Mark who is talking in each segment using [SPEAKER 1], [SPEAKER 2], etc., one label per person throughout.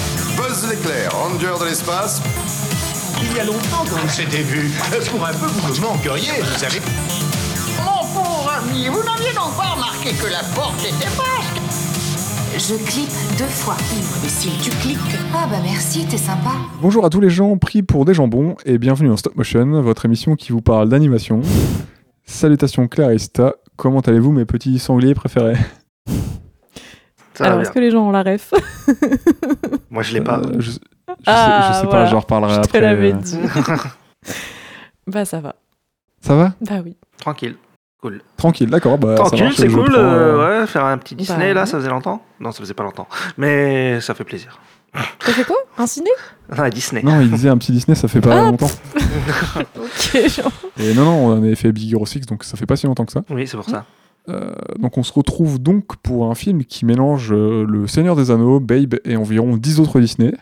[SPEAKER 1] vitesse d'éclair, ranger de l'espace.
[SPEAKER 2] Il y a longtemps dans ses débuts. Euh, Pour un peu, vous me manqueriez, vous savez.
[SPEAKER 3] Mon pauvre ami, vous n'aviez donc pas remarqué que la porte était basque
[SPEAKER 4] Je clique deux fois. Imbécile, tu cliques. Ah bah merci, t'es sympa.
[SPEAKER 5] Bonjour à tous les gens pris pour des jambons et bienvenue dans Stop Motion, votre émission qui vous parle d'animation. Salutations Clarista, comment allez-vous mes petits sangliers préférés
[SPEAKER 6] Ça va
[SPEAKER 7] Alors,
[SPEAKER 6] bien.
[SPEAKER 7] est-ce que les gens ont la ref
[SPEAKER 6] Moi, je l'ai pas.
[SPEAKER 5] Euh, Je, je
[SPEAKER 7] Ah,
[SPEAKER 5] sais, je sais
[SPEAKER 7] voilà.
[SPEAKER 5] pas, j'en reparlerai
[SPEAKER 7] Je te
[SPEAKER 5] après.
[SPEAKER 7] l'avais
[SPEAKER 5] euh.
[SPEAKER 7] dit. bah, ça va.
[SPEAKER 5] Ça va
[SPEAKER 7] Bah oui.
[SPEAKER 6] Tranquille.
[SPEAKER 5] Tranquille, d'accord. Bah, ça
[SPEAKER 6] Tranquille,
[SPEAKER 5] marche,
[SPEAKER 6] c'est
[SPEAKER 5] je
[SPEAKER 6] cool.
[SPEAKER 5] prends,
[SPEAKER 6] euh,
[SPEAKER 5] euh,
[SPEAKER 6] ouais, faire un petit Disney,
[SPEAKER 7] Bah,
[SPEAKER 6] là,
[SPEAKER 7] ouais.
[SPEAKER 6] ça faisait longtemps. Non, ça faisait pas longtemps. Mais ça fait plaisir.
[SPEAKER 7] T'as fait quoi Un ciné
[SPEAKER 6] Non, à Ah, Disney.
[SPEAKER 5] Non, il disait un petit Disney, ça fait pas
[SPEAKER 7] Ah,
[SPEAKER 5] longtemps.
[SPEAKER 7] Ok, genre.
[SPEAKER 5] Et non, non, on en avait fait Big Hero 6, donc ça fait pas si longtemps que ça.
[SPEAKER 6] Oui, c'est pour ça.
[SPEAKER 5] Euh, donc on se retrouve donc pour un film qui mélange euh, Le Seigneur des Anneaux, Babe et environ 10 autres Disney.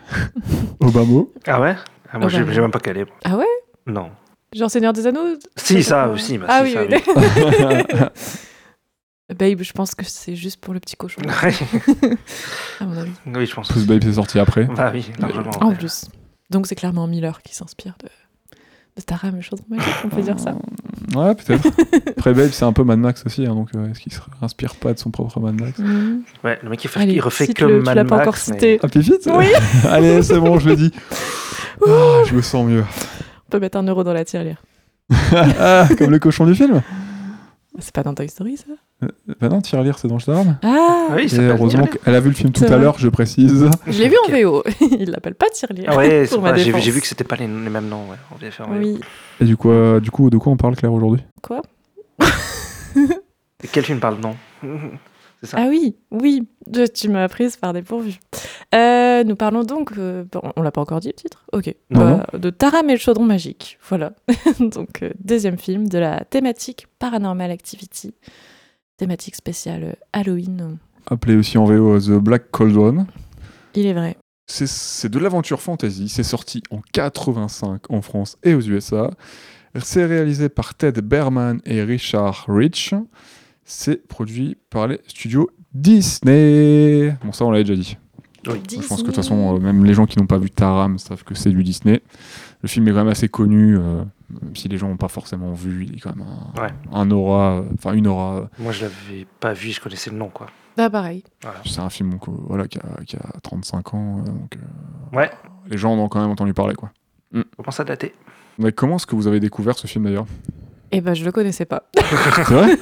[SPEAKER 5] Obama.
[SPEAKER 6] Ah ouais Ah, Moi,
[SPEAKER 7] Oh,
[SPEAKER 6] j'ai
[SPEAKER 7] bah,
[SPEAKER 6] j'ai même pas calé.
[SPEAKER 7] Ah ouais
[SPEAKER 6] Non.
[SPEAKER 7] Genre Seigneur des Anneaux
[SPEAKER 6] Si, ça aussi. Bah,
[SPEAKER 7] Ah
[SPEAKER 6] si,
[SPEAKER 7] oui,
[SPEAKER 6] ça,
[SPEAKER 7] oui. Babe, je pense que c'est juste pour le petit cochon,
[SPEAKER 6] oui.
[SPEAKER 7] à mon avis.
[SPEAKER 6] oui, je pense.
[SPEAKER 5] Parce que Babe c'est sorti après.
[SPEAKER 6] Bah oui, largement.
[SPEAKER 7] En
[SPEAKER 6] ouais.
[SPEAKER 7] plus. Donc c'est clairement Miller qui s'inspire de, de Taram et Chaudron Magique, on peut dire ça.
[SPEAKER 5] Ouais, peut-être. Après Babe c'est un peu Mad Max aussi, hein, donc euh, est-ce qu'il se inspire pas de son propre Mad Max
[SPEAKER 7] Mhm.
[SPEAKER 6] Ouais, le mec qui fait,
[SPEAKER 7] Allez,
[SPEAKER 6] il refait
[SPEAKER 7] cite-le,
[SPEAKER 6] que
[SPEAKER 7] tu
[SPEAKER 6] Mad
[SPEAKER 7] l'as pas
[SPEAKER 6] Max,
[SPEAKER 7] encore
[SPEAKER 6] mais-
[SPEAKER 7] cité.
[SPEAKER 5] Ah puis vite
[SPEAKER 7] Oui.
[SPEAKER 5] Allez, c'est bon, je le dis. Ah, je me sens mieux.
[SPEAKER 7] On peut mettre un euro dans la tirelire.
[SPEAKER 5] Ah, comme le cochon du film.
[SPEAKER 7] Ah, C'est pas dans Toy Story, ça
[SPEAKER 5] Bah non, Tirelire, c'est dans Starm.
[SPEAKER 7] Ah
[SPEAKER 6] Ah oui,
[SPEAKER 5] Et
[SPEAKER 6] ça s'appelle
[SPEAKER 5] Euh, heureusement
[SPEAKER 6] Tirelire.
[SPEAKER 5] qu'elle a vu le film tout
[SPEAKER 7] C'est
[SPEAKER 5] à
[SPEAKER 7] vrai.
[SPEAKER 5] l'heure, je précise.
[SPEAKER 7] Je l'ai vu en
[SPEAKER 6] Ok.
[SPEAKER 7] VO. Il l'appelle pas tirelire.
[SPEAKER 6] Ah ouais, c'est
[SPEAKER 7] pour ma
[SPEAKER 6] pas- j'ai vu-
[SPEAKER 7] défense.
[SPEAKER 6] j'ai vu que c'était pas les, les mêmes noms. Ouais. On devait faire, ouais.
[SPEAKER 7] Oui.
[SPEAKER 5] Et du coup, euh, du coup de quoi on parle Claire aujourd'hui
[SPEAKER 6] Et Quel film parle non C'est ça.
[SPEAKER 7] Ah oui, oui, Je- tu m'as prise par dépourvu. Euh, nous parlons donc, euh, bon, on l'a pas encore dit le titre Ok.
[SPEAKER 5] Non,
[SPEAKER 7] Bah, De Taram et le chaudron magique, voilà. donc euh, deuxième film de la thématique Paranormal Activity, thématique spéciale euh, Halloween.
[SPEAKER 5] Appelé aussi en VO The Black Cold One.
[SPEAKER 7] Il est vrai.
[SPEAKER 5] C'est- C'est de l'aventure fantasy. C'est sorti en 85 en France et aux USA. C'est réalisé par Ted Berman et Richard Rich. C'est produit par les studios Disney. Bon, ça, on l'avait déjà dit. Je pense que de toute façon, euh, même les gens qui n'ont pas vu Taram savent que c'est du Disney. Le film est quand même assez connu, euh, même si les gens n'ont pas forcément vu. Il est quand même un,
[SPEAKER 6] Ouais.
[SPEAKER 5] un aura, euh, enfin une aura. euh,
[SPEAKER 6] Moi, je l'avais pas vu, je connaissais le nom, quoi.
[SPEAKER 7] Bah pareil.
[SPEAKER 5] C'est un film donc, euh, voilà, qui, a, qui a 35 ans. euh, donc, euh,
[SPEAKER 6] Ouais.
[SPEAKER 5] Les gens en ont quand même entendu parler. Quoi.
[SPEAKER 6] Comment ça dater
[SPEAKER 5] Mais comment est-ce que vous avez découvert ce film d'ailleurs
[SPEAKER 7] Et ben je le connaissais pas.
[SPEAKER 5] C'est vrai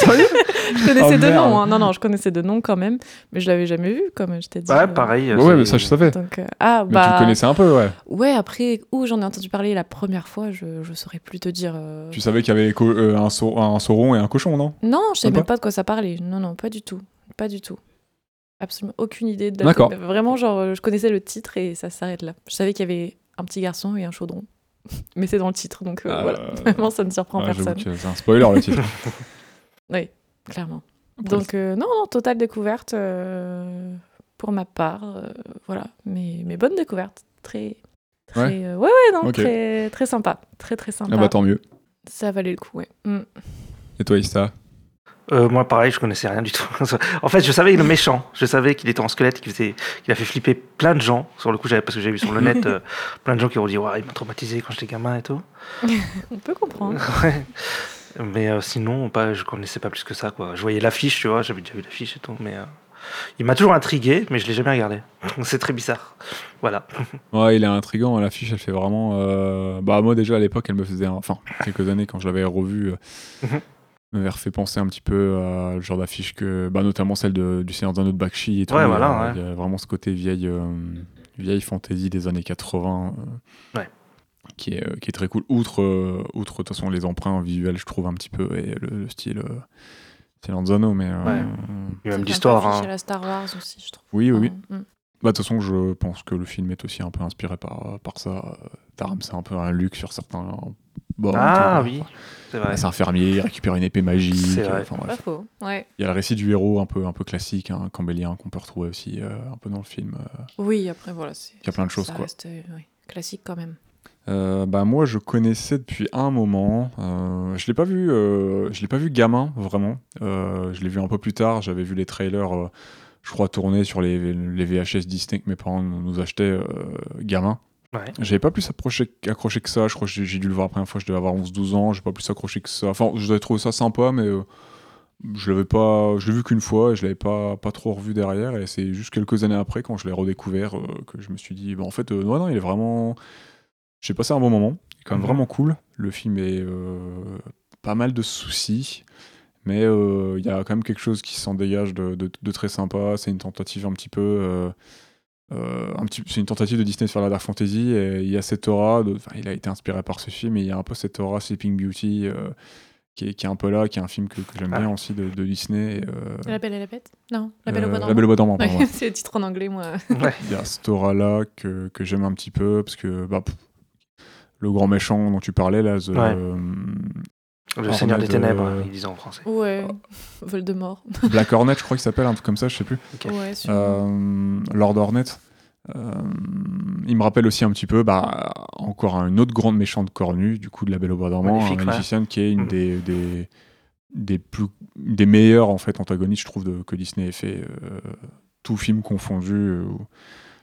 [SPEAKER 5] Sérieux
[SPEAKER 7] Je connaissais
[SPEAKER 5] Oh,
[SPEAKER 7] de
[SPEAKER 5] merde.
[SPEAKER 7] nom, hein. non non, je connaissais de nom quand même, mais je l'avais jamais vu comme je t'ai dit.
[SPEAKER 6] Ouais,
[SPEAKER 7] euh,
[SPEAKER 6] Bah, pareil.
[SPEAKER 5] Ouais,
[SPEAKER 6] c'est-
[SPEAKER 5] ouais, mais ça je savais.
[SPEAKER 7] Donc euh, ah
[SPEAKER 5] Mais
[SPEAKER 7] bah.
[SPEAKER 5] tu le connaissais un peu, ouais.
[SPEAKER 7] Ouais, après, où j'en ai entendu parler la première fois, je, je saurais plus te dire. euh.
[SPEAKER 5] Tu savais qu'il y avait co- euh, un, sau- un sauron et un cochon, non
[SPEAKER 7] Non, je sais
[SPEAKER 5] Même
[SPEAKER 7] même
[SPEAKER 5] pas
[SPEAKER 7] pas de quoi ça parlait. Non, non, pas du tout. Pas du tout. Absolument aucune idée de la
[SPEAKER 5] D'accord.
[SPEAKER 7] thé- Vraiment, genre, euh, je connaissais le titre et ça s'arrête là. Je savais qu'il y avait un petit garçon et un chaudron. Mais c'est dans le titre, donc euh,
[SPEAKER 5] Euh,
[SPEAKER 7] voilà. Vraiment, ça ne surprend
[SPEAKER 5] ouais, Ah, j'avoue
[SPEAKER 7] personne.
[SPEAKER 5] que C'est un spoiler le titre.
[SPEAKER 7] Oui, clairement.
[SPEAKER 5] Après,
[SPEAKER 7] donc, euh, non, non, totale découverte euh, pour ma part. euh, voilà, mais, mais bonne découverte. Très. Très,
[SPEAKER 5] Ouais.
[SPEAKER 7] euh, ouais, ouais, non,
[SPEAKER 5] Ok.
[SPEAKER 7] très, très sympa. Très, très sympa.
[SPEAKER 5] Ah bah tant mieux.
[SPEAKER 7] Ça valait le coup, ouais. Mm.
[SPEAKER 5] Et toi, Ista
[SPEAKER 6] Euh, moi, pareil, je connaissais rien du tout. en fait, je savais le méchant. Je savais qu'il était en squelette, qu'il faisait, qu'il a fait flipper plein de gens. Sur le coup, j'avais parce que j'ai vu sur le net euh, plein de gens qui ont dit ouais, il m'a traumatisé quand j'étais gamin et tout.
[SPEAKER 7] On peut comprendre.
[SPEAKER 6] Ouais. mais euh, sinon, pas, je connaissais pas plus que ça. Quoi. Je voyais l'affiche, tu vois, j'avais déjà vu l'affiche et tout. Mais euh, il m'a toujours intrigué, mais je l'ai jamais regardé. C'est très bizarre. Voilà.
[SPEAKER 5] Ouais, il est intriguant. L'affiche, elle fait vraiment. euh, Bah, moi, déjà, à l'époque, elle me faisait. un- Enfin, quelques années, quand je l'avais revue, euh,
[SPEAKER 6] Mhm.
[SPEAKER 5] elle m'avait refait penser un petit peu à le genre d'affiche que. Bah, notamment celle de- du Seigneur d'un autre Bakshi et tout.
[SPEAKER 6] Ouais,
[SPEAKER 5] Il y a-
[SPEAKER 6] voilà, ouais.
[SPEAKER 5] Il y a vraiment ce côté vieille, euh, vieille fantaisie des années 80. euh,
[SPEAKER 6] Ouais.
[SPEAKER 5] Qui est, euh, qui est très cool. Outre, euh, outre, de toute façon, les emprunts visuels, je trouve un petit peu, et le, le style. euh, Seigneur des Anneaux, mais. euh,
[SPEAKER 6] Ouais. Il y a même d'histoire.
[SPEAKER 7] à
[SPEAKER 6] Hein.
[SPEAKER 7] la Star Wars aussi, je trouve.
[SPEAKER 5] Oui, oui, oui.
[SPEAKER 7] Mm.
[SPEAKER 5] Bah, de toute façon, je pense que le film est aussi un peu inspiré par, par ça. Euh, Taram, c'est un peu un Luc sur certains bords.
[SPEAKER 6] Ah
[SPEAKER 5] Enfin,
[SPEAKER 6] oui, c'est vrai.
[SPEAKER 5] voilà, C'est un fermier, il récupère une épée magique.
[SPEAKER 6] C'est
[SPEAKER 5] euh,
[SPEAKER 6] vrai.
[SPEAKER 5] enfin,
[SPEAKER 7] Pas
[SPEAKER 5] bref.
[SPEAKER 7] faux. Ouais.
[SPEAKER 5] Il y a le récit du héros un peu, un peu classique, hein, cambélien, qu'on peut retrouver aussi euh, un peu dans le film. euh.
[SPEAKER 7] Oui, après, voilà. Il
[SPEAKER 5] y a plein de choses, quoi.
[SPEAKER 7] euh, classique quand même.
[SPEAKER 5] Euh, bah, moi, je connaissais depuis un moment. Euh, je l'ai pas vu euh, je l'ai pas vu gamin, vraiment. Euh, je l'ai vu un peu plus tard. J'avais vu les trailers. euh, je crois, tourné sur les, les VHS Disney que mes parents nous achetaient euh, gamins.
[SPEAKER 6] Ouais.
[SPEAKER 5] J'avais pas plus approché, accroché que ça. Je crois que j'ai j'ai dû le voir la première fois, je devais avoir 11-12 ans. J'ai pas plus accroché que ça. Enfin, je devais trouver ça sympa, mais euh, je l'avais pas. Je l'ai vu qu'une fois et je l'avais pas, pas trop revu derrière. Et c'est juste quelques années après, quand je l'ai redécouvert, euh, que je me suis dit, bah, en fait, euh, non, non, il est vraiment. J'ai passé un bon moment. Il est quand même
[SPEAKER 6] Mhm.
[SPEAKER 5] vraiment cool. Le film est euh, pas mal de soucis. Mais euh, il y a quand même quelque chose qui s'en dégage de, de- de très sympa. C'est une tentative un petit peu. euh, euh, un petit, c'est une tentative de Disney de faire la Dark Fantasy. Et il y a cette aura. de- enfin, il a été inspiré par ce film. Et il y a un peu cette aura Sleeping Beauty euh, qui, est, qui est un peu là, qui est un film que, que j'aime
[SPEAKER 6] Ah.
[SPEAKER 5] bien aussi de, de Disney. et, euh,
[SPEAKER 8] La Belle et la Bête Non, La
[SPEAKER 5] euh,
[SPEAKER 8] Belle au bois dormant.
[SPEAKER 5] La Belle au bois dormant,
[SPEAKER 8] Ouais,
[SPEAKER 5] pardon, ouais.
[SPEAKER 8] c'est le titre en anglais, moi.
[SPEAKER 6] Ouais.
[SPEAKER 5] Il y a cette aura-là que, que j'aime un petit peu. Parce que bah, pff, le grand méchant dont tu parlais, là, The,
[SPEAKER 6] Ouais.
[SPEAKER 5] euh,
[SPEAKER 6] Le
[SPEAKER 5] Ah,
[SPEAKER 6] Seigneur des
[SPEAKER 5] remède,
[SPEAKER 6] Ténèbres,
[SPEAKER 5] euh,
[SPEAKER 6] ils disent en français.
[SPEAKER 8] Ouais, Oh, Voldemort.
[SPEAKER 5] Black Hornet, je crois qu'il s'appelle, un truc comme ça, je sais plus.
[SPEAKER 6] Ok.
[SPEAKER 8] Ouais, sur-
[SPEAKER 5] Euh, Lord Hornet. Euh, il me rappelle aussi un petit peu bah, encore une autre grande méchante cornue, du coup de la Belle au Bois dormant,
[SPEAKER 6] Magnifique,
[SPEAKER 5] un
[SPEAKER 6] ouais.
[SPEAKER 5] magicienne qui est une
[SPEAKER 6] Mm.
[SPEAKER 5] des, des, des, plus, des meilleurs en fait, antagonistes, je trouve, de- que Disney ait fait, euh, tout film confondu euh,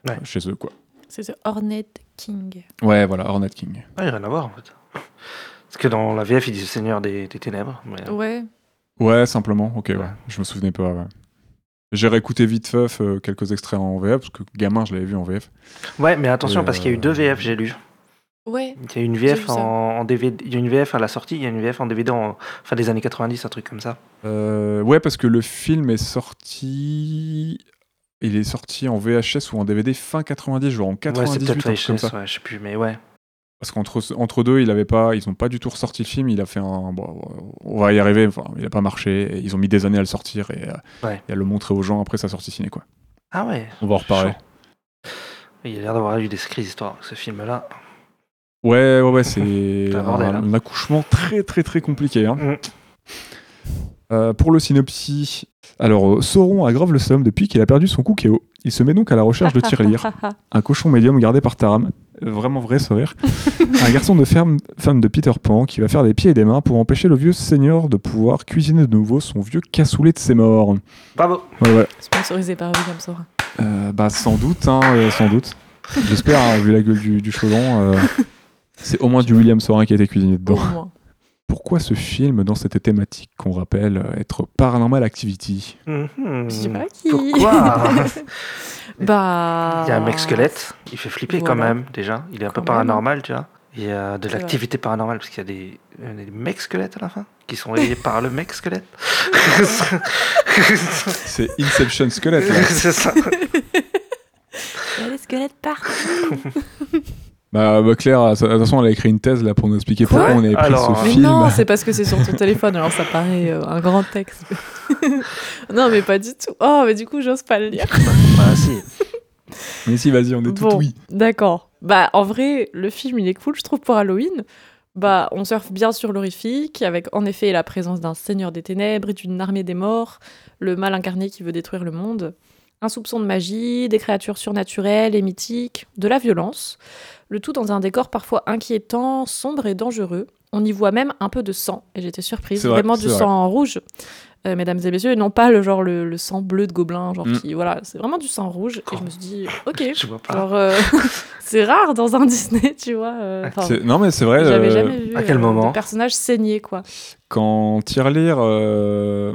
[SPEAKER 6] Ouais.
[SPEAKER 5] chez eux. Quoi.
[SPEAKER 7] C'est The Hornet King.
[SPEAKER 5] Ouais, voilà, Hornet King.
[SPEAKER 6] Ah, il n'y a rien à voir en fait. Parce que dans la VF, ils disent Seigneur des, des Ténèbres. mais- euh,
[SPEAKER 8] Ouais,
[SPEAKER 5] Ouais, simplement, ok, ouais.
[SPEAKER 6] Ouais.
[SPEAKER 5] je me souvenais pas. ouais. J'ai réécouté vite fait euh, quelques extraits en VF, parce que gamin, je l'avais vu en VF.
[SPEAKER 6] Ouais, mais attention,
[SPEAKER 5] Et,
[SPEAKER 6] parce qu'il y a eu
[SPEAKER 5] euh,
[SPEAKER 6] deux VF, j'ai lu.
[SPEAKER 8] ouais.
[SPEAKER 6] Il y a une
[SPEAKER 8] J'ai
[SPEAKER 6] VF
[SPEAKER 8] vu ça.
[SPEAKER 6] en, en DVD, il y a une VF à la sortie, il y a une VF en DVD en fin des années 90, un truc comme ça.
[SPEAKER 5] Euh, ouais, parce que le film est sorti. Il est sorti en VHS ou en DVD fin 90, genre en
[SPEAKER 6] Ouais, c'est
[SPEAKER 5] 98, un
[SPEAKER 6] peut-être
[SPEAKER 5] truc comme ça.
[SPEAKER 6] VHS, ouais, je sais plus, mais ouais.
[SPEAKER 5] Parce qu'entre entre deux, il avait pas, ils n'ont pas du tout ressorti le film. Il a fait un. bon, on va y arriver, enfin, il n'a pas marché. et ils ont mis des années à le sortir et, euh,
[SPEAKER 6] Ouais.
[SPEAKER 5] et à le montrer aux gens après sa sortie ciné. Quoi.
[SPEAKER 6] Ah ouais.
[SPEAKER 5] On va en reparler.
[SPEAKER 6] Chaud. Il a l'air d'avoir eu des sacrées histoires, ce film-là.
[SPEAKER 5] Ouais, ouais, ouais, c'est
[SPEAKER 6] C'est un
[SPEAKER 5] un,
[SPEAKER 6] bordel, hein.
[SPEAKER 5] un accouchement très, très, très compliqué. hein.
[SPEAKER 6] Mm.
[SPEAKER 5] Euh, pour le synopsis, alors euh, Sauron aggrave le somme depuis qu'il a perdu son Koukéo. Il se met donc à la recherche de Tirelire, un cochon médium gardé par Taram. Euh, Vraiment vrai ce rire. un garçon de ferme, femme de Peter Pan, qui va faire des pieds et des mains pour empêcher le vieux seigneur de pouvoir cuisiner de nouveau son vieux cassoulet de ses morts.
[SPEAKER 6] Bravo.
[SPEAKER 5] Voilà, voilà.
[SPEAKER 7] Sponsorisé par William Sorin.
[SPEAKER 5] Euh, bah sans doute, hein, euh, sans doute. J'espère, hein, vu la gueule du, du chaudron, euh, c'est au moins du William Sorin qui a été cuisiné dedans.
[SPEAKER 7] Au moins.
[SPEAKER 5] Pourquoi ce film dans cette thématique qu'on rappelle euh, être Paranormal Activity
[SPEAKER 6] Mhm.
[SPEAKER 7] Je sais pas qui.
[SPEAKER 6] Pourquoi
[SPEAKER 7] Bah.
[SPEAKER 6] Il y a un mec squelette, il fait flipper quand
[SPEAKER 7] Voilà.
[SPEAKER 6] même, déjà. Il est un peu
[SPEAKER 7] Quand
[SPEAKER 6] paranormal, tu vois. Il y a de
[SPEAKER 7] C'est vrai.
[SPEAKER 6] l'activité paranormale, parce qu'il y a des, euh, des mecs squelettes à la fin, qui sont réveillés par le mec squelette.
[SPEAKER 5] C'est Inception Squelette. là.
[SPEAKER 6] C'est ça.
[SPEAKER 7] Il y a des squelettes partout.
[SPEAKER 5] bah, bah, Claire, de toute façon, elle a écrit une thèse là pour nous expliquer
[SPEAKER 7] Quoi euh,
[SPEAKER 5] pourquoi on avait pris
[SPEAKER 6] Alors,
[SPEAKER 5] ce
[SPEAKER 7] Mais
[SPEAKER 5] film.
[SPEAKER 7] non, c'est parce que c'est sur ton téléphone, alors ça paraît euh, un grand texte. non, mais pas du tout. Oh, mais du coup, j'ose pas le lire.
[SPEAKER 6] bah, si.
[SPEAKER 5] Mais si, vas-y, on est tout
[SPEAKER 7] Bon.
[SPEAKER 5] oui.
[SPEAKER 7] D'accord. Bah, en vrai, le film, il est cool, je trouve, pour Halloween. Bah, on surfe bien sur l'horrifique, avec en effet la présence d'un seigneur des ténèbres et d'une armée des morts, le mal incarné qui veut détruire le monde, un soupçon de magie, des créatures surnaturelles et mythiques, de la violence, le tout dans un décor parfois inquiétant, sombre et dangereux. On y voit même un peu de sang, et j'étais surprise,
[SPEAKER 5] C'est vrai,
[SPEAKER 7] vraiment du
[SPEAKER 5] c'est vrai.
[SPEAKER 7] sang en rouge, euh, mesdames et messieurs, et non pas le genre le, le sang bleu de gobelin, genre
[SPEAKER 5] Mm.
[SPEAKER 7] qui, voilà, c'est vraiment du sang rouge, et je me suis dit, ok,
[SPEAKER 6] Je vois pas.
[SPEAKER 7] alors, euh, c'est rare dans un Disney, tu vois. euh, enfin,
[SPEAKER 5] C'est- Non, mais c'est vrai,
[SPEAKER 7] J'avais
[SPEAKER 5] euh,
[SPEAKER 7] jamais vu
[SPEAKER 6] Ah, à quel
[SPEAKER 7] euh,
[SPEAKER 6] moment
[SPEAKER 7] de personnage saigné, quoi.
[SPEAKER 5] quand Tirelire, euh,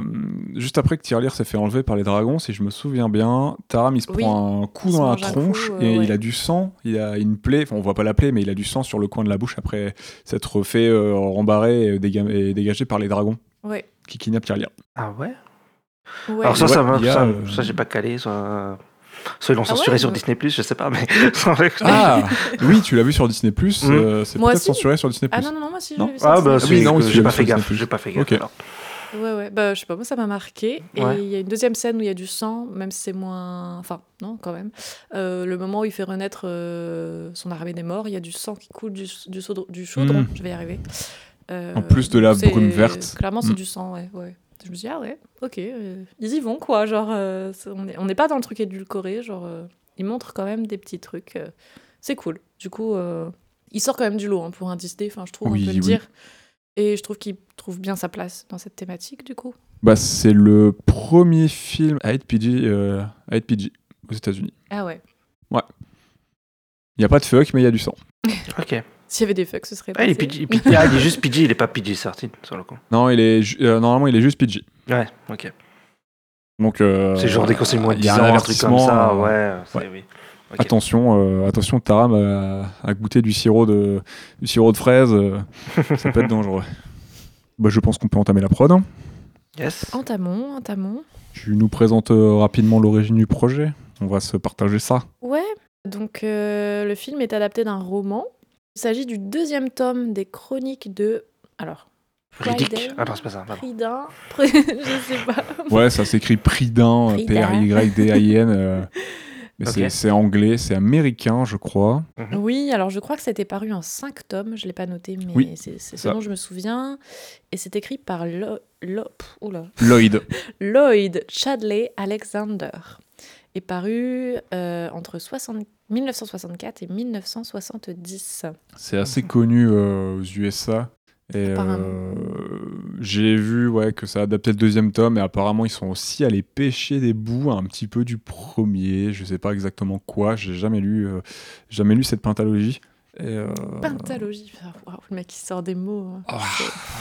[SPEAKER 5] juste après que Tirelire s'est fait enlever par les dragons, si je me souviens bien, Taram il se
[SPEAKER 7] Oui.
[SPEAKER 5] prend un coup
[SPEAKER 7] Il se
[SPEAKER 5] dans la
[SPEAKER 7] mange un
[SPEAKER 5] tronche
[SPEAKER 7] coup, euh,
[SPEAKER 5] et
[SPEAKER 7] ouais.
[SPEAKER 5] il a du sang, il a une plaie, enfin on voit pas la plaie, mais il a du sang sur le coin de la bouche après s'être fait euh, rembarrer et, déga- et dégager par les dragons
[SPEAKER 7] Ouais.
[SPEAKER 5] qui kidnappent Tirelire.
[SPEAKER 6] Ah ouais
[SPEAKER 7] Ouais.
[SPEAKER 6] Alors ça, ça,
[SPEAKER 5] Ouais,
[SPEAKER 6] m'a-
[SPEAKER 5] il y a,
[SPEAKER 6] ça,
[SPEAKER 5] euh,
[SPEAKER 6] ça, j'ai pas calé. Soit, soit ils l'ont
[SPEAKER 7] Ah
[SPEAKER 6] censuré
[SPEAKER 7] ouais,
[SPEAKER 6] sur
[SPEAKER 7] bah-
[SPEAKER 6] Disney+, je sais pas, mais...
[SPEAKER 5] Ah oui, tu l'as vu sur Disney
[SPEAKER 6] Mm.
[SPEAKER 5] euh, c'est
[SPEAKER 7] Moi
[SPEAKER 5] peut-être
[SPEAKER 7] aussi.
[SPEAKER 5] censuré sur Disney
[SPEAKER 7] ah non, non, non, moi si,
[SPEAKER 5] Non.
[SPEAKER 7] j'avais vu ça.
[SPEAKER 6] Ah bah
[SPEAKER 7] c'est-
[SPEAKER 5] oui,
[SPEAKER 6] c'est
[SPEAKER 5] non,
[SPEAKER 6] que
[SPEAKER 5] tu
[SPEAKER 6] j'ai
[SPEAKER 5] l'as
[SPEAKER 6] pas
[SPEAKER 5] vu
[SPEAKER 6] fait
[SPEAKER 5] sur
[SPEAKER 6] gaffe,
[SPEAKER 5] Disney+.
[SPEAKER 6] j'ai pas fait gaffe.
[SPEAKER 5] Ok.
[SPEAKER 6] alors.
[SPEAKER 7] Ouais, ouais, bah je sais pas, moi ça m'a marqué. Et il
[SPEAKER 6] Ouais.
[SPEAKER 7] y a une deuxième scène où il y a du sang, même si c'est moins. Enfin, non, quand même. Euh, le moment où il fait renaître euh, son armée des morts, il y a du sang qui coule du, du, saudre- du chaudron,
[SPEAKER 5] Mm.
[SPEAKER 7] je vais y arriver. Euh,
[SPEAKER 5] En plus de la
[SPEAKER 7] c'est-
[SPEAKER 5] brume verte.
[SPEAKER 7] Clairement, c'est
[SPEAKER 5] Mm.
[SPEAKER 7] du sang, ouais, ouais. Je me dis, ah ouais, ok, euh, ils y vont quoi. Genre, euh, c'est- on est- on n'est pas dans le truc édulcoré, genre, euh, ils montrent quand même des petits trucs. euh, c'est cool. Du coup, euh, il sort quand même du lot hein, pour un Disney, enfin, je trouve,
[SPEAKER 5] Oui,
[SPEAKER 7] on peut
[SPEAKER 5] oui.
[SPEAKER 7] le dire. Et je trouve qu'il trouve bien sa place dans cette thématique, du coup.
[SPEAKER 5] Bah, c'est le premier film à être PG, euh, à être PG aux États-Unis.
[SPEAKER 7] Ah ouais.
[SPEAKER 5] Il n'y a pas de fuck, mais il y a du sang.
[SPEAKER 6] Ok.
[SPEAKER 7] S'il y avait des fucks, ce serait.
[SPEAKER 6] Ah, il, est
[SPEAKER 7] passé.
[SPEAKER 6] PG, PG, ah, il est juste PG, il est pas PG-13 sur le coup.
[SPEAKER 5] Non, il est ju- euh, normalement, il est juste PG.
[SPEAKER 6] Ouais, ok.
[SPEAKER 5] Donc, euh,
[SPEAKER 6] C'est genre dès qu'on c'est moins de
[SPEAKER 5] il y
[SPEAKER 6] 10
[SPEAKER 5] a
[SPEAKER 6] ans, un truc comme ça.
[SPEAKER 5] avertissement, euh,
[SPEAKER 6] Ouais, c'est- oui. Ok.
[SPEAKER 5] Attention, euh, attention, Taram a, a goûté du sirop de, du sirop de fraise. euh, ça peut être dangereux. Bah, je pense qu'on peut entamer la prod. hein.
[SPEAKER 6] Yes.
[SPEAKER 7] Entamons, entamons.
[SPEAKER 5] Tu nous présentes euh, rapidement l'origine du projet. On va se partager ça.
[SPEAKER 7] Ouais. Donc, euh, le film est adapté d'un roman. Il s'agit du deuxième tome des chroniques de. Alors. Friday-
[SPEAKER 6] Riddick. Ah non, c'est pas ça. pardon.
[SPEAKER 7] Pridin. Je sais pas.
[SPEAKER 5] Ouais, ça s'écrit Pridin, euh,
[SPEAKER 7] Pridin.
[SPEAKER 5] P-R-Y-D-I-N. euh, mais
[SPEAKER 6] Ok.
[SPEAKER 5] c'est- c'est anglais, c'est américain, je crois.
[SPEAKER 7] Oui, alors je crois que c'était paru en 5 tomes, je ne l'ai pas noté, mais
[SPEAKER 5] Oui,
[SPEAKER 7] c'est c'est ce
[SPEAKER 5] ça.
[SPEAKER 7] dont je me souviens. Et c'est écrit par Lo- Lo- pff, oula.
[SPEAKER 5] Lloyd.
[SPEAKER 7] Lloyd Chadley Alexander et paru euh, entre 60 1964 et 1970.
[SPEAKER 5] C'est assez connu euh, aux USA. Et
[SPEAKER 7] Apparemment.
[SPEAKER 5] euh, j'ai vu ouais, que ça adaptait le deuxième tome, et apparemment ils sont aussi allés pêcher des bouts un petit peu du premier. Je sais pas exactement quoi, j'ai jamais lu, euh, jamais lu cette pentalogie. Et, euh,
[SPEAKER 7] Pentalogie, putain, Ah, waouh, le mec il sort des mots. hein.
[SPEAKER 5] ah,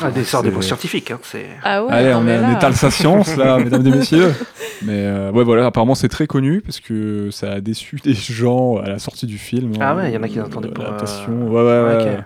[SPEAKER 6] Ah, des sortes de
[SPEAKER 5] c'est-
[SPEAKER 6] mots scientifiques. Hein, c'est...
[SPEAKER 7] Ah ouais,
[SPEAKER 5] Allez,
[SPEAKER 7] non,
[SPEAKER 5] on,
[SPEAKER 7] mais
[SPEAKER 5] est-
[SPEAKER 7] là, hein.
[SPEAKER 5] on étale sa science là, mesdames et messieurs. Mais euh, ouais, voilà, apparemment c'est très connu parce que ça a déçu des gens à la sortie du film.
[SPEAKER 6] Ah
[SPEAKER 5] hein,
[SPEAKER 6] ouais, il y en a qui
[SPEAKER 5] euh,
[SPEAKER 6] l'entendaient pour,
[SPEAKER 5] l'adaptation.
[SPEAKER 6] euh,
[SPEAKER 5] Ouais, ouais,
[SPEAKER 6] ouais,
[SPEAKER 5] ouais.
[SPEAKER 6] ok.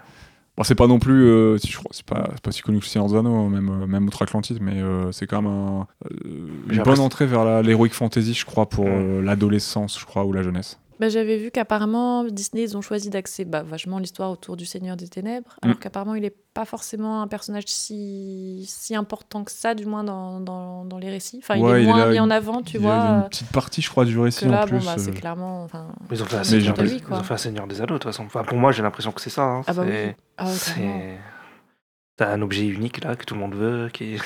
[SPEAKER 5] Bon, c'est pas non plus, euh, si je crois, c'est pas, c'est pas si connu que Seigneur des Anneaux, même, euh, même Outre-Atlantique, mais euh, c'est quand même un, euh,
[SPEAKER 6] J'ai
[SPEAKER 5] une bonne
[SPEAKER 6] l'impression-
[SPEAKER 5] entrée vers la- l'heroic fantasy, je crois, pour
[SPEAKER 6] Mm.
[SPEAKER 5] euh, l'adolescence, je crois, ou la jeunesse.
[SPEAKER 7] Bah, J'avais vu qu'apparemment Disney ils ont choisi d'axer bah, vachement l'histoire autour du Seigneur des Ténèbres,
[SPEAKER 5] Mm.
[SPEAKER 7] alors qu'apparemment il n'est pas forcément un personnage si, si important que ça, du moins dans, dans, dans les récits. Enfin, il
[SPEAKER 5] Ouais,
[SPEAKER 7] est
[SPEAKER 5] il est
[SPEAKER 7] moins
[SPEAKER 5] là
[SPEAKER 7] mis en
[SPEAKER 5] une-
[SPEAKER 7] avant, tu
[SPEAKER 5] Il y a
[SPEAKER 7] vois. euh,
[SPEAKER 5] une petite partie, je crois, du récit
[SPEAKER 7] que là,
[SPEAKER 5] en plus.
[SPEAKER 7] bon, bah,
[SPEAKER 5] euh,
[SPEAKER 7] c'est clairement. enfin,
[SPEAKER 6] Mais Ils ont fait un
[SPEAKER 7] Mais
[SPEAKER 6] seigneur
[SPEAKER 5] j'en ai
[SPEAKER 6] des-
[SPEAKER 7] vu,
[SPEAKER 6] ils
[SPEAKER 7] quoi.
[SPEAKER 6] ont fait un seigneur des anneaux, de toute façon. Enfin, pour moi, j'ai l'impression que c'est ça. hein.
[SPEAKER 7] Ah bah
[SPEAKER 6] c'est...
[SPEAKER 7] oui. Ah ouais, clairement.
[SPEAKER 6] c'est... T'as un objet unique là que tout le monde veut. Qui...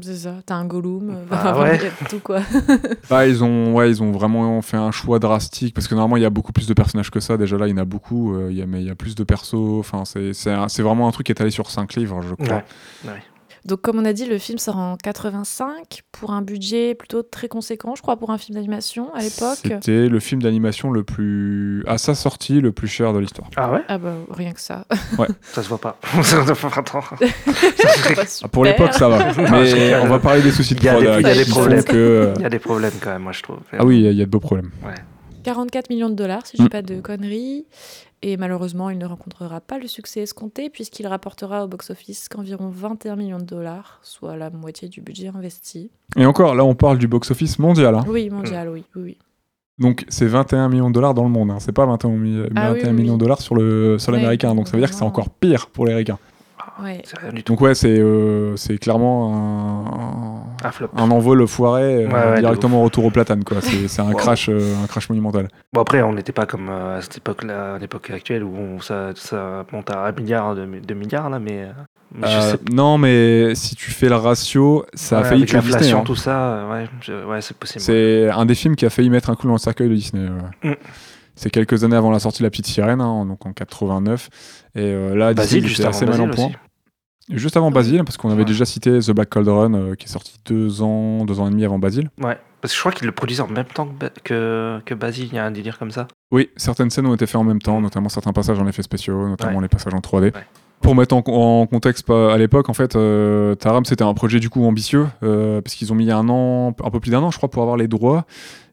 [SPEAKER 7] C'est ça, t'as un Gollum, euh,
[SPEAKER 5] Ah,
[SPEAKER 6] Bah
[SPEAKER 7] vraiment,
[SPEAKER 6] ouais.
[SPEAKER 7] il y a tout quoi.
[SPEAKER 5] Bah, ils ont, ouais, ils ont vraiment fait un choix drastique parce que normalement il y a beaucoup plus de personnages que ça. Déjà là, il y en a beaucoup, euh, il y a, mais il y a plus de persos. Enfin, c'est, c'est, un- c'est vraiment un truc qui est allé sur 5 livres, je crois.
[SPEAKER 6] Ouais.
[SPEAKER 7] Donc comme on a dit, le film sort en 85 pour un budget plutôt très conséquent, je crois, pour un film d'animation à l'époque.
[SPEAKER 5] C'était le film d'animation le plus. à sa sortie, le plus cher de l'histoire.
[SPEAKER 6] Ah ouais
[SPEAKER 7] Ah bah rien que ça.
[SPEAKER 6] Ça se voit pas. Ça se voit pas, attends.
[SPEAKER 7] C'est pas
[SPEAKER 5] Ah, pour
[SPEAKER 7] super.
[SPEAKER 5] l'époque, ça va. Mais on va parler des soucis de
[SPEAKER 6] Il y a
[SPEAKER 5] prod,
[SPEAKER 6] des-
[SPEAKER 5] euh,
[SPEAKER 6] il y a
[SPEAKER 5] qui
[SPEAKER 6] des
[SPEAKER 5] font
[SPEAKER 6] problèmes.
[SPEAKER 5] que, euh,
[SPEAKER 6] Il y a des problèmes quand même, moi je trouve.
[SPEAKER 5] Ah oui, il y a- il y, a de beaux problèmes.
[SPEAKER 7] 44 millions de dollars, si je dis
[SPEAKER 5] Mm.
[SPEAKER 7] pas de conneries. Et malheureusement, il ne rencontrera pas le succès escompté puisqu'il rapportera au box-office qu'environ 21 millions de dollars, soit la moitié du budget investi.
[SPEAKER 5] Et encore, là, on parle du box-office mondial. hein.
[SPEAKER 7] Oui, mondial, oui, oui, oui.
[SPEAKER 5] Donc, c'est 21 millions de dollars dans le monde. hein. C'est pas 21, mi-
[SPEAKER 7] Ah oui,
[SPEAKER 5] 21
[SPEAKER 7] oui,
[SPEAKER 5] millions
[SPEAKER 7] oui.
[SPEAKER 5] de dollars sur, le, sur
[SPEAKER 7] Ouais,
[SPEAKER 5] l'américain. donc, ça veut dire que c'est
[SPEAKER 7] vraiment.
[SPEAKER 5] encore pire pour les ricains.
[SPEAKER 7] Ouais.
[SPEAKER 6] C'est rien du tout.
[SPEAKER 5] Donc, ouais, c'est, euh, c'est clairement un,
[SPEAKER 6] Un flop.
[SPEAKER 5] un envol foiré, euh,
[SPEAKER 6] Ouais, ouais, de
[SPEAKER 5] directement retour au platane. Quoi. C'est, c'est un,
[SPEAKER 6] Wow.
[SPEAKER 5] crash, euh, un crash monumental.
[SPEAKER 6] Bon après, on n'était pas comme euh, à cette époque-là, à l'époque actuelle où on- ça, ça monte à un milliard, deux, mi- deux milliards là, mais, euh, mais je
[SPEAKER 5] Euh,
[SPEAKER 6] sais
[SPEAKER 5] non, mais si tu fais le ratio, ça
[SPEAKER 6] Ouais,
[SPEAKER 5] a failli
[SPEAKER 6] avec
[SPEAKER 5] tuer Disney.
[SPEAKER 6] l'inflation,
[SPEAKER 5] hein.
[SPEAKER 6] tout ça, euh, ouais, je- ouais, c'est possible.
[SPEAKER 5] C'est un des films qui a failli mettre un coup dans le cercueil de Disney. ouais.
[SPEAKER 6] Mm.
[SPEAKER 5] C'est quelques années avant la sortie de La Petite Sirène, hein, donc en 89. Et euh, là,
[SPEAKER 6] Basile,
[SPEAKER 5] Disney,
[SPEAKER 6] juste
[SPEAKER 5] était
[SPEAKER 6] avant
[SPEAKER 5] assez mal en
[SPEAKER 6] Basile
[SPEAKER 5] point.
[SPEAKER 6] aussi.
[SPEAKER 5] Juste avant Basile, parce qu'on avait
[SPEAKER 6] Ouais.
[SPEAKER 5] déjà cité The Black Cauldron, euh, qui est sorti deux ans, deux ans et demi avant Basile.
[SPEAKER 6] Ouais, parce que je crois qu'ils le produisent en même temps que, Ba- que, que Basile, il y a un délire comme ça.
[SPEAKER 5] Oui, certaines scènes ont été faites en même temps, notamment certains passages en effets spéciaux, notamment
[SPEAKER 6] Ouais.
[SPEAKER 5] les passages en 3D.
[SPEAKER 6] Ouais.
[SPEAKER 5] Pour mettre en, en contexte pas- à l'époque, en fait, euh, Taram c'était un projet du coup ambitieux, euh, parce qu'ils ont mis un an, un peu plus d'un an, je crois, pour avoir les droits.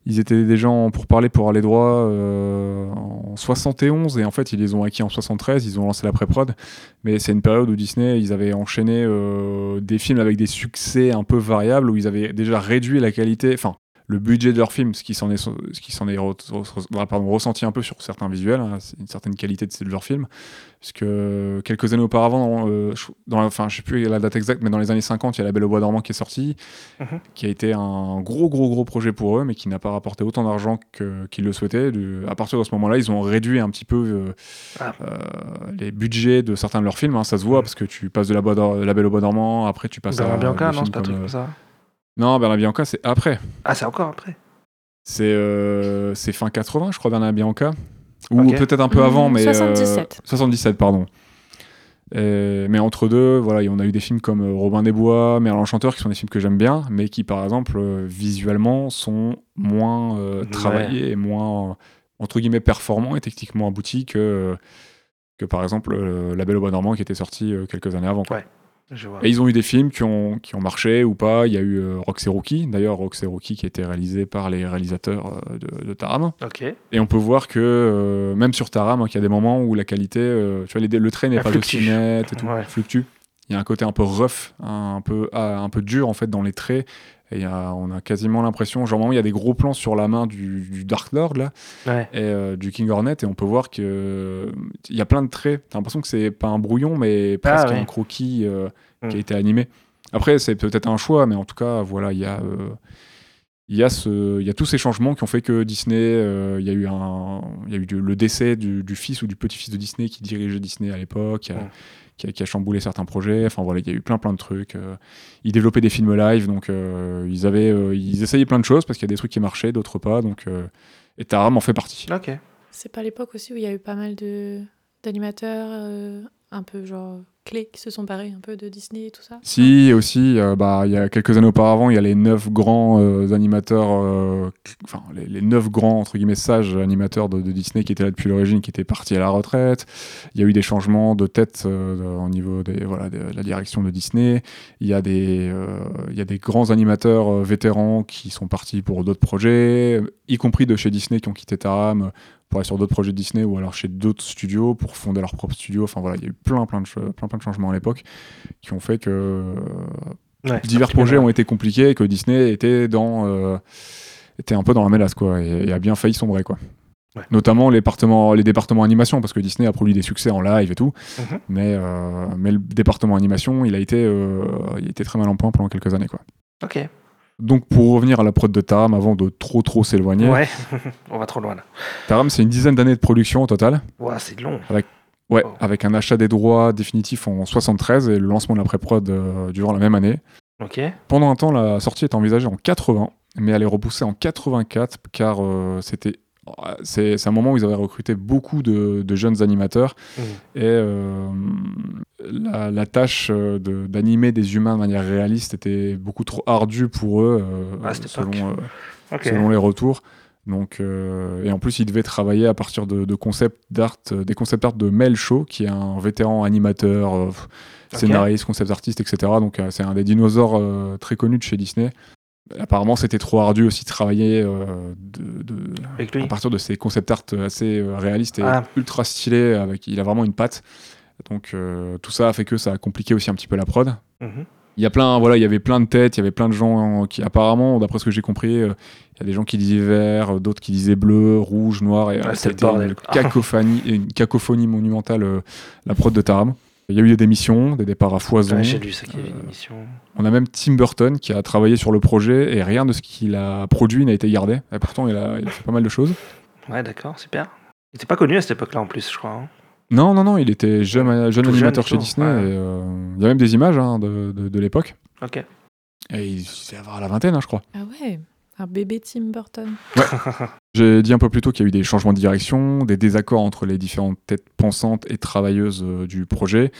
[SPEAKER 5] Ils étaient des gens pour parler pour avoir les droits euh, en 71 et en fait ils les ont acquis en 73. Ils ont lancé la pré-prod, mais c'est une période où Disney ils avaient enchaîné euh, des films avec des succès un peu variables où ils avaient déjà réduit la qualité, enfin le budget de leur film, ce qui s'en est, ce qui s'en est re- re- pardon, ressenti un peu sur certains visuels, hein, c'est une certaine qualité de, de leur film. Parce que quelques années auparavant, euh, je- dans la, enfin, je sais plus la date exacte, mais dans les années 50, il y a La Belle au Bois dormant qui est sortie,
[SPEAKER 6] Mhm.
[SPEAKER 5] qui a été un gros, gros, gros projet pour eux, mais qui n'a pas rapporté autant d'argent que- qu'ils le souhaitaient. Du- à partir de ce moment-là, ils ont réduit un petit peu euh,
[SPEAKER 6] Ah.
[SPEAKER 5] euh, les budgets de certains de leurs films. hein, ça se voit, parce que tu passes de La, Bois Dor- La Belle au Bois dormant, après tu passes à.
[SPEAKER 6] Bernard Bianca,
[SPEAKER 5] des
[SPEAKER 6] non,
[SPEAKER 5] films
[SPEAKER 6] c'est pas un truc
[SPEAKER 5] Bah, comme,
[SPEAKER 6] comme ça.
[SPEAKER 5] euh, Non, Bernard Bianca, c'est après.
[SPEAKER 6] Ah, c'est encore après.
[SPEAKER 5] C'est euh, c'est fin 80, je crois, Bernard Bianca. Ou
[SPEAKER 6] Ok.
[SPEAKER 5] euh, peut-être un peu avant,
[SPEAKER 7] Mm,
[SPEAKER 5] mais. euh,
[SPEAKER 7] 77.
[SPEAKER 5] 77, pardon. Et- mais entre deux, voilà, et on a eu des films comme euh, Robin des Bois, Merlin Enchanteur, qui sont des films que j'aime bien, mais qui, par exemple, euh, visuellement, sont moins euh,
[SPEAKER 6] Ouais.
[SPEAKER 5] travaillés et moins, euh, entre guillemets, performants et techniquement aboutis que, euh, que par exemple, euh, La Belle au Bois Normand, qui était sorti euh, quelques années avant. quoi.
[SPEAKER 6] Je vois.
[SPEAKER 5] Et ils ont eu des films qui ont, qui ont marché ou pas. Il y a eu euh, Rox et Rookie, d'ailleurs, Rox et Rookie qui a été réalisé par les réalisateurs euh, de, de Taram.
[SPEAKER 6] Ok.
[SPEAKER 5] Et on peut voir que, euh, même sur Taram, hein, qu'il y a des moments où la qualité, euh, tu vois, les- le train n'est
[SPEAKER 6] Elle
[SPEAKER 5] pas
[SPEAKER 6] fluctue.
[SPEAKER 5] aussi net et tout,
[SPEAKER 6] Ouais.
[SPEAKER 5] fluctue. Il y a un côté un peu rough, hein, un, peu, ah, un peu dur en fait dans les traits. Et il y a- on a quasiment l'impression, genre, moment, il y a des gros plans sur la main du, du Dark Lord là,
[SPEAKER 6] Ouais.
[SPEAKER 5] et euh, du King Hornet, et on peut voir que euh, il y a plein de traits. T'as l'impression que c'est pas un brouillon, mais presque
[SPEAKER 6] Ah, ouais.
[SPEAKER 5] un croquis euh, qui
[SPEAKER 6] Mm.
[SPEAKER 5] a été animé. Après, c'est peut-être un choix, mais en tout cas, voilà, il y a. euh, il y, a ce, il y a tous ces changements qui ont fait que Disney, euh, il y a eu, un, il y a eu du- le décès du, du fils ou du petit-fils de Disney qui dirigeait Disney à l'époque, qui, a-
[SPEAKER 6] Ouais.
[SPEAKER 5] qui a- qui a chamboulé certains projets. Enfin voilà, il y a eu plein plein de trucs. euh, ils développaient des films live, donc euh, ils, avaient, euh, ils essayaient plein de choses parce qu'il y a des trucs qui marchaient, d'autres pas. Donc, euh, et Taram en fait partie.
[SPEAKER 6] Ok.
[SPEAKER 8] C'est pas l'époque aussi où il y a eu pas mal de d'animateurs euh, un peu genre clés qui se sont barrés un peu de Disney et tout ça
[SPEAKER 5] Si, et aussi, euh, bah, il y a quelques années auparavant, il y a les neuf grands euh, animateurs, euh, cl- enfin, les, les neuf grands, entre guillemets, sages animateurs de, de Disney qui étaient là depuis l'origine, qui étaient partis à la retraite. Il y a eu des changements de tête euh, de- au niveau des, voilà, de, de la direction de Disney. Il y a des, euh, il y a des grands animateurs euh, vétérans qui sont partis pour d'autres projets, y compris de chez Disney qui ont quitté Taram pour aller sur d'autres projets Disney ou alors chez d'autres studios pour fonder leur propre studio. Enfin voilà, il y a eu plein plein de, cho- plein, plein de changements à l'époque qui ont fait que euh,
[SPEAKER 6] Ouais.
[SPEAKER 5] divers projets ont été compliqués et que Disney était dans euh, était un peu dans la mélasse quoi et, et a bien failli sombrer quoi.
[SPEAKER 6] Ouais.
[SPEAKER 5] Notamment les départements, les départements animation, parce que Disney a produit des succès en live et tout,
[SPEAKER 6] Mhm.
[SPEAKER 5] mais, euh, mais le département animation, il a été, euh, il était très mal en point pendant quelques années. Quoi.
[SPEAKER 6] Ok.
[SPEAKER 5] Donc pour revenir à la prod de Taram, avant de trop trop s'éloigner,
[SPEAKER 6] Ouais. On va trop loin là.
[SPEAKER 5] Taram c'est une dizaine d'années de production au total,
[SPEAKER 6] Ouah, c'est long.
[SPEAKER 5] ouais,
[SPEAKER 6] Oh.
[SPEAKER 5] avec un achat des droits définitif en 73 et le lancement de la pré-prod euh, durant la même année.
[SPEAKER 6] Ok.
[SPEAKER 5] Pendant un temps, la sortie était envisagée en 80, mais elle est repoussée en 84 car euh, c'était c'est c'est un moment où ils avaient recruté beaucoup de, de jeunes animateurs
[SPEAKER 6] Mhm.
[SPEAKER 5] et euh, la, la tâche euh, de- d'animer des humains de manière réaliste était beaucoup trop ardue pour eux euh,
[SPEAKER 6] À cette
[SPEAKER 5] selon,
[SPEAKER 6] époque.
[SPEAKER 5] euh,
[SPEAKER 6] Ok.
[SPEAKER 5] selon les retours. Donc, euh, et en plus, ils devaient travailler à partir de, de concepts d'art, euh, des concepts d'art de Mel Shaw, qui est un vétéran animateur, euh, pff,
[SPEAKER 6] Ok.
[SPEAKER 5] scénariste, concept artiste, etc. Donc, euh, c'est un des dinosaures euh, très connus de chez Disney. Apparemment, c'était trop ardu aussi de travailler euh, de- de-
[SPEAKER 6] Avec
[SPEAKER 5] à
[SPEAKER 6] lui.
[SPEAKER 5] partir de ces concept art assez euh, réalistes et
[SPEAKER 6] Ah.
[SPEAKER 5] ultra stylés. Avec, il a vraiment une patte. Donc, euh, tout ça a fait que ça a compliqué aussi un petit peu la prod.
[SPEAKER 6] Mhm.
[SPEAKER 5] Il y a plein, voilà, il y avait plein de têtes, il y avait plein de gens qui, apparemment, d'après ce que j'ai compris, euh, il y a des gens qui disaient vert, euh, d'autres qui disaient bleu, rouge, noir, et
[SPEAKER 6] Ouais,
[SPEAKER 5] euh,
[SPEAKER 6] c'était Ah, le
[SPEAKER 5] c'était
[SPEAKER 6] bordel,
[SPEAKER 5] une
[SPEAKER 6] quoi.
[SPEAKER 5] cacophonie, une cacophonie monumentale, euh, la prod de Taram. Il y a eu des démissions, des départs à foison.
[SPEAKER 6] Ouais, J'ai lu ça qu'il y avait une émission.
[SPEAKER 5] On a même Tim Burton qui a travaillé sur le projet et rien de ce qu'il a produit n'a été gardé. Et pourtant, il a, il a fait pas mal de choses.
[SPEAKER 6] Ouais, d'accord, super. Il était pas connu à cette époque-là en plus, je crois. hein.
[SPEAKER 5] Non, non, non, il était jeune, jeune
[SPEAKER 6] Tout jeune,
[SPEAKER 5] animateur chez
[SPEAKER 6] tout,
[SPEAKER 5] Disney.
[SPEAKER 6] ouais.
[SPEAKER 5] et, euh, il y a même des images hein, de, de- de l'époque.
[SPEAKER 6] Ok.
[SPEAKER 5] Et il devait avoir la vingtaine, hein, je crois.
[SPEAKER 8] Ah ouais, un bébé Tim Burton.
[SPEAKER 5] J'ai dit un peu plus tôt qu'il y a eu des changements de direction, des désaccords entre les différentes têtes pensantes et travailleuses euh, du projet.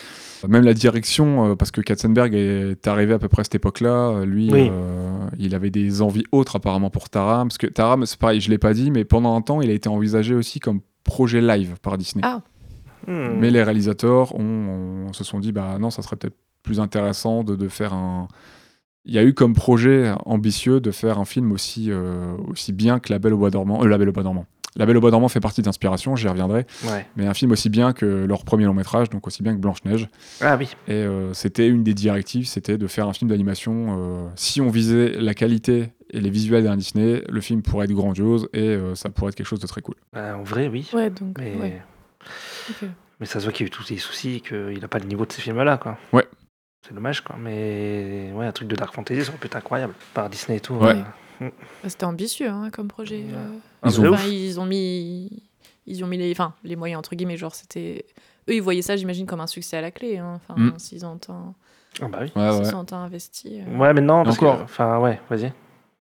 [SPEAKER 5] Même la direction, euh, parce que Katzenberg est arrivé à peu près à cette époque-là. euh, Lui,
[SPEAKER 6] Oui.
[SPEAKER 5] euh, il avait des envies autres apparemment pour Taram. Parce que Taram, c'est pareil, je l'ai pas dit, mais pendant un temps, il a été envisagé aussi comme projet live par Disney.
[SPEAKER 8] Ah.
[SPEAKER 6] Hmm.
[SPEAKER 5] Mais les réalisateurs ont, ont- se sont dit, bah non, ça serait peut-être plus intéressant de, de faire un. Il y a eu comme projet ambitieux de faire un film aussi, euh, aussi bien que La Belle au Bois dormant. euh, la Belle au Bois dormant. La Belle au Bois dormant fait partie d'inspiration, j'y reviendrai.
[SPEAKER 6] Ouais.
[SPEAKER 5] Mais un film aussi bien que leur premier long métrage, donc aussi bien que Blanche-Neige.
[SPEAKER 6] Ah oui.
[SPEAKER 5] Et euh, c'était une des directives, c'était de faire un film d'animation. euh, si on visait la qualité et les visuels d'un Disney, le film pourrait être grandiose et euh, ça pourrait être quelque chose de très cool.
[SPEAKER 6] Euh, en vrai, oui.
[SPEAKER 8] Ouais, donc
[SPEAKER 6] Mais...
[SPEAKER 8] ouais, ok.
[SPEAKER 6] mais ça se voit qu'il y a eu tous ces soucis et qu'il n'a pas le niveau de ces films-là, quoi.
[SPEAKER 5] Ouais.
[SPEAKER 6] C'est dommage, quoi. Mais ouais, un truc de Dark Fantasy, ça aurait pu être incroyable. Par Disney et tout.
[SPEAKER 5] Ouais.
[SPEAKER 6] euh,
[SPEAKER 8] Bah, C'était ambitieux hein, comme projet. euh.
[SPEAKER 6] un
[SPEAKER 5] Ils
[SPEAKER 6] Ah, de
[SPEAKER 5] ont-
[SPEAKER 6] ouf.
[SPEAKER 8] Enfin, ils ont mis, ils ont mis les, enfin, les moyens entre guillemets. Genre, c'était, eux, ils voyaient ça, j'imagine, comme un succès à la clé. hein. Enfin,
[SPEAKER 5] Mm.
[SPEAKER 8] s'ils ont tant,
[SPEAKER 6] Ah bah oui.
[SPEAKER 5] Ouais,
[SPEAKER 8] s'ils
[SPEAKER 5] ouais.
[SPEAKER 8] ont tant investi. euh.
[SPEAKER 6] Ouais, mais non, parce
[SPEAKER 5] encore.
[SPEAKER 6] que. Enfin, ouais, vas-y.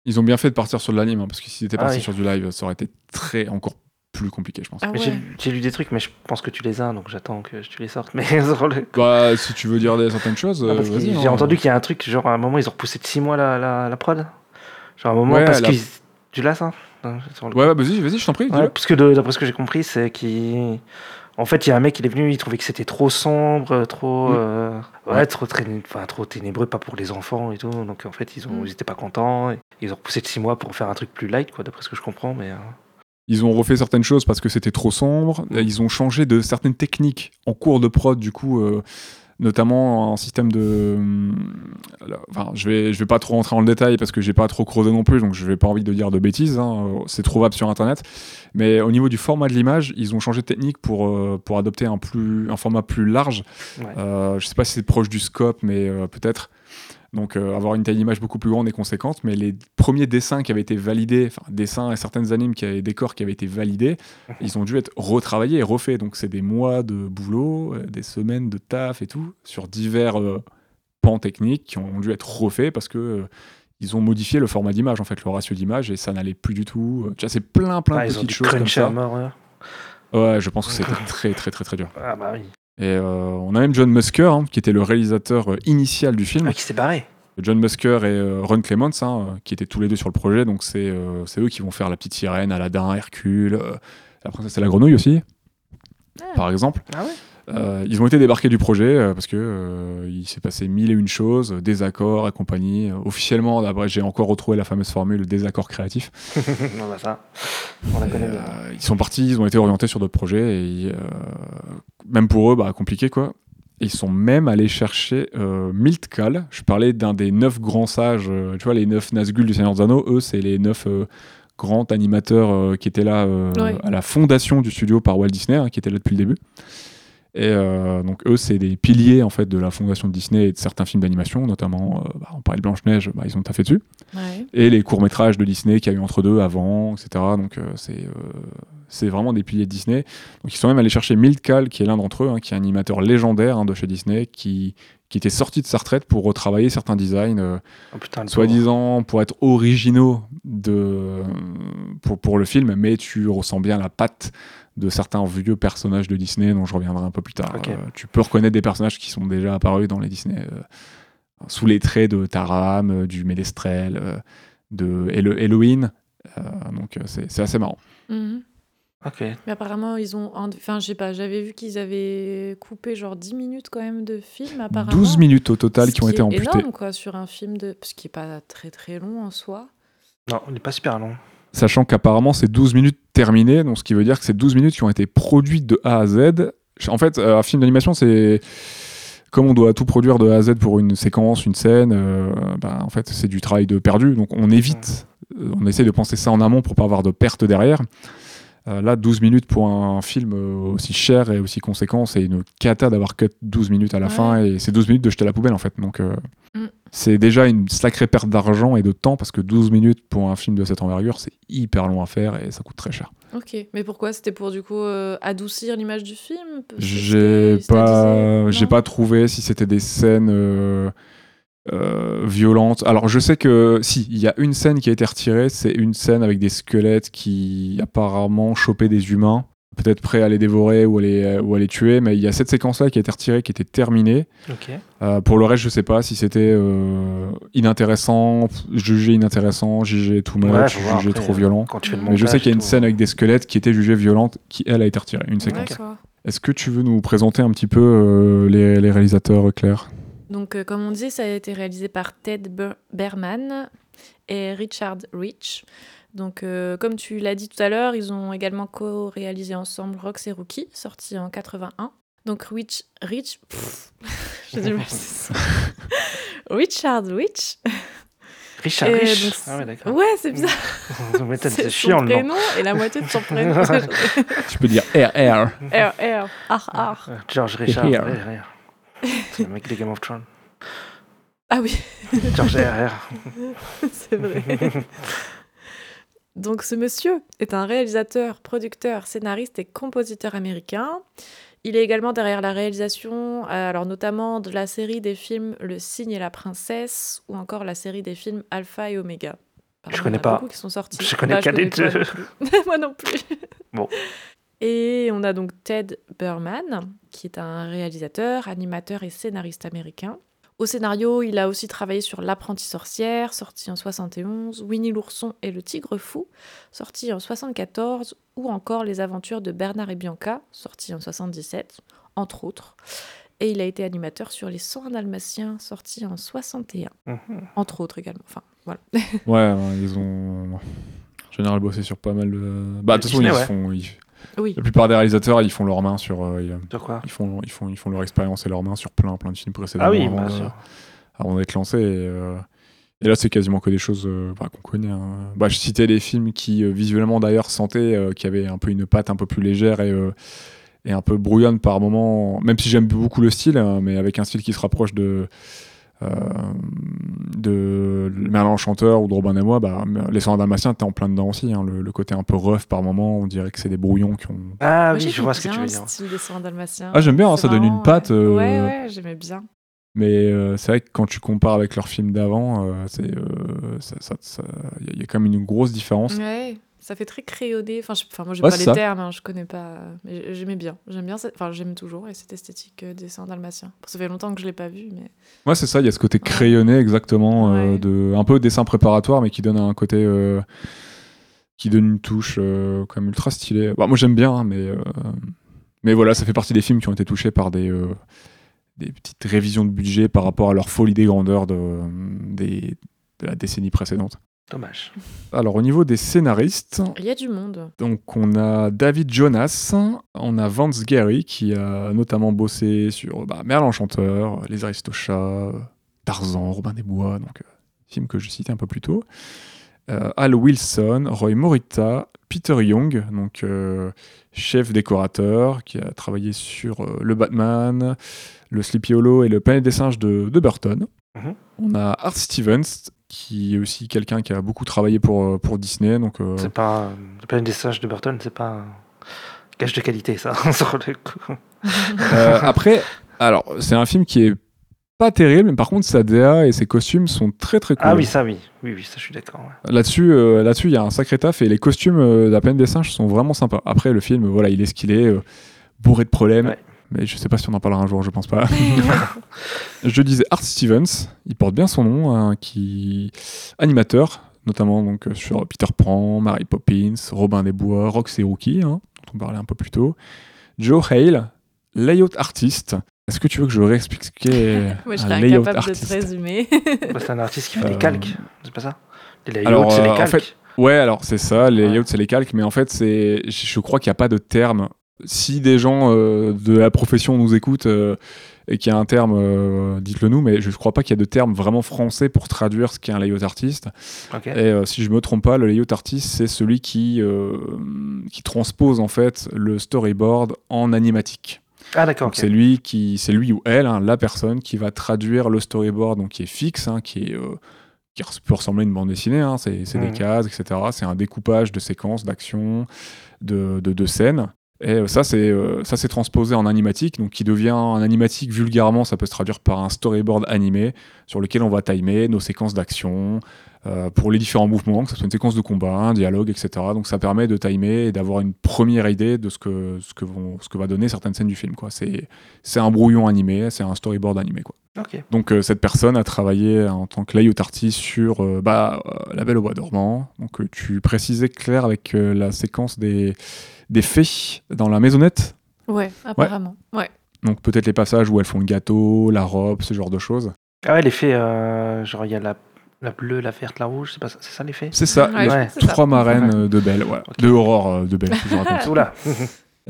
[SPEAKER 5] Ils ont bien fait de partir sur de l'anime, hein, parce que s'ils étaient
[SPEAKER 6] Ah
[SPEAKER 5] partis
[SPEAKER 6] oui.
[SPEAKER 5] sur du live, ça aurait été très encore plus compliqué, je pense.
[SPEAKER 7] Ah
[SPEAKER 6] J'ai-
[SPEAKER 7] ouais.
[SPEAKER 6] J'ai lu des trucs, mais je pense que tu les as, donc j'attends que tu les sortes. Mais sur le-
[SPEAKER 5] Bah, si tu veux dire des- certaines choses,
[SPEAKER 6] Ah,
[SPEAKER 5] euh,
[SPEAKER 6] parce que
[SPEAKER 5] vas-y.
[SPEAKER 6] j'ai
[SPEAKER 5] hein.
[SPEAKER 6] entendu qu'il y a un truc, genre à un moment, ils ont repoussé de 6 mois la, la, la prod. Genre à un moment,
[SPEAKER 5] Ouais,
[SPEAKER 6] parce
[SPEAKER 5] la-
[SPEAKER 6] qu'ils. Tu l'as ça Non, sur le-
[SPEAKER 5] Ouais, ouais, vas-y, vas-y, je t'en prie.
[SPEAKER 6] Ouais,
[SPEAKER 5] dis-le.
[SPEAKER 6] parce que de- d'après ce que j'ai compris, c'est qu'il. En fait, il y a un mec, il est venu, il trouvait que c'était trop sombre, trop.
[SPEAKER 5] Mm.
[SPEAKER 6] euh, Ouais,
[SPEAKER 5] Ouais.
[SPEAKER 6] trop, téné- enfin, trop ténébreux, pas pour les enfants et tout. Donc en fait, ils ont
[SPEAKER 7] Mm.
[SPEAKER 6] ils étaient pas contents. et ils ont repoussé de 6 mois pour faire un truc plus light, quoi, d'après ce que je comprends. Mais. euh,
[SPEAKER 5] Ils ont refait certaines choses parce que c'était trop sombre. Ils ont changé de certaines techniques en cours de prod, du coup, euh, notamment un système de. hum, alors, Enfin, je vais, je vais pas trop rentrer dans le détail parce que j'ai pas trop creusé non plus, donc je vais pas envie de dire de bêtises. hein, euh, C'est trouvable sur internet. Mais au niveau du format de l'image, ils ont changé de technique pour, euh, pour adopter un, plus, un format plus large.
[SPEAKER 6] Ouais.
[SPEAKER 5] Euh, je sais pas si c'est proche du scope, mais euh, peut-être. Donc euh, avoir une taille d'image beaucoup plus grande et conséquente, mais les premiers dessins qui avaient été validés, enfin dessins et certaines animes qui avaient décors qui avaient été validés,
[SPEAKER 6] Mhm.
[SPEAKER 5] ils ont dû être retravaillés et refaits. Donc c'est des mois de boulot, euh, des semaines de taf et tout sur divers euh, pans techniques qui ont dû être refaits parce que euh, ils ont modifié le format d'image en fait, le ratio d'image et ça n'allait plus du tout. Euh, Tu vois, c'est plein plein
[SPEAKER 6] ah,
[SPEAKER 5] de
[SPEAKER 6] ils ont
[SPEAKER 5] petites
[SPEAKER 6] dû
[SPEAKER 5] choses comme
[SPEAKER 6] cruncher à
[SPEAKER 5] ça.
[SPEAKER 6] mort. hein.
[SPEAKER 5] Ouais, je pense que c'était très très très très dur.
[SPEAKER 6] Ah bah oui.
[SPEAKER 5] Et euh, on a même John Musker hein, qui était le réalisateur euh, initial du film.
[SPEAKER 6] Ah, qui s'est barré.
[SPEAKER 5] John Musker et euh, Ron Clements, hein, euh, qui étaient tous les deux sur le projet, donc c'est euh, c'est eux qui vont faire La Petite Sirène, Aladdin, Hercule, euh, La Princesse et la Grenouille aussi, par exemple.
[SPEAKER 6] Ah ouais
[SPEAKER 5] Euh, ils ont été débarqués du projet euh, parce que euh, il s'est passé mille et une choses, euh, désaccords et compagnie. Euh, Officiellement, d'après, j'ai encore retrouvé la fameuse formule désaccord créatif.
[SPEAKER 6] non, bah ça, on la connaît bien.
[SPEAKER 5] Euh, ils sont partis, ils ont été orientés sur d'autres projets et euh, même pour eux, bah, compliqué quoi. Et Ils sont même allés chercher euh, Milt Kahl. Je parlais d'un des neuf grands sages, euh, tu vois, les neuf Nazgûl du Seigneur des Anneaux. Eux, c'est les neuf euh, grands animateurs euh, qui étaient là euh,
[SPEAKER 9] Ouais.
[SPEAKER 5] à la fondation du studio par Walt Disney, hein, qui étaient là depuis le début. Et euh, donc eux, c'est des piliers en fait de la fondation de Disney et de certains films d'animation, notamment, euh, bah, on parlait de Blanche Neige, bah, ils ont taffé dessus
[SPEAKER 7] Ouais.
[SPEAKER 5] et les courts métrages de Disney qu'il y a eu entre deux avant, etc. Donc euh, c'est euh, c'est vraiment des piliers de Disney. Donc ils sont même allés chercher Milt Kahl, qui est l'un d'entre eux, hein, qui est un animateur légendaire hein, de chez Disney, qui qui était sorti de sa retraite pour retravailler certains designs, euh,
[SPEAKER 6] Oh, putain, le pauvre.
[SPEAKER 5] soi-disant pour être originaux de pour pour le film, mais tu ressens bien la patte de certains vieux personnages de Disney dont je reviendrai un peu plus tard.
[SPEAKER 6] Ok.
[SPEAKER 5] Euh, tu peux reconnaître des personnages qui sont déjà apparus dans les Disney euh, sous les traits de Taram, euh, du Ménestrel, euh, de et le Halloween. Euh, donc euh, c'est c'est assez marrant.
[SPEAKER 7] Mhm.
[SPEAKER 6] Ok.
[SPEAKER 7] Mais apparemment, ils ont. en- Enfin, je sais pas, j'avais vu qu'ils avaient coupé genre 10 minutes quand même de film, apparemment.
[SPEAKER 5] 12 minutes au total
[SPEAKER 7] Ce
[SPEAKER 5] qui ont
[SPEAKER 7] est
[SPEAKER 5] été amputées.
[SPEAKER 7] énorme, quoi, sur un film de. Ce qui est pas très très long en soi.
[SPEAKER 6] Non, il n'est pas super long.
[SPEAKER 5] Sachant qu'apparemment, c'est 12 minutes terminées, donc ce qui veut dire que c'est 12 minutes qui ont été produites de A à Z. En fait, euh, un film d'animation, c'est. Comme on doit tout produire de A à Z pour une séquence, une scène, euh, ben, en fait, c'est du travail de perdu. Donc on évite, euh, on essaie de penser ça en amont pour pas avoir de perte derrière. Euh, là, 12 minutes pour un film euh, aussi cher et aussi conséquent, c'est une cata d'avoir cut 12 minutes à la
[SPEAKER 7] Ouais.
[SPEAKER 5] fin et c'est 12 minutes de jeter à la poubelle en fait. Donc euh,
[SPEAKER 7] Mm.
[SPEAKER 5] c'est déjà une sacrée perte d'argent et de temps parce que 12 minutes pour un film de cette envergure, c'est hyper long à faire et ça coûte très cher.
[SPEAKER 7] Ok. Mais pourquoi C'était pour du coup euh, adoucir l'image du film Parce que
[SPEAKER 5] J'ai
[SPEAKER 7] c'était-
[SPEAKER 5] pas,
[SPEAKER 7] c'était-
[SPEAKER 5] j'ai
[SPEAKER 7] non
[SPEAKER 5] pas trouvé si c'était des scènes euh, euh, violentes. Alors je sais que si, il y a une scène qui a été retirée, c'est une scène avec des squelettes qui apparemment chopaient des humains, peut-être prêts à les dévorer ou à les, ou à les tuer, mais il y a cette séquence-là qui a été retirée, qui était terminée.
[SPEAKER 6] Ok.
[SPEAKER 5] Euh, pour le reste, je sais pas si c'était euh, inintéressant, jugé inintéressant, jugé too much,
[SPEAKER 6] Ouais, faut voir
[SPEAKER 5] jugé
[SPEAKER 6] après,
[SPEAKER 5] trop
[SPEAKER 6] euh,
[SPEAKER 5] violent.
[SPEAKER 6] Quand tu fais le
[SPEAKER 5] Mais je sais
[SPEAKER 6] montage
[SPEAKER 5] qu'il y a
[SPEAKER 6] et
[SPEAKER 5] une
[SPEAKER 6] tout.
[SPEAKER 5] scène avec des squelettes qui était jugée violente, qui elle a été retirée, une séquence.
[SPEAKER 7] D'accord.
[SPEAKER 5] Est-ce que tu veux nous présenter un petit peu euh, les, les réalisateurs, euh, Claire
[SPEAKER 7] Donc, euh, comme on disait, ça a été réalisé par Ted Ber- Berman et Richard Rich. Donc, euh, comme tu l'as dit tout à l'heure, ils ont également co-réalisé ensemble Rox et Rookie, sorti en 81. Donc, Rich, Rich, pff, j'ai du mal, c'est ça. Richard Rich.
[SPEAKER 6] Richard
[SPEAKER 7] Euh,
[SPEAKER 6] Rich.
[SPEAKER 7] donc,
[SPEAKER 6] Ah ouais, d'accord.
[SPEAKER 7] Ouais, c'est bizarre.
[SPEAKER 6] Vous m'étonnez, c'est
[SPEAKER 7] C'est son
[SPEAKER 6] chiant le nom.
[SPEAKER 7] prénom et la moitié de son prénom. R,
[SPEAKER 5] Tu peux dire Ah. RR.
[SPEAKER 7] R, Ah, R, R.
[SPEAKER 6] Euh, George Richard.
[SPEAKER 5] Here.
[SPEAKER 6] RR. C'est le mec des Game of Thrones.
[SPEAKER 7] Ah oui,
[SPEAKER 6] George RR.
[SPEAKER 7] c'est vrai. Donc ce monsieur est un réalisateur, producteur, scénariste et compositeur américain. Il est également derrière la réalisation, euh, alors notamment de la série des films Le Cygne et la Princesse ou encore la série des films Alpha et Omega. Pardon,
[SPEAKER 6] connais
[SPEAKER 7] il y en a
[SPEAKER 6] pas.
[SPEAKER 7] beaucoup qui sont sortis.
[SPEAKER 6] Je connais qu'un des
[SPEAKER 7] Bah, pas
[SPEAKER 6] deux.
[SPEAKER 7] non plus. Moi non plus.
[SPEAKER 6] Bon.
[SPEAKER 7] Et on a donc Ted Berman, qui est un réalisateur, animateur et scénariste américain. Au scénario, il a aussi travaillé sur L'apprenti sorcière, sorti en 71, Winnie l'ourson et le tigre fou, sorti en 74, ou encore Les aventures de Bernard et Bianca, sorti en 77, entre autres. Et il a été animateur sur Les 101 Dalmatiens, sorti en 61,
[SPEAKER 6] Mhm.
[SPEAKER 7] entre autres également. Enfin, voilà.
[SPEAKER 5] Ouais, ouais, ils ont en général bossé sur pas mal de. Bah, de toute façon, ils
[SPEAKER 6] Disney,
[SPEAKER 5] se
[SPEAKER 6] ouais.
[SPEAKER 5] font. ils-
[SPEAKER 7] Oui.
[SPEAKER 5] La plupart des réalisateurs, ils font leurs mains sur. euh, ils,
[SPEAKER 6] Sur quoi
[SPEAKER 5] ils font, ils, font, ils font leur expérience et leurs mains sur plein, plein de films précédents
[SPEAKER 6] Ah oui,
[SPEAKER 5] avant,
[SPEAKER 6] bien
[SPEAKER 5] de-
[SPEAKER 6] sûr.
[SPEAKER 5] avant d'être lancés. Et, euh, et là, c'est quasiment que des choses euh, bah, qu'on connaît. hein. Bah, je citais les films qui, euh, visuellement d'ailleurs, sentaient euh, qu'il y avait un peu une patte un peu plus légère et, euh, et un peu brouillonne par moment. Même si j'aime beaucoup le style, hein, mais avec un style qui se rapproche de. euh, de Merlin Enchanteur ou de Robin des Bois, bah, Les Soins Dalmatiens, t'es en plein dedans aussi. hein. le, le côté un peu rough par moment, on dirait que c'est des brouillons qui ont,
[SPEAKER 6] Ah
[SPEAKER 7] Moi,
[SPEAKER 6] oui,
[SPEAKER 7] j'aimais
[SPEAKER 6] je vois ce que
[SPEAKER 7] bien
[SPEAKER 6] tu veux
[SPEAKER 7] le
[SPEAKER 6] dire.
[SPEAKER 7] style des Cent Dalmatiens.
[SPEAKER 5] Ah, j'aime bien, hein,
[SPEAKER 7] C'est
[SPEAKER 5] ça donne
[SPEAKER 7] marrant,
[SPEAKER 5] une patte,
[SPEAKER 7] ouais.
[SPEAKER 5] euh,
[SPEAKER 7] Ouais, ouais, j'aimais bien.
[SPEAKER 5] Mais euh, c'est vrai que quand tu compares avec leurs films d'avant, euh, c'est, euh, ça- ça- ça- il y, a- il y a quand même une grosse différence.
[SPEAKER 7] Ouais, ça fait très crayonné. Enfin, je, enfin moi, j'ai
[SPEAKER 5] Ouais,
[SPEAKER 7] pas
[SPEAKER 5] c'est
[SPEAKER 7] les
[SPEAKER 5] ça.
[SPEAKER 7] termes, hein, je connais pas. Mais j'aimais bien. J'aime bien, cette- enfin, j'aime toujours et cette esthétique euh, des Cent Dalmatiens. Ça fait longtemps que je l'ai pas vu, mais.
[SPEAKER 5] Moi, c'est ça, il y a ce côté crayonné exactement, euh,
[SPEAKER 7] Ouais.
[SPEAKER 5] de, un peu dessin préparatoire, mais qui donne un côté. euh, qui donne une touche euh, quand même ultra stylée. Bah, moi, j'aime bien, hein, mais. euh, mais voilà, ça fait partie des films qui ont été touchés par des. euh, des petites révisions de budget par rapport à leur folie des grandeurs de, des- de la décennie précédente.
[SPEAKER 6] Dommage.
[SPEAKER 5] Alors au niveau des scénaristes,
[SPEAKER 7] Il y a du monde.
[SPEAKER 5] Donc on a David Jonas, on a Vance Gary qui a notamment bossé sur bah, Merlin Enchanteur, Les Aristochats, Tarzan, Robin des Bois, donc euh, film que je citais un peu plus tôt. Euh, Al Wilson, Roy Morita, Peter Young, donc euh, chef décorateur qui a travaillé sur euh, le Batman, le Sleepy Hollow et le Planète des Singes de, de Burton.
[SPEAKER 6] Mhm.
[SPEAKER 5] On a Art Stevens qui est aussi quelqu'un qui a beaucoup travaillé pour, euh, pour Disney, donc euh,
[SPEAKER 6] C'est pas. euh, Le planète des singes de Burton, c'est pas un gage de qualité, ça. sur le coup.
[SPEAKER 5] Euh, après, alors, c'est un film qui est pas terrible, mais par contre, sa DA et ses costumes sont très très cool.
[SPEAKER 6] Ah oui, ça, oui. Oui, oui, ça, je suis d'accord. ouais.
[SPEAKER 5] Là-dessus, euh, là-dessus, il y a un sacré taf et les costumes euh, de la planète des singes sont vraiment sympas. Après, le film, voilà, il est ce qu'il est, euh, bourré de problèmes.
[SPEAKER 6] Ouais.
[SPEAKER 5] Mais je sais pas si on en parlera un jour, je pense pas. je disais Art Stevens, il porte bien son nom, hein, qui animateur, notamment donc euh, sur Peter Pan, Mary Poppins, Robin des Bois, Rox et Rookie, hein, dont on parlait un peu plus tôt. Joe Hale, layout artiste. Est-ce que tu veux que je réexplique ce qu'est
[SPEAKER 7] Moi, je
[SPEAKER 5] un
[SPEAKER 7] serais
[SPEAKER 5] layout
[SPEAKER 7] incapable de
[SPEAKER 5] artiste
[SPEAKER 7] te résumer.
[SPEAKER 6] Bah, c'est un artiste qui fait
[SPEAKER 5] Euh,
[SPEAKER 6] des calques, c'est pas ça Les
[SPEAKER 5] alors,
[SPEAKER 6] layouts, c'est
[SPEAKER 5] euh,
[SPEAKER 6] les
[SPEAKER 5] en
[SPEAKER 6] calques.
[SPEAKER 5] fait- Ouais, alors c'est ça, les
[SPEAKER 6] Ouais.
[SPEAKER 5] layouts, c'est les calques, mais en fait, c'est, je je crois qu'il n'y a pas de terme. Si des gens euh, de la profession nous écoutent euh, et qu'il y a un terme, euh, dites-le nous, mais je ne crois pas qu'il y a de terme vraiment français pour traduire ce qu'est un layout artiste.
[SPEAKER 6] Ok.
[SPEAKER 5] Et euh, si je me trompe pas, le layout artiste, c'est celui qui, euh, qui transpose en fait le storyboard en animatique.
[SPEAKER 6] Ah d'accord.
[SPEAKER 5] Donc,
[SPEAKER 6] ok.
[SPEAKER 5] C'est lui qui, c'est lui ou elle, hein, la personne qui va traduire le storyboard, donc qui est fixe, hein, qui est euh, qui res- peut ressembler à une bande dessinée. hein, c'est c'est des
[SPEAKER 6] Mhm.
[SPEAKER 5] cases, etc. C'est un découpage de séquences, d'actions, de, de, de scènes. Et euh, ça, c'est euh, ça, c'est transposé en animatique, donc qui devient un animatique vulgairement, ça peut se traduire par un storyboard animé sur lequel on va timer nos séquences d'action euh, pour les différents mouvements, que ce soit une séquence de combat, un dialogue, etc. Donc ça permet de timer et d'avoir une première idée de ce que, ce que, vont, ce que va donner certaines scènes du film. quoi. C'est c'est un brouillon animé, c'est un storyboard animé. Quoi.
[SPEAKER 6] Ok.
[SPEAKER 5] Donc euh, cette personne a travaillé en tant que layout artist sur euh, bah, euh, La Belle au Bois dormant. Donc euh, tu précisais Claire avec euh, la séquence des, des fées dans la maisonnette.
[SPEAKER 7] ouais, apparemment. Ouais.
[SPEAKER 5] Donc peut-être les passages où elles font le gâteau, la robe, ce genre de choses.
[SPEAKER 6] Ah ouais, l'effet, euh, genre il y a la, la bleue, la verte, la rouge, c'est pas ça, c'est ça l'effet
[SPEAKER 5] C'est ça,
[SPEAKER 7] Ouais,
[SPEAKER 5] les
[SPEAKER 6] ouais,
[SPEAKER 7] c'est ça.
[SPEAKER 5] trois marraines euh, de Belle, ouais. de Aurore euh, de Belle. je vous raconte.
[SPEAKER 6] Oula.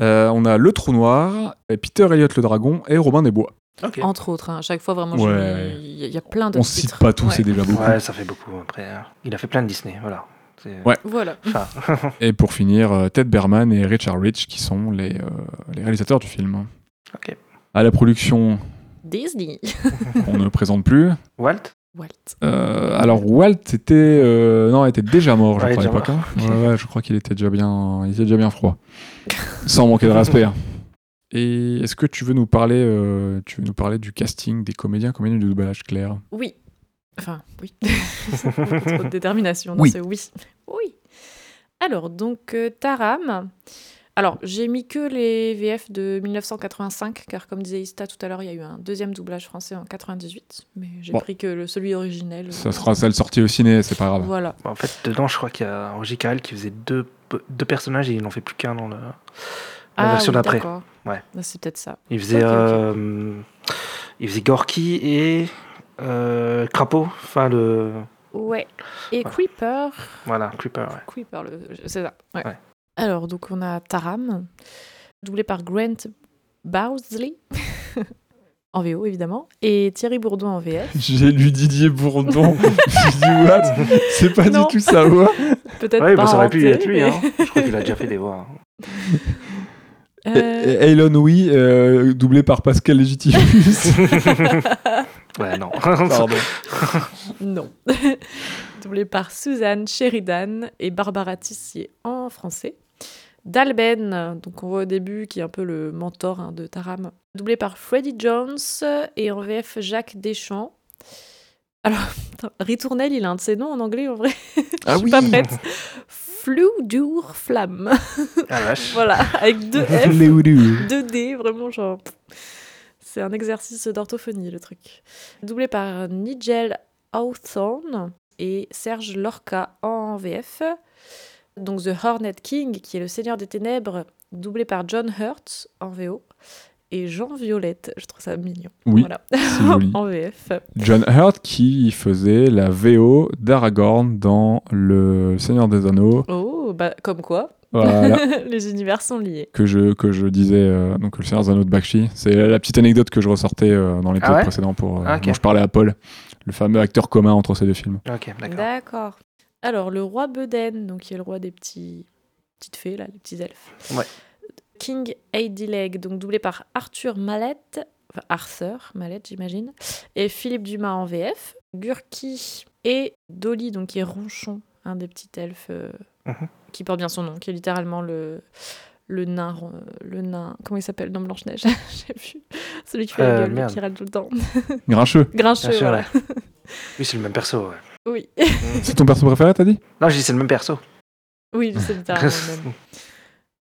[SPEAKER 5] Euh, on a Le Trou Noir, et Peter Elliott le Dragon et Robin des Bois.
[SPEAKER 6] ok.
[SPEAKER 7] Entre autres, hein, à chaque fois, vraiment,
[SPEAKER 5] Ouais.
[SPEAKER 7] je- il y, a- il y a plein de
[SPEAKER 5] On cite
[SPEAKER 7] titres.
[SPEAKER 5] pas tous,
[SPEAKER 7] Ouais.
[SPEAKER 5] c'est déjà beaucoup.
[SPEAKER 6] Ouais, ça fait beaucoup après. hein. Il a fait plein de Disney, voilà. C'est-
[SPEAKER 5] Ouais.
[SPEAKER 7] Voilà.
[SPEAKER 6] Enfin,
[SPEAKER 5] Et pour finir, euh, Ted Berman et Richard Rich qui sont les, euh, les réalisateurs du film.
[SPEAKER 6] Ok.
[SPEAKER 5] À la production,
[SPEAKER 7] Disney.
[SPEAKER 5] on ne présente plus.
[SPEAKER 6] Walt
[SPEAKER 7] Walt.
[SPEAKER 5] Euh, alors Walt était, euh, non, était déjà mort, je
[SPEAKER 6] Ouais,
[SPEAKER 5] crois, à
[SPEAKER 6] déjà
[SPEAKER 5] l'époque. hein. Ouais, ouais, je crois qu'il était déjà bien, il était déjà bien froid, sans manquer de respect. hein. Et est-ce que tu veux nous parler, euh, tu veux nous parler du casting des comédiens, comédiens du doublage, Claire
[SPEAKER 7] Oui. Enfin, oui. Beaucoup trop de détermination dans
[SPEAKER 5] Oui.
[SPEAKER 7] ce oui. Oui. Alors, donc, euh, Taram. Alors, j'ai mis que les VF de 1985, car comme disait Ista tout à l'heure, il y a eu un deuxième doublage français en 98, mais j'ai
[SPEAKER 5] Bon.
[SPEAKER 7] pris que le, celui originel.
[SPEAKER 5] Ça sera celle sortie au ciné, c'est pas grave.
[SPEAKER 7] Voilà.
[SPEAKER 6] Bah, en fait, dedans, je crois qu'il y a Roger Carrel qui faisait deux, pe- deux personnages et ils n'en fait plus qu'un dans le- la version
[SPEAKER 7] oui,
[SPEAKER 6] d'après.
[SPEAKER 7] d'accord.
[SPEAKER 6] Ouais.
[SPEAKER 7] Ah, C'est peut-être ça.
[SPEAKER 6] Il faisait,
[SPEAKER 7] Ok, ok.
[SPEAKER 6] euh, il faisait Gorky et euh, Crapaud. Enfin, le.
[SPEAKER 7] Ouais. Et
[SPEAKER 6] Voilà.
[SPEAKER 7] Creeper.
[SPEAKER 6] Voilà, Creeper, ouais.
[SPEAKER 7] Creeper, le... euh, c'est ça. ouais.
[SPEAKER 6] Ouais.
[SPEAKER 7] Alors, donc, on a Taram, doublé par Grant Bowsley, en VO évidemment, et Thierry Bourdon en VF.
[SPEAKER 5] J'ai lu Didier Bourdon. J'ai dit, what C'est pas
[SPEAKER 7] Non.
[SPEAKER 5] du tout ça, ouais.
[SPEAKER 7] Peut-être
[SPEAKER 6] Ouais,
[SPEAKER 7] pas
[SPEAKER 6] bah, ça aurait pu
[SPEAKER 7] rentré,
[SPEAKER 6] être lui,
[SPEAKER 7] mais-
[SPEAKER 6] hein. Je crois qu'il a déjà fait des voix. hein.
[SPEAKER 5] Et-
[SPEAKER 7] Euh,
[SPEAKER 5] et Elon Oui, euh, doublé par Pascal Légitimus.
[SPEAKER 6] Ouais, non.
[SPEAKER 5] Pardon.
[SPEAKER 7] Non. doublé par Suzanne Sheridan et Barbara Tissier en français. Dalben, donc on voit au début, qui est un peu le mentor hein, de Taram, doublé par Freddie Jones et en VF Jacques Deschamps. Alors, putain, Ritournelle, il a un de ses noms en anglais en vrai.
[SPEAKER 5] Ah
[SPEAKER 7] Je suis
[SPEAKER 5] oui.
[SPEAKER 7] pas prête. Floudour Flamme.
[SPEAKER 6] Ah, vache.
[SPEAKER 7] voilà, avec deux F.
[SPEAKER 5] Fléoulu.
[SPEAKER 7] 2D, vraiment genre. pff. C'est un exercice d'orthophonie le truc. Doublé par Nigel Hawthorne et Serge Lorca en VF. Donc The Hornet King, qui est le Seigneur des Ténèbres, doublé par John Hurt en VO. Et Jean Violette, je trouve ça mignon.
[SPEAKER 5] Oui,
[SPEAKER 7] Voilà.
[SPEAKER 5] c'est joli.
[SPEAKER 7] en VF.
[SPEAKER 5] John Hurt qui faisait la VO d'Aragorn dans Le Seigneur des Anneaux.
[SPEAKER 7] Oh, bah comme quoi,
[SPEAKER 5] Voilà.
[SPEAKER 7] les univers sont liés.
[SPEAKER 5] que je, que je disais, euh, donc le Seigneur des Anneaux de Bakshi. C'est la petite anecdote que je ressortais euh, dans l'épisode
[SPEAKER 6] Ah ouais
[SPEAKER 5] précédent pour, euh,
[SPEAKER 6] Ah, ok.
[SPEAKER 5] dont je parlais à Paul, le fameux acteur commun entre ces deux films.
[SPEAKER 6] Ok, d'accord.
[SPEAKER 7] D'accord. Alors, le roi Beden, donc qui est le roi des petits... petites fées, là, les petits elfes.
[SPEAKER 6] Ouais.
[SPEAKER 7] King Eidileg, donc doublé par Arthur Mallette, enfin Arthur Mallette, j'imagine, et Philippe Dumas en VF. Gurki et Dolly, donc qui est Ronchon, un des petits elfes euh,
[SPEAKER 6] Mhm.
[SPEAKER 7] qui porte bien son nom, qui est littéralement le. Le nain, ron- le nain, comment il s'appelle dans Blanche-Neige J'ai vu. Celui qui fait
[SPEAKER 6] Euh,
[SPEAKER 7] la gueule, et
[SPEAKER 6] merde.
[SPEAKER 7] qui râle tout le temps.
[SPEAKER 5] Grincheux,
[SPEAKER 7] Grincheux,
[SPEAKER 6] Bien sûr,
[SPEAKER 7] voilà.
[SPEAKER 6] ouais. Oui, c'est le même perso, ouais.
[SPEAKER 7] Oui,
[SPEAKER 5] c'est ton perso préféré, t'as dit
[SPEAKER 6] Non, j'ai dit c'est le même perso.
[SPEAKER 7] oui c'est littéralement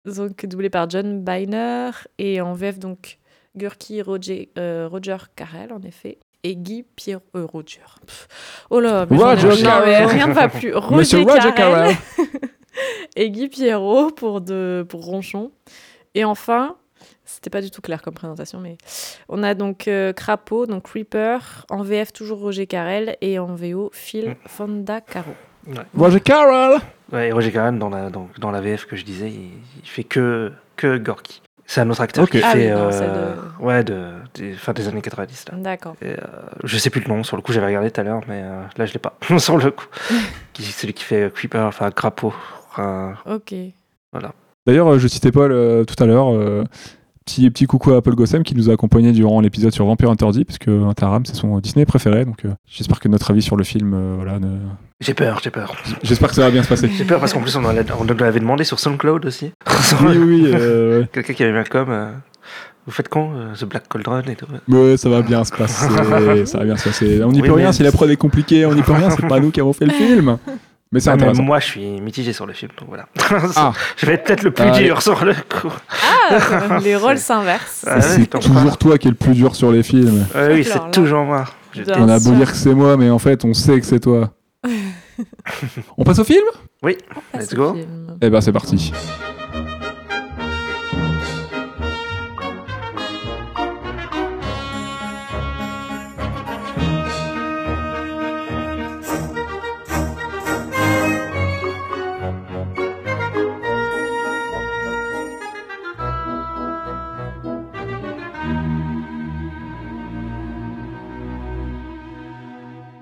[SPEAKER 7] le même. donc doublé par John Biner et en VF donc Gurki Roger, euh, Roger Carrel en effet et Guy Pierre euh, Roger. Pff, Oh là, mais j'en ai-
[SPEAKER 5] Roger
[SPEAKER 7] non, mais
[SPEAKER 5] Carrel.
[SPEAKER 7] rien ne va plus. Roger, Carrel et Guy Pierrot pour de pour Ronchon. Et enfin, c'était pas du tout clair comme présentation, mais on a donc euh, Crapaud, donc Creeper en VF toujours Roger Carrel et en VO Phil Fonda Caro.
[SPEAKER 5] Roger Carroll
[SPEAKER 6] Ouais, et Roger Carrel, dans la, dans, dans la VF que je disais, il, il fait que, que Gorky. C'est un autre acteur
[SPEAKER 5] Ok.
[SPEAKER 6] qui
[SPEAKER 7] Ah
[SPEAKER 6] fait.
[SPEAKER 7] oui, non, celle
[SPEAKER 6] euh, Ouais, de, des, fin des années 90. Là.
[SPEAKER 7] D'accord.
[SPEAKER 6] Et, euh, je sais plus le nom, sur le coup j'avais regardé tout à l'heure, mais euh, là je l'ai pas. sur le coup. Qui, celui qui fait euh, Creeper, enfin Crapaud. Enfin,
[SPEAKER 7] Ok.
[SPEAKER 5] D'ailleurs, euh, je citais Paul euh, tout à l'heure. euh, Petit, petit coucou à Paul Gossem qui nous a accompagnés durant l'épisode sur Vampire Interdit, puisque Taram, c'est son Disney préféré. Donc, euh, j'espère que notre avis sur le film, euh, voilà, ne-
[SPEAKER 6] j'ai peur, j'ai peur.
[SPEAKER 5] j'espère que ça va bien se passer.
[SPEAKER 6] J'ai peur parce qu'en plus on, en a- on nous l'avait demandé sur SoundCloud aussi.
[SPEAKER 5] oui, oui, euh, ouais.
[SPEAKER 6] Quelqu'un qui avait mis un com. euh, vous faites quand euh, The Black Cauldron et tout.
[SPEAKER 5] Mais ouais, ça va bien se passer. ça va bien se passer. On n'y
[SPEAKER 6] Oui,
[SPEAKER 5] peut rien
[SPEAKER 6] mais-
[SPEAKER 5] si la prod est compliquée. On n'y peut rien. C'est pas nous qui avons fait le film. Mais c'est
[SPEAKER 6] Ah, mais
[SPEAKER 5] intéressant.
[SPEAKER 6] moi je suis mitigé sur le film, donc voilà.
[SPEAKER 5] Ah.
[SPEAKER 6] je vais être peut-être le plus
[SPEAKER 5] Allez.
[SPEAKER 6] dur sur le coup.
[SPEAKER 7] Ah, les rôles s'inversent.
[SPEAKER 6] Ah ouais,
[SPEAKER 5] c'est
[SPEAKER 6] t'en
[SPEAKER 5] toujours toi qui es le plus dur sur les films.
[SPEAKER 6] Ah oui,
[SPEAKER 7] Alors
[SPEAKER 6] c'est
[SPEAKER 7] là.
[SPEAKER 6] toujours moi. Je-
[SPEAKER 7] Bien
[SPEAKER 5] on a beau
[SPEAKER 7] sûr.
[SPEAKER 5] dire que c'est moi, mais en fait, on sait que c'est toi. on passe au film
[SPEAKER 6] Let's
[SPEAKER 7] Ce
[SPEAKER 6] go.
[SPEAKER 7] film.
[SPEAKER 5] Eh ben, c'est parti.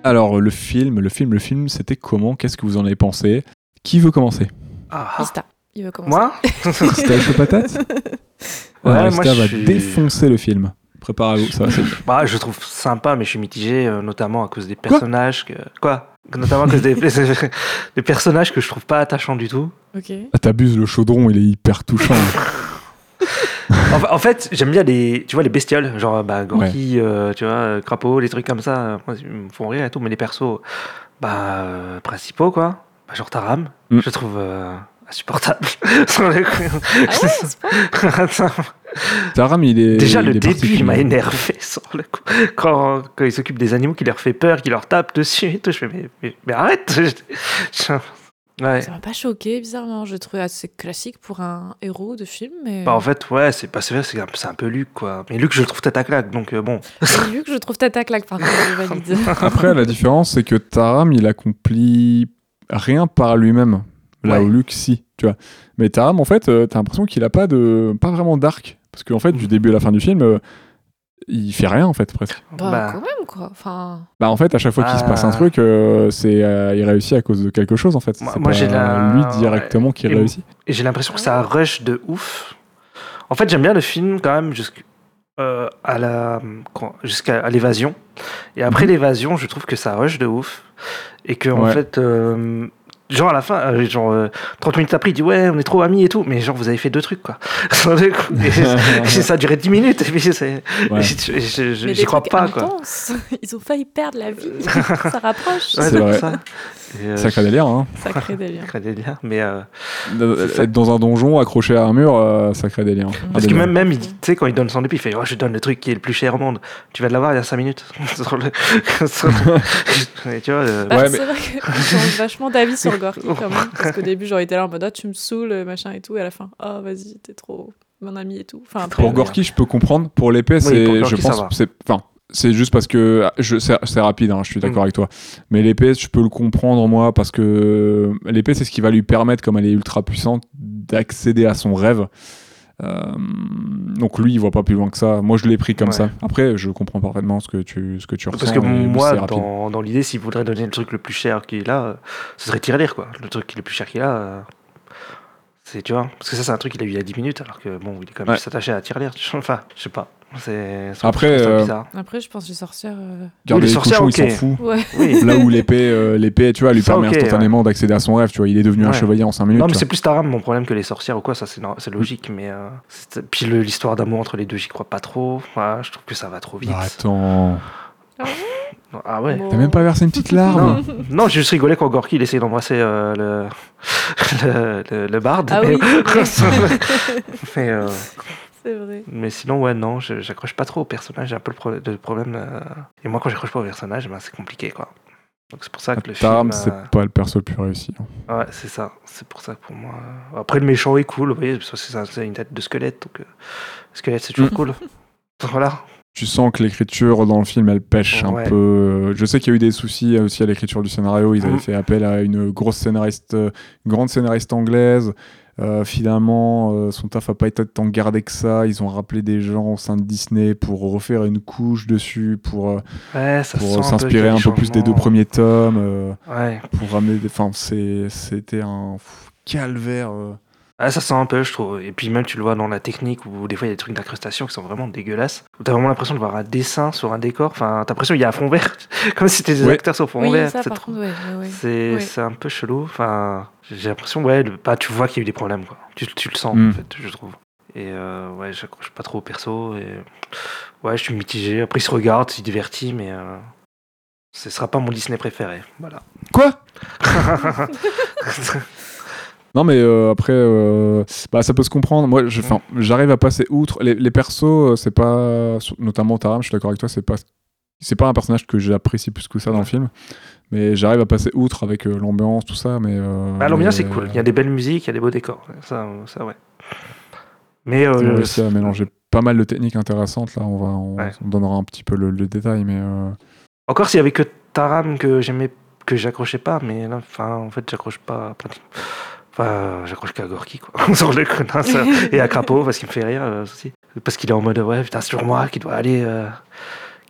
[SPEAKER 5] Alors, le film, le film, le film, c'était comment Qu'est-ce que vous en avez pensé Qui veut commencer
[SPEAKER 6] Ah, ah.
[SPEAKER 7] Ista, il veut commencer.
[SPEAKER 6] Moi
[SPEAKER 5] C'était avec patate
[SPEAKER 6] Ouais,
[SPEAKER 5] Alors,
[SPEAKER 6] moi,
[SPEAKER 5] Ista
[SPEAKER 6] je
[SPEAKER 5] va
[SPEAKER 6] suis-
[SPEAKER 5] défoncer le film. Préparez-vous, ça va, c'est bien.
[SPEAKER 6] Bah, je trouve sympa, mais je suis mitigé, euh, notamment à cause des personnages que. Quoi Notamment à cause des... des personnages que je trouve pas attachants du tout.
[SPEAKER 7] Ok.
[SPEAKER 5] Ah, T'abuses, le chaudron, il est hyper touchant.
[SPEAKER 6] En, fa- en fait, j'aime bien les, tu vois, les bestioles, genre bah, Gorky, euh, tu vois, euh, Crapaud, les trucs comme ça, euh, moi, ils me font rire et tout, mais les persos bah, euh, principaux, quoi, bah, genre Taram,
[SPEAKER 5] Mm.
[SPEAKER 6] je trouve euh, insupportable. Sur le coup.
[SPEAKER 7] Ah ouais, c'est pas-
[SPEAKER 6] Attends,
[SPEAKER 5] Taram, il est.
[SPEAKER 6] Déjà,
[SPEAKER 5] il
[SPEAKER 6] le
[SPEAKER 5] est
[SPEAKER 6] début, il m'a
[SPEAKER 5] particulier.
[SPEAKER 6] énervé sur le coup. Quand, quand il s'occupe des animaux, qu'il leur fait peur, qu'il leur tape dessus et tout, je fais, mais, mais, mais arrête Je- je- Ouais.
[SPEAKER 8] Ça m'a pas choqué, bizarrement. Je trouvais assez classique pour un héros de film. Mais...
[SPEAKER 6] Bah, en fait, ouais, c'est pas c'est vrai, c'est un, c'est un peu Luc, quoi. Mais Luc, je le trouve tête à claque, donc euh, bon.
[SPEAKER 8] Et Luc, je trouve Tata Claque, par contre, je valide.
[SPEAKER 5] Après, la différence, c'est que Taram, il accomplit rien par lui-même. Là
[SPEAKER 6] Ouais.
[SPEAKER 5] où Luke, si, tu vois. Mais Taram, en fait, euh, t'as l'impression qu'il a pas de, pas vraiment d'arc, parce qu'en fait, du début à la fin du film, euh, il fait rien en fait presque.
[SPEAKER 8] bah,
[SPEAKER 6] Bah.
[SPEAKER 8] quand même, quoi. Enfin,
[SPEAKER 5] Bah, en fait, à chaque fois qu'il se passe un
[SPEAKER 6] Ah.
[SPEAKER 5] truc, euh, c'est, euh, il réussit à cause de quelque chose en fait.
[SPEAKER 6] Moi-
[SPEAKER 5] C'est pas
[SPEAKER 6] moi, j'ai la-
[SPEAKER 5] lui directement qui
[SPEAKER 6] Et-
[SPEAKER 5] réussit.
[SPEAKER 6] Et j'ai l'impression que ça
[SPEAKER 5] Ah
[SPEAKER 6] rush de ouf. En fait, j'aime bien le film quand même jusqu'- euh, à la- quand- jusqu'à à l'évasion. Et après l'évasion, je trouve que ça rush de ouf. Et que, en
[SPEAKER 5] Mhm. Ouais.
[SPEAKER 6] fait, euh, genre à la fin, euh, genre euh, 30 minutes après, il dit Ouais, on est trop amis et tout. Mais genre, vous avez fait deux trucs, quoi. Sur le coup. Et- et ça a duré 10 minutes. Et puis, c'est-
[SPEAKER 5] Ouais.
[SPEAKER 6] je- je- je-
[SPEAKER 7] mais
[SPEAKER 6] j'y
[SPEAKER 7] des
[SPEAKER 6] crois
[SPEAKER 7] trucs
[SPEAKER 6] pas, quoi.
[SPEAKER 7] intenses. Ils ont failli perdre la vie. ça rapproche.
[SPEAKER 6] Ouais,
[SPEAKER 5] C'est
[SPEAKER 6] c'est
[SPEAKER 5] vrai.
[SPEAKER 6] ça. Et, euh,
[SPEAKER 5] Sacré délire, hein.
[SPEAKER 7] Ça crée des liens.
[SPEAKER 6] je crée des liens, Mais. euh, C'est ça.
[SPEAKER 5] Être dans un donjon accroché à un mur, euh, sacré délire. Un
[SPEAKER 6] Parce que
[SPEAKER 5] délire.
[SPEAKER 6] même, même il dit- tu sais, quand il donne son épi, il fait oh, Je donne le truc qui est le plus cher au monde. Tu vas l'avoir il y a 5 minutes. Sur le- sur le- Et tu vois, euh,
[SPEAKER 7] Bah,
[SPEAKER 5] Ouais,
[SPEAKER 7] c'est vrai que je change vachement d'avis sur Gorky quand même. Parce qu'au début, genre, il était là en mode Ah, tu me saoules, machin et tout. Et à la fin, ah, vas-y, t'es trop mon ami et tout. Enfin, après,
[SPEAKER 5] Pour
[SPEAKER 6] Ouais.
[SPEAKER 5] Gorky, je peux comprendre. Pour l'épée, c'est,
[SPEAKER 6] euh, pour Gorky,
[SPEAKER 5] je
[SPEAKER 6] ça
[SPEAKER 5] pense,
[SPEAKER 6] va.
[SPEAKER 5] c'est, enfin, c'est juste parce que ah, je, c'est, c'est rapide. hein, je suis d'accord
[SPEAKER 6] Mm.
[SPEAKER 5] avec toi. Mais l'épée, je peux le comprendre moi parce que l'épée, c'est ce qui va lui permettre, comme elle est ultra puissante, d'accéder à son rêve. Euh, donc lui, il voit pas plus loin que ça. Moi, je l'ai pris comme
[SPEAKER 6] Ouais.
[SPEAKER 5] ça. Après, je comprends parfaitement ce que tu, ce que tu ressens.
[SPEAKER 6] parce que
[SPEAKER 5] et oui,
[SPEAKER 6] moi,
[SPEAKER 5] c'est rapide.
[SPEAKER 6] dans, dans l'idée, s'il voudrait donner le truc le plus cher qu'il a, euh, ce serait Tirelire, quoi. Le truc qui est le plus cher qu'il a. euh, C'est, tu vois, parce que ça, c'est un truc qu'il a eu il y a 10 minutes, alors que bon, il est quand même
[SPEAKER 5] Ouais.
[SPEAKER 6] plus attaché à Tirelire. tu vois. Enfin, je sais pas. C'est, c'est-
[SPEAKER 5] Après,
[SPEAKER 6] je trouve ça
[SPEAKER 5] euh,
[SPEAKER 6] bizarre.
[SPEAKER 8] après, je pense que les sorcières. euh,
[SPEAKER 5] Garder
[SPEAKER 6] les
[SPEAKER 5] les
[SPEAKER 6] sorcières,
[SPEAKER 5] cochons,
[SPEAKER 6] ok.
[SPEAKER 5] il s'en fout.
[SPEAKER 8] Ouais.
[SPEAKER 6] Oui.
[SPEAKER 5] Là où l'épée, euh, l'épée, tu vois, lui
[SPEAKER 6] Ça,
[SPEAKER 5] permet
[SPEAKER 6] ok,
[SPEAKER 5] instantanément d'accéder à son rêve. Tu vois, il est devenu un
[SPEAKER 6] Ouais.
[SPEAKER 5] chevalier en 5 minutes.
[SPEAKER 6] Non, mais
[SPEAKER 5] tu
[SPEAKER 6] c'est plus Taram mon problème que les sorcières ou quoi, ça c'est, nor- c'est logique, mais. euh, c'est- Puis le- l'histoire d'amour entre les deux, j'y crois pas trop. Voilà, je trouve que ça va trop vite.
[SPEAKER 5] vois. Bah, Attends,
[SPEAKER 6] Ah ouais.
[SPEAKER 5] t'as même pas versé une petite larme.
[SPEAKER 6] Non, non, j'ai juste rigolé quand Gorky il essayait d'embrasser euh, le... le, le, le barde.
[SPEAKER 7] Ah
[SPEAKER 6] mais...
[SPEAKER 7] oui,
[SPEAKER 6] mais, euh,
[SPEAKER 7] c'est vrai.
[SPEAKER 6] mais sinon, ouais, non, je- j'accroche pas trop au personnage, j'ai un peu le, pro- le problème. euh, Et moi, quand j'accroche pas au personnage, ben, c'est compliqué, quoi. Donc c'est pour ça que le
[SPEAKER 5] Taram,
[SPEAKER 6] film.
[SPEAKER 5] c'est
[SPEAKER 6] euh,
[SPEAKER 5] pas le perso le plus réussi. hein.
[SPEAKER 6] Ouais, c'est ça. C'est pour ça que pour moi. euh, Après, le méchant est cool, vous voyez, parce que c'est un- c'est une tête de squelette, donc euh, le squelette c'est toujours
[SPEAKER 5] Mm.
[SPEAKER 6] cool. Voilà.
[SPEAKER 5] Tu sens que l'écriture dans le film, elle pêche
[SPEAKER 6] Ouais.
[SPEAKER 5] un peu. Je sais qu'il y a eu des soucis euh, aussi à l'écriture du scénario. Ils avaient
[SPEAKER 6] Mm.
[SPEAKER 5] fait appel à une grosse scénariste, euh, grande scénariste anglaise. Euh, finalement, euh, son taf a pas été tant gardé que ça. Ils ont rappelé des gens au sein de Disney pour refaire une couche dessus, pour, euh,
[SPEAKER 6] Ouais, ça sent
[SPEAKER 5] pour
[SPEAKER 6] un peu qu'il y
[SPEAKER 5] s'inspirer
[SPEAKER 6] a
[SPEAKER 5] un
[SPEAKER 6] des
[SPEAKER 5] peu plus des deux
[SPEAKER 6] changements.
[SPEAKER 5] premiers tomes, euh,
[SPEAKER 6] Ouais.
[SPEAKER 5] pour ramener des. Enfin, c'est- c'était un pff, calvaire. euh.
[SPEAKER 6] Ah, ça sent un peu, je trouve. Et puis même, tu le vois dans la technique où des fois il y a des trucs d'incrustation qui sont vraiment dégueulasses. Où t'as vraiment l'impression de voir un dessin sur un décor. Enfin, t'as l'impression qu'il y a un fond vert. Comme si c'était des
[SPEAKER 5] Ouais.
[SPEAKER 6] acteurs sur fond
[SPEAKER 8] Oui,
[SPEAKER 6] vert.
[SPEAKER 8] ça,
[SPEAKER 6] C'est
[SPEAKER 8] par
[SPEAKER 6] trop-
[SPEAKER 8] contre, ouais, ouais, ouais.
[SPEAKER 6] c'est
[SPEAKER 8] Ouais.
[SPEAKER 6] c'est un peu chelou. Enfin, j'ai l'impression, ouais, le- bah, tu vois qu'il y a eu des problèmes, quoi. Tu, tu le sens,
[SPEAKER 5] Mm.
[SPEAKER 6] en fait, je trouve. Et euh, ouais, j'accroche pas trop au perso. Et... Ouais, je suis mitigé. Après, il se regarde, il divertit, mais euh, ce sera pas mon Disney préféré. Voilà.
[SPEAKER 5] Quoi Non mais euh, après, euh, bah, ça peut se comprendre. Moi, je- 'fin, j'arrive à passer outre. Les, les persos, euh, c'est pas, notamment Taram, je suis d'accord avec toi, c'est pas, c'est pas un personnage que j'apprécie plus que ça dans le film. Mais j'arrive à passer outre avec euh, l'ambiance, tout ça. Mais euh,
[SPEAKER 6] Bah, l'ambiance
[SPEAKER 5] mais-
[SPEAKER 6] c'est cool. Il y a des belles musiques, il y a des beaux décors. Ça, ça ouais. Mais euh,
[SPEAKER 5] Ils ont
[SPEAKER 6] le-
[SPEAKER 5] réussi à mélanger pas mal de techniques intéressantes. Là, on va, on,
[SPEAKER 6] Ouais.
[SPEAKER 5] on donnera un petit peu le, le détail, mais euh,
[SPEAKER 6] encore s'il y avait que Taram que j'aimais, que j'accrochais pas, mais là, enfin, en fait, j'accroche pas. à plein de- Enfin, euh, j'accroche qu'à Gorky, quoi. Sur le coup, non, ça- euh, Et à Crapaud, parce qu'il me fait rire euh, aussi. Parce qu'il est en mode, ouais, putain, c'est sur moi qui doit aller, euh,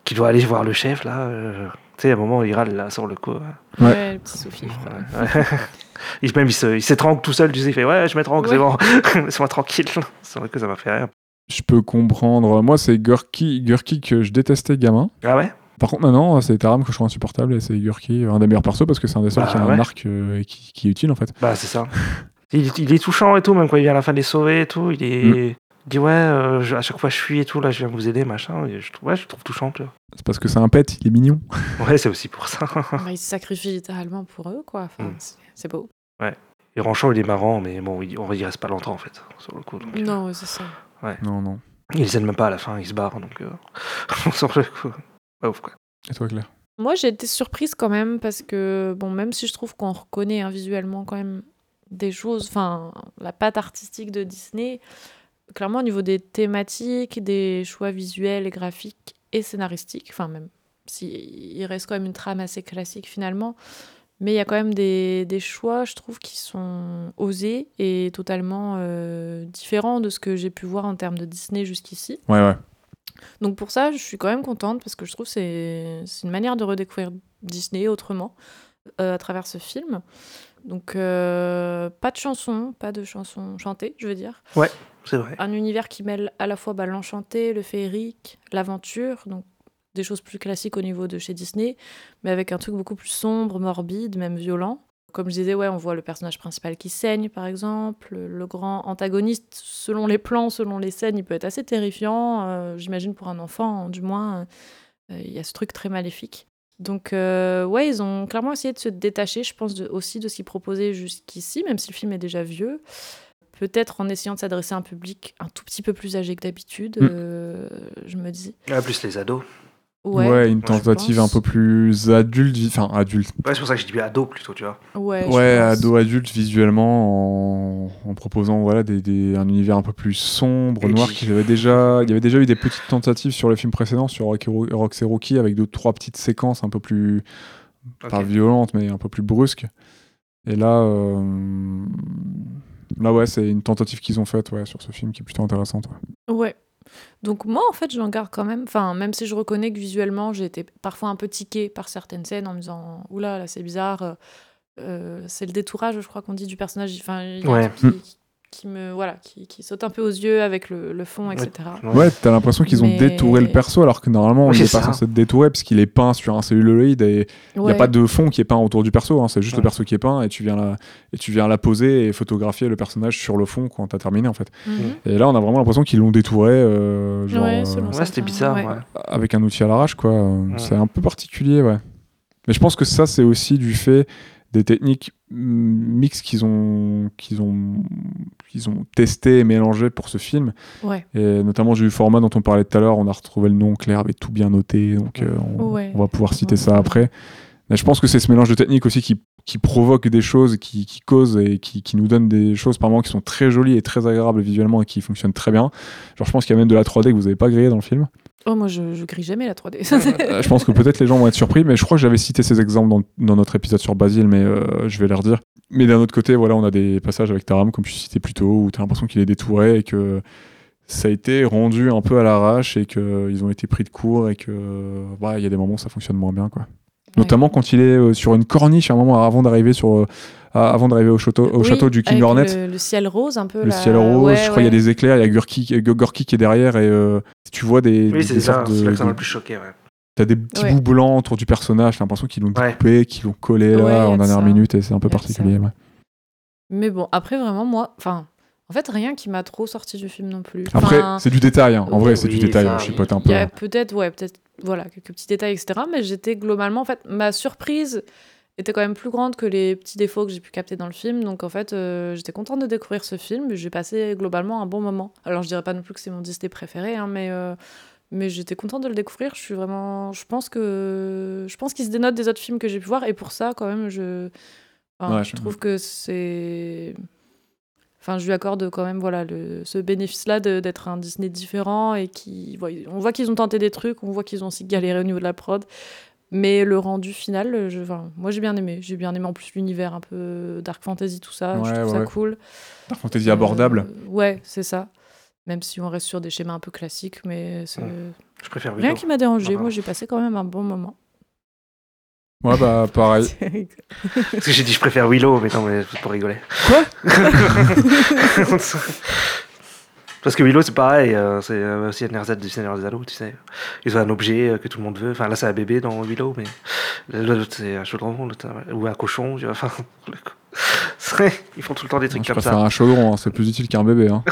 [SPEAKER 6] qui doit aller voir le chef, là. euh. Tu sais, à un moment, il râle, là, sur le coup. hein.
[SPEAKER 5] Ouais.
[SPEAKER 7] Ouais, le petit sous-fifre.
[SPEAKER 6] Ouais. il, même, il se- il s'étrangle tout seul, tu sais, il fait, ouais, je m'étrangle, c'est bon, laisse-moi tranquille. Sur le coup, ça m'a fait rire.
[SPEAKER 5] je peux comprendre. Moi, c'est Gurki, Gurki que je détestais gamin.
[SPEAKER 6] Ah ouais
[SPEAKER 5] Par contre, maintenant, c'est Taram que je trouve insupportable et c'est Gurki, un des meilleurs persos parce que c'est un des seuls
[SPEAKER 6] Bah,
[SPEAKER 5] qui a un
[SPEAKER 6] ouais.
[SPEAKER 5] arc euh, et qui, qui est utile en fait.
[SPEAKER 6] Bah, c'est ça. il, il est touchant et tout, même quand il vient à la fin de les sauver et tout. Il est. dit ouais, euh, je- à chaque fois je fuis et tout, là je viens vous aider, machin. Et je, trou- ouais, je le trouve touchant. tu vois.
[SPEAKER 5] C'est parce que c'est un pet, il est mignon.
[SPEAKER 6] Ouais, c'est aussi pour ça.
[SPEAKER 7] Bah, ils se sacrifient littéralement pour eux, quoi. Enfin,
[SPEAKER 6] Mm.
[SPEAKER 7] c'est- C'est beau.
[SPEAKER 6] Et Ranchon, il est marrant, mais bon, il- on y reste pas longtemps en fait, sur le coup. donc, euh,
[SPEAKER 7] Non, c'est ça.
[SPEAKER 5] Non, non.
[SPEAKER 6] Ils les aident même pas à la fin, ils se barrent, donc euh, sur le coup. Pas ouf quoi.
[SPEAKER 5] Et toi, Claire
[SPEAKER 7] Moi, j'ai été surprise quand même parce que, bon, même si je trouve qu'on reconnaît hein, visuellement quand même des choses, enfin, la patte artistique de Disney, clairement au niveau des thématiques, des choix visuels et graphiques et scénaristiques, enfin, même s'il il reste quand même une trame assez classique finalement, mais il y a quand même des, des choix, je trouve, qui sont osés et totalement euh, différents de ce que j'ai pu voir en termes de Disney jusqu'ici.
[SPEAKER 5] Ouais, ouais.
[SPEAKER 7] Donc pour ça, je suis quand même contente parce que je trouve que c'est c'est une manière de redécouvrir Disney autrement euh, à travers ce film. Donc euh, pas de chansons, pas de chansons chantées, je veux dire.
[SPEAKER 6] C'est vrai.
[SPEAKER 7] Un univers qui mêle à la fois bah, l'enchanté, le féerique, l'aventure, donc des choses plus classiques au niveau de chez Disney, mais avec un truc beaucoup plus sombre, morbide, même violent. Comme je disais, ouais, on voit le personnage principal qui saigne, par exemple. Le grand antagoniste, selon les plans, selon les scènes, il peut être assez terrifiant. euh, J'imagine pour un enfant, du moins, euh, il y a ce truc très maléfique. Donc, euh, ouais, ils ont clairement essayé de se détacher, je pense, de- aussi de ce qu'ils proposaient jusqu'ici, même si le film est déjà vieux. Peut-être en essayant de s'adresser à un public un tout petit peu plus âgé que d'habitude,
[SPEAKER 5] Mm.
[SPEAKER 7] euh, je me dis.
[SPEAKER 6] Ah, plus les ados.
[SPEAKER 5] Ouais, une
[SPEAKER 6] je
[SPEAKER 5] tentative un
[SPEAKER 7] pense.
[SPEAKER 5] peu plus adulte, vi- enfin adulte.
[SPEAKER 6] Ouais, c'est pour ça que je dis ados plutôt, tu vois.
[SPEAKER 7] Ouais, je
[SPEAKER 5] Ouais,
[SPEAKER 7] pense.
[SPEAKER 5] ado-adulte visuellement, en, en proposant voilà, des, des- un univers un peu plus sombre,
[SPEAKER 6] Edgy.
[SPEAKER 5] noir, qu'il avait déjà. Il y avait déjà eu des petites tentatives sur le film précédent, sur Rocky Ro- Rox et Rocky, avec deux trois petites séquences un peu plus pas
[SPEAKER 6] Ok.
[SPEAKER 5] violente, mais un peu plus brusque. Et là, euh, là ouais, c'est une tentative qu'ils ont faite ouais, sur ce film qui est plutôt intéressante. ouais.
[SPEAKER 7] Ouais. Donc moi, en fait, je l'en garde quand même. Enfin, même si je reconnais que visuellement, j'ai été parfois un peu tiquée par certaines scènes en me disant « Oula, là, c'est bizarre. euh, euh, c'est le détourage, je crois qu'on dit, du personnage. Enfin, il y a un
[SPEAKER 6] Ouais.
[SPEAKER 7] truc
[SPEAKER 5] Mm.
[SPEAKER 7] qui- qui, me... Voilà, qui, qui saute un peu aux yeux avec le, le fond,
[SPEAKER 6] Ouais.
[SPEAKER 7] etc.
[SPEAKER 5] Ouais, t'as l'impression qu'ils ont
[SPEAKER 7] Mais-
[SPEAKER 5] détouré le perso, alors que normalement,
[SPEAKER 6] Oui,
[SPEAKER 5] il est
[SPEAKER 6] c'est
[SPEAKER 5] pas
[SPEAKER 6] ça.
[SPEAKER 5] censé être détouré, parce qu'il est peint sur un celluloïd et il n'y
[SPEAKER 7] Ouais.
[SPEAKER 5] a pas de fond qui est peint autour du perso, hein, c'est juste le
[SPEAKER 6] Ouais.
[SPEAKER 5] perso qui est peint et tu, viens la, et tu viens la poser et photographier le personnage sur le fond quand t'as terminé en fait.
[SPEAKER 7] Mhm.
[SPEAKER 5] Et là, on a vraiment l'impression qu'ils l'ont détouré, euh, genre,
[SPEAKER 7] Ouais,
[SPEAKER 5] euh,
[SPEAKER 7] selon
[SPEAKER 6] Ouais, c'était
[SPEAKER 7] certains,
[SPEAKER 6] bizarre,
[SPEAKER 7] ouais.
[SPEAKER 6] ouais.
[SPEAKER 5] avec un outil à l'arrache, quoi. Euh,
[SPEAKER 6] Ouais.
[SPEAKER 5] C'est un peu particulier, ouais. Mais je pense que ça, c'est aussi du fait des techniques mm, mixtes qu'ils ont, qu'ils ont, qu'ils ont testées et mélangées pour ce film.
[SPEAKER 7] Ouais.
[SPEAKER 5] Et notamment du format dont on parlait tout à l'heure, on a retrouvé le nom, Claire avait tout bien noté, donc euh, on,
[SPEAKER 7] Ouais.
[SPEAKER 5] on va pouvoir citer
[SPEAKER 7] Ouais.
[SPEAKER 5] ça après. Mais je pense que c'est ce mélange de techniques aussi qui, qui provoque des choses, qui, qui cause et qui, qui nous donne des choses par moments qui sont très jolies et très agréables visuellement et qui fonctionnent très bien. Genre, je pense qu'il y a même de la 3D que vous n'avez pas grillé dans le film.
[SPEAKER 7] Oh, moi, je, je grille jamais la 3D.
[SPEAKER 5] Euh, je pense que peut-être les gens vont être surpris, mais je crois que j'avais cité ces exemples dans, dans notre épisode sur Basile, mais euh, je vais les redire. Mais d'un autre côté, voilà, on a des passages avec Taram, comme tu citais plus tôt, où tu as l'impression qu'il est détouré et que ça a été rendu un peu à l'arrache et qu'ils ont été pris de court et que bah, il y a des moments où ça fonctionne moins bien. Quoi. Notamment quand il est euh, sur une corniche, à un moment avant d'arriver sur, euh, à- avant d'arriver au château, au
[SPEAKER 7] Oui,
[SPEAKER 5] château du King
[SPEAKER 7] avec
[SPEAKER 5] Hornet.
[SPEAKER 7] Le, le ciel rose, un peu.
[SPEAKER 5] Le
[SPEAKER 7] là.
[SPEAKER 5] ciel rose,
[SPEAKER 7] Ouais,
[SPEAKER 5] je crois qu'il y a des éclairs, il y a Gorky, Gorky qui est derrière et euh, tu vois des, des-
[SPEAKER 6] Oui, c'est
[SPEAKER 5] des
[SPEAKER 6] ça,
[SPEAKER 5] sortes
[SPEAKER 6] c'est
[SPEAKER 5] de-
[SPEAKER 6] là que ça
[SPEAKER 5] de-
[SPEAKER 6] m'a le plus choqué, ouais.
[SPEAKER 5] T'as des petits
[SPEAKER 7] Ouais.
[SPEAKER 5] bouts blancs autour du personnage, t'as l'impression qu'ils l'ont
[SPEAKER 6] Ouais.
[SPEAKER 5] découpé, qu'ils l'ont collé
[SPEAKER 7] Ouais, y
[SPEAKER 5] là
[SPEAKER 7] a
[SPEAKER 5] en
[SPEAKER 7] de
[SPEAKER 5] dernière
[SPEAKER 7] ça.
[SPEAKER 5] minute et c'est un peu
[SPEAKER 7] Y a de ça.
[SPEAKER 5] particulier. ouais.
[SPEAKER 7] Mais bon, après, vraiment, moi... Enfin, en fait, rien qui m'a trop sorti du film non plus.
[SPEAKER 5] Après,
[SPEAKER 7] Enfin,
[SPEAKER 5] c'est du détail, hein. en
[SPEAKER 7] oui,
[SPEAKER 5] vrai, c'est
[SPEAKER 6] oui,
[SPEAKER 5] du détail,
[SPEAKER 6] ça,
[SPEAKER 5] hein. je
[SPEAKER 6] oui.
[SPEAKER 5] chipote un
[SPEAKER 7] Il
[SPEAKER 5] peu.
[SPEAKER 7] y a peut-être, ouais, peut-être, voilà, quelques petits détails, etc. Mais j'étais globalement, en fait, ma surprise était quand même plus grande que les petits défauts que j'ai pu capter dans le film. Donc, en fait, euh, j'étais contente de découvrir ce film. J'ai passé globalement un bon moment. Alors, je dirais pas non plus que c'est mon Disney préféré, hein, mais, euh, mais j'étais contente de le découvrir. Je suis vraiment. Je pense que. Je pense qu'il se dénote des autres films que j'ai pu voir. Et pour ça, quand même, je. enfin,
[SPEAKER 5] Ouais,
[SPEAKER 7] je
[SPEAKER 5] je-
[SPEAKER 7] trouve que c'est. Enfin, je lui accorde quand même voilà le, ce bénéfice-là de- d'être un Disney différent et qui, ouais, on voit qu'ils ont tenté des trucs, on voit qu'ils ont aussi galéré au niveau de la prod, mais le rendu final, euh, je, enfin, moi j'ai bien aimé, j'ai bien aimé en plus l'univers un peu dark fantasy tout ça,
[SPEAKER 5] Ouais,
[SPEAKER 7] je trouve
[SPEAKER 5] ouais.
[SPEAKER 7] ça cool.
[SPEAKER 5] Dark Fantasy abordable.
[SPEAKER 7] Euh, ouais, c'est ça. Même si on reste sur des schémas un peu classiques, mais c'est
[SPEAKER 6] Je préfère
[SPEAKER 7] rien
[SPEAKER 6] Willow.
[SPEAKER 7] qui m'a dérangé.
[SPEAKER 6] Ah.
[SPEAKER 7] Moi j'ai passé quand même un bon moment.
[SPEAKER 5] Ouais, bah pareil.
[SPEAKER 6] Parce que j'ai dit je préfère Willow, mais non, mais c'est pour rigoler. Quoi Parce que Willow, c'est pareil, euh, c'est euh, aussi un ersatz du Seigneur des Anneaux, tu sais. Ils ont un objet euh, que tout le monde veut. Enfin, là, c'est un bébé dans Willow, mais l'autre, c'est un chaudron, l'autre, un- ou un cochon. tu vois. Enfin, le co- C'est- ils font tout le temps des trucs
[SPEAKER 5] je
[SPEAKER 6] comme
[SPEAKER 5] préfère
[SPEAKER 6] ça.
[SPEAKER 5] un chaudron, hein, c'est plus utile qu'un bébé. hein.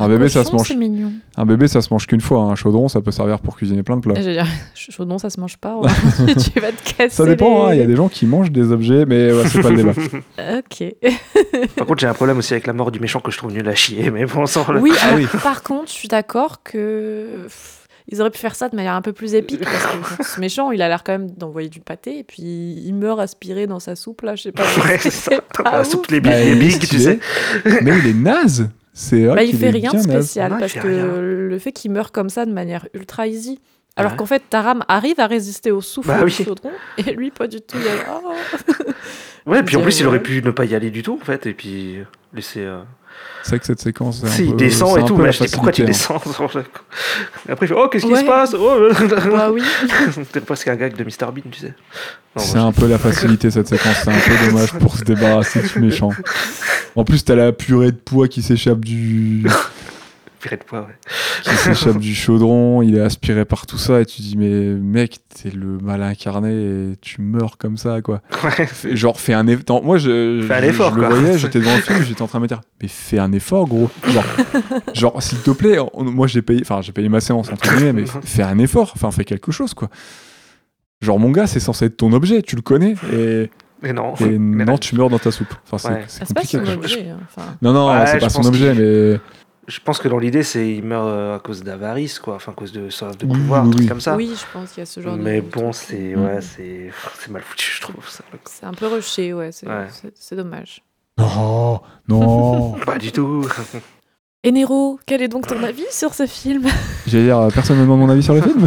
[SPEAKER 5] Un bébé, ça se
[SPEAKER 7] Cochon,
[SPEAKER 5] mange.
[SPEAKER 7] C'est mignon.
[SPEAKER 5] Un bébé, ça se mange qu'une fois. hein. Un chaudron, ça peut servir pour cuisiner plein de plats.
[SPEAKER 7] J'allais dire, chaudron, ça se mange pas. ouais. tu vas te casser.
[SPEAKER 5] Ça dépend. hein. Il
[SPEAKER 7] les-
[SPEAKER 5] y a des gens qui mangent des objets, mais ouais, c'est pas le débat.
[SPEAKER 7] Ok.
[SPEAKER 6] Par contre, j'ai un problème aussi avec la mort du méchant que je trouve nul à chier, mais bon
[SPEAKER 5] Ah
[SPEAKER 6] sang. là.
[SPEAKER 7] Oui, alors, par contre, je suis d'accord que. pff, Ils auraient pu faire ça de manière un peu plus épique parce que bon, ce méchant, il a l'air quand même d'envoyer du pâté et puis il meurt aspiré dans sa soupe là, je sais pas. Bah,
[SPEAKER 6] Ouais,
[SPEAKER 7] c'est
[SPEAKER 6] c'est ça.
[SPEAKER 7] pas
[SPEAKER 6] La
[SPEAKER 7] ouf.
[SPEAKER 6] soupe les
[SPEAKER 5] Bah, il est
[SPEAKER 6] big, tu
[SPEAKER 5] stylé,
[SPEAKER 6] sais.
[SPEAKER 5] Mais il est naze. C'est vrai
[SPEAKER 7] Bah, il
[SPEAKER 5] qu'il
[SPEAKER 7] fait
[SPEAKER 5] est
[SPEAKER 7] rien de
[SPEAKER 5] bien naze.
[SPEAKER 7] spécial
[SPEAKER 6] Non, il
[SPEAKER 7] parce
[SPEAKER 6] fait
[SPEAKER 7] que
[SPEAKER 6] rien.
[SPEAKER 7] le fait qu'il meure comme ça de manière ultra easy. Alors
[SPEAKER 6] Ouais.
[SPEAKER 7] qu'en fait, Taram arrive à résister au souffle
[SPEAKER 6] Bah
[SPEAKER 7] du
[SPEAKER 6] oui.
[SPEAKER 7] chaudron et lui pas du tout. il est- Oh.
[SPEAKER 6] Ouais, puis en
[SPEAKER 7] Dire,
[SPEAKER 6] plus, il
[SPEAKER 7] ouais.
[SPEAKER 6] aurait pu ne pas y aller du tout, en fait, et puis laisser. euh,
[SPEAKER 5] C'est vrai que cette séquence.
[SPEAKER 6] Si, il
[SPEAKER 5] descend
[SPEAKER 6] descend et tout, mais je dis pourquoi tu descends
[SPEAKER 5] hein.
[SPEAKER 6] sur le- Après, il fait Oh, qu'est-ce qui
[SPEAKER 7] Ouais.
[SPEAKER 6] se passe oh.
[SPEAKER 7] bah oui.
[SPEAKER 6] C'est presque un gag de Mr Bean, tu sais. Non,
[SPEAKER 5] hein. C'est
[SPEAKER 6] moi,
[SPEAKER 5] un peu la facilité cette séquence, c'est un peu dommage pour se débarrasser du méchant. En plus, t'as la purée de pois qui s'échappe du
[SPEAKER 6] je dirais de poids, ouais.
[SPEAKER 5] qui s'échappe du chaudron, il est aspiré par tout ça et tu dis mais mec, t'es le mal incarné et tu meurs comme ça quoi.
[SPEAKER 6] Ouais.
[SPEAKER 5] Fais- Genre fais un effort. Moi je,
[SPEAKER 6] Fais un
[SPEAKER 5] je-
[SPEAKER 6] effort,
[SPEAKER 5] je le
[SPEAKER 6] quoi.
[SPEAKER 5] voyais, j'étais devant le film, j'étais en train de me dire mais fais un effort gros. Genre, genre, s'il te plaît, on- moi j'ai payé, enfin j'ai payé ma séance entre guillemets, mais f- fais un effort, enfin fais quelque chose quoi. Genre mon gars, c'est censé être ton objet, tu le connais et,
[SPEAKER 6] Mais non.
[SPEAKER 5] et
[SPEAKER 6] Mais
[SPEAKER 5] non
[SPEAKER 6] là,
[SPEAKER 5] tu meurs dans ta soupe. Enfin c'est-
[SPEAKER 6] Ouais.
[SPEAKER 5] c'est
[SPEAKER 7] Ah, C'est pas
[SPEAKER 5] compliqué.
[SPEAKER 7] son
[SPEAKER 5] quoi.
[SPEAKER 7] objet. hein. Enfin,
[SPEAKER 5] Non non,
[SPEAKER 6] Ouais,
[SPEAKER 5] c'est
[SPEAKER 6] je
[SPEAKER 5] pas son
[SPEAKER 6] pense
[SPEAKER 5] objet, mais
[SPEAKER 6] Je pense que dans l'idée, c'est il meurt euh, à cause d'avarice, quoi. Enfin, à cause de soif de
[SPEAKER 5] Oui,
[SPEAKER 6] pouvoir,
[SPEAKER 5] oui,
[SPEAKER 6] un truc
[SPEAKER 5] oui.
[SPEAKER 6] comme ça.
[SPEAKER 7] oui, je pense qu'il y a ce genre de.
[SPEAKER 6] Mais
[SPEAKER 7] de
[SPEAKER 6] bon,
[SPEAKER 7] truc.
[SPEAKER 6] c'est
[SPEAKER 5] Mm.
[SPEAKER 6] ouais, c'est c'est mal foutu, je trouve ça.
[SPEAKER 7] C'est un peu rushé, ouais. C'est
[SPEAKER 6] Ouais.
[SPEAKER 7] c'est- c'est dommage.
[SPEAKER 5] non non.
[SPEAKER 6] Pas du tout.
[SPEAKER 7] Et Nero, quel est donc ton avis sur ce film
[SPEAKER 5] J'allais dire, euh, personne ne me demande mon avis sur le film.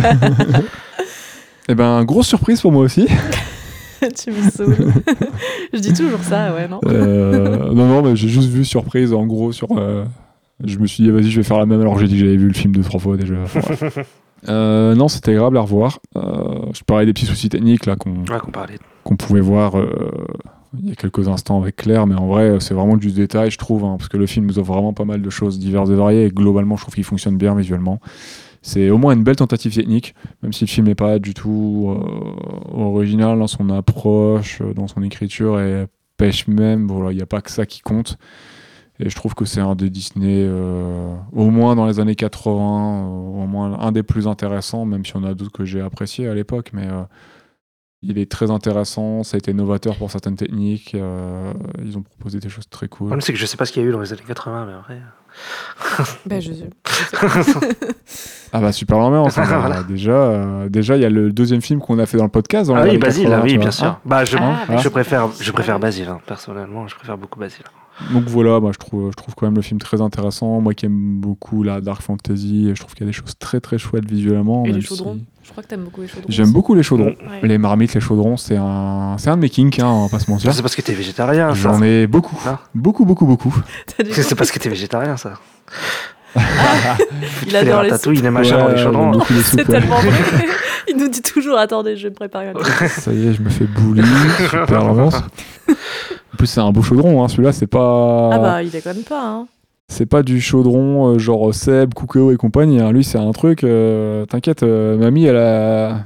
[SPEAKER 5] Eh ben, grosse surprise pour moi aussi.
[SPEAKER 7] Tu me saoules. je dis toujours ça, ouais, non
[SPEAKER 5] Euh, non, non, mais j'ai juste vu surprise, en gros, sur... euh, je me suis dit, vas-y, je vais faire la même, alors j'ai dit que j'avais vu le film deux, trois fois déjà. Enfin, ouais. Euh, non, c'était agréable à revoir. Euh, je parlais des petits soucis techniques, là, qu'on
[SPEAKER 6] Ouais, qu'on parlait.
[SPEAKER 5] qu'on pouvait voir euh, il y a quelques instants avec Claire, mais en vrai, c'est vraiment du détail, je trouve, hein, parce que le film nous offre vraiment pas mal de choses diverses et variées, et globalement, je trouve qu'il fonctionne bien visuellement. C'est au moins une belle tentative technique, même si le film n'est pas du tout euh, original dans son approche, euh, dans son écriture, et pêche même, voilà, il n'y a pas que ça qui compte. Et je trouve que c'est un des Disney, euh, au moins dans les années 80, euh, au moins un des plus intéressants, même si on a d'autres que j'ai appréciés à l'époque, mais... euh, il est très intéressant, ça a été novateur pour certaines techniques, euh, ils ont proposé des choses très
[SPEAKER 6] Le
[SPEAKER 5] cool.
[SPEAKER 6] problème, c'est que je sais pas ce qu'il y a eu dans les années 80, mais après.
[SPEAKER 7] Ben, je, je
[SPEAKER 5] Ah bah super l'ambiance, hein,
[SPEAKER 6] Voilà.
[SPEAKER 5] bah, déjà euh, déjà il y a le deuxième film qu'on a fait dans le podcast. dans
[SPEAKER 6] Ah
[SPEAKER 5] les
[SPEAKER 6] oui,
[SPEAKER 5] années
[SPEAKER 6] Basile,
[SPEAKER 5] 80,
[SPEAKER 6] ah
[SPEAKER 5] tu
[SPEAKER 6] oui,
[SPEAKER 5] vois.
[SPEAKER 6] bien sûr. Bah, je,
[SPEAKER 7] Ah,
[SPEAKER 5] bah,
[SPEAKER 6] je
[SPEAKER 5] c'est-
[SPEAKER 6] préfère, je préfère
[SPEAKER 7] ouais.
[SPEAKER 6] Basile, hein, personnellement, je préfère beaucoup Basile.
[SPEAKER 5] Ah, Donc voilà, moi je trouve, je trouve quand même le film très intéressant. Moi qui aime beaucoup la dark fantasy, je trouve qu'il y a des choses très très chouettes visuellement.
[SPEAKER 7] Et les
[SPEAKER 5] même
[SPEAKER 7] chaudrons.
[SPEAKER 5] si-
[SPEAKER 7] je crois que t'aimes beaucoup les chaudrons.
[SPEAKER 5] J'aime beaucoup les chaudrons.
[SPEAKER 7] beaucoup.
[SPEAKER 5] Les marmites, les chaudrons, c'est un, c'est un de mes kinks, hein, on va pas se mentir.
[SPEAKER 6] C'est parce que t'es végétarien, ça.
[SPEAKER 5] J'en ai beaucoup,
[SPEAKER 6] Ah.
[SPEAKER 5] beaucoup, beaucoup, beaucoup.
[SPEAKER 6] C'est parce que t'es végétarien, ça.
[SPEAKER 7] Ah, Il adore les
[SPEAKER 6] tatouages, il est machin dans
[SPEAKER 5] Ouais,
[SPEAKER 6] les
[SPEAKER 5] j'aime
[SPEAKER 6] chaudrons. hein.
[SPEAKER 5] beaucoup les
[SPEAKER 7] C'est
[SPEAKER 5] soupes, ouais.
[SPEAKER 7] tellement vrai. Il nous dit toujours attendez, je vais me prépare un truc.
[SPEAKER 5] Ça y est, je me fais bouli. Super avance. En plus, c'est un beau chaudron. hein. Celui-là, c'est pas,
[SPEAKER 7] Ah bah, il déconne pas, hein.
[SPEAKER 5] c'est pas du chaudron euh, genre Seb, Koukeo et compagnie. hein. Lui, c'est un truc. euh, T'inquiète, euh, mamie, elle a,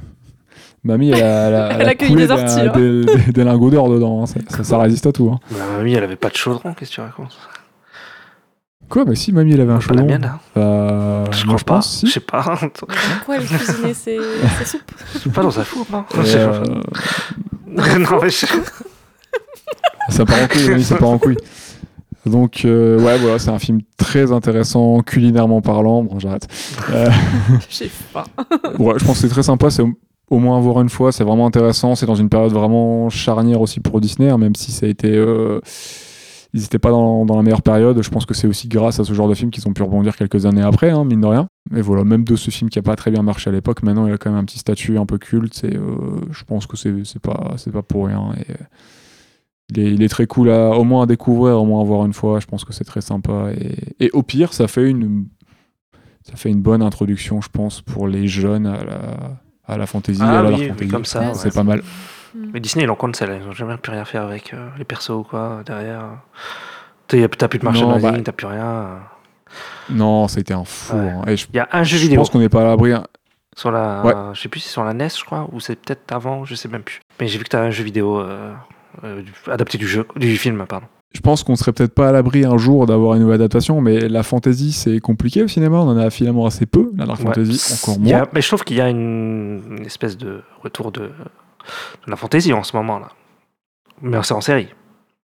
[SPEAKER 5] mamie, elle a, elle a,
[SPEAKER 7] Elle a cueilli
[SPEAKER 5] coulé
[SPEAKER 7] des orties, hein.
[SPEAKER 5] des, des- des lingots d'or dedans. hein. Ça, ça- ça résiste à tout. hein.
[SPEAKER 6] Bah, Ma mamie, elle avait pas de chaudron, qu'est-ce que tu racontes
[SPEAKER 5] Quoi, mais si, mamie, elle avait un
[SPEAKER 6] Pas la
[SPEAKER 5] chaudron.
[SPEAKER 6] mienne, hein.
[SPEAKER 5] Bah,
[SPEAKER 6] Je
[SPEAKER 5] moi,
[SPEAKER 6] crois pas.
[SPEAKER 5] pense, si.
[SPEAKER 6] Je sais pas.
[SPEAKER 7] Mais Pourquoi elle cuisinait ses, ses soupes
[SPEAKER 6] C'est pas dans sa four, non
[SPEAKER 5] Et,
[SPEAKER 6] Je sais
[SPEAKER 5] euh,
[SPEAKER 6] pas. Non, mais je-
[SPEAKER 5] Ça part en couille, oui, ça part en couille. Donc, euh, ouais, voilà, c'est un film très intéressant, culinairement parlant. Bon, j'arrête. Euh,
[SPEAKER 7] J'ai faim.
[SPEAKER 5] ouais, je pense que c'est très sympa, c'est au- au moins à voir une fois, c'est vraiment intéressant, c'est dans une période vraiment charnière aussi pour Disney, hein, même si ça a été... euh, ils n'étaient pas dans, dans la meilleure période, je pense que c'est aussi grâce à ce genre de film qu'ils ont pu rebondir quelques années après, hein, mine de rien. Mais voilà, même de ce film qui a pas très bien marché à l'époque, maintenant il a quand même un petit statut un peu culte, et euh, je pense que c'est c'est pas, c'est pas pour rien. Et, euh, il est, il est très cool à, au moins à découvrir, au moins à voir une fois, je pense que c'est très sympa. Et, et au pire, ça fait une ça fait une bonne introduction, je pense, pour les jeunes à la, à la fantasy. à
[SPEAKER 6] Ah
[SPEAKER 5] la
[SPEAKER 6] oui,
[SPEAKER 5] dark
[SPEAKER 6] oui,
[SPEAKER 5] fantasy.
[SPEAKER 6] comme ça.
[SPEAKER 7] Ouais,
[SPEAKER 6] ouais.
[SPEAKER 5] C'est pas mal.
[SPEAKER 6] Mais Disney, ils l'ont cancel, ils n'ont jamais plus rien fait avec euh, les persos ou quoi, derrière. T'as y a- t'as plus de
[SPEAKER 5] Non,
[SPEAKER 6] merchandising,
[SPEAKER 5] bah-
[SPEAKER 6] t'as plus rien.
[SPEAKER 5] Non, c'était un fou.
[SPEAKER 6] Ouais.
[SPEAKER 5] hein. Et je,
[SPEAKER 6] Il y a un jeu
[SPEAKER 5] je
[SPEAKER 6] vidéo
[SPEAKER 5] pense qu'on n'est pas à l'abri. hein.
[SPEAKER 6] sur la.
[SPEAKER 5] Ouais.
[SPEAKER 6] Je sais plus si c'est sur la NES, je crois, ou c'est peut-être avant, je sais même plus. Mais j'ai vu que t'as un jeu vidéo euh, euh, du- adapté du jeu, du film, pardon.
[SPEAKER 5] je pense qu'on serait peut-être pas à l'abri un jour d'avoir une nouvelle adaptation, mais la fantasy, c'est compliqué au cinéma. On en a finalement assez peu. La Dark
[SPEAKER 6] Ouais.
[SPEAKER 5] Fantasy, encore
[SPEAKER 6] Il y
[SPEAKER 5] moins.
[SPEAKER 6] a- mais je trouve qu'il y a une, une espèce de retour de, de la fantaisie en ce moment là. Mais c'est en série.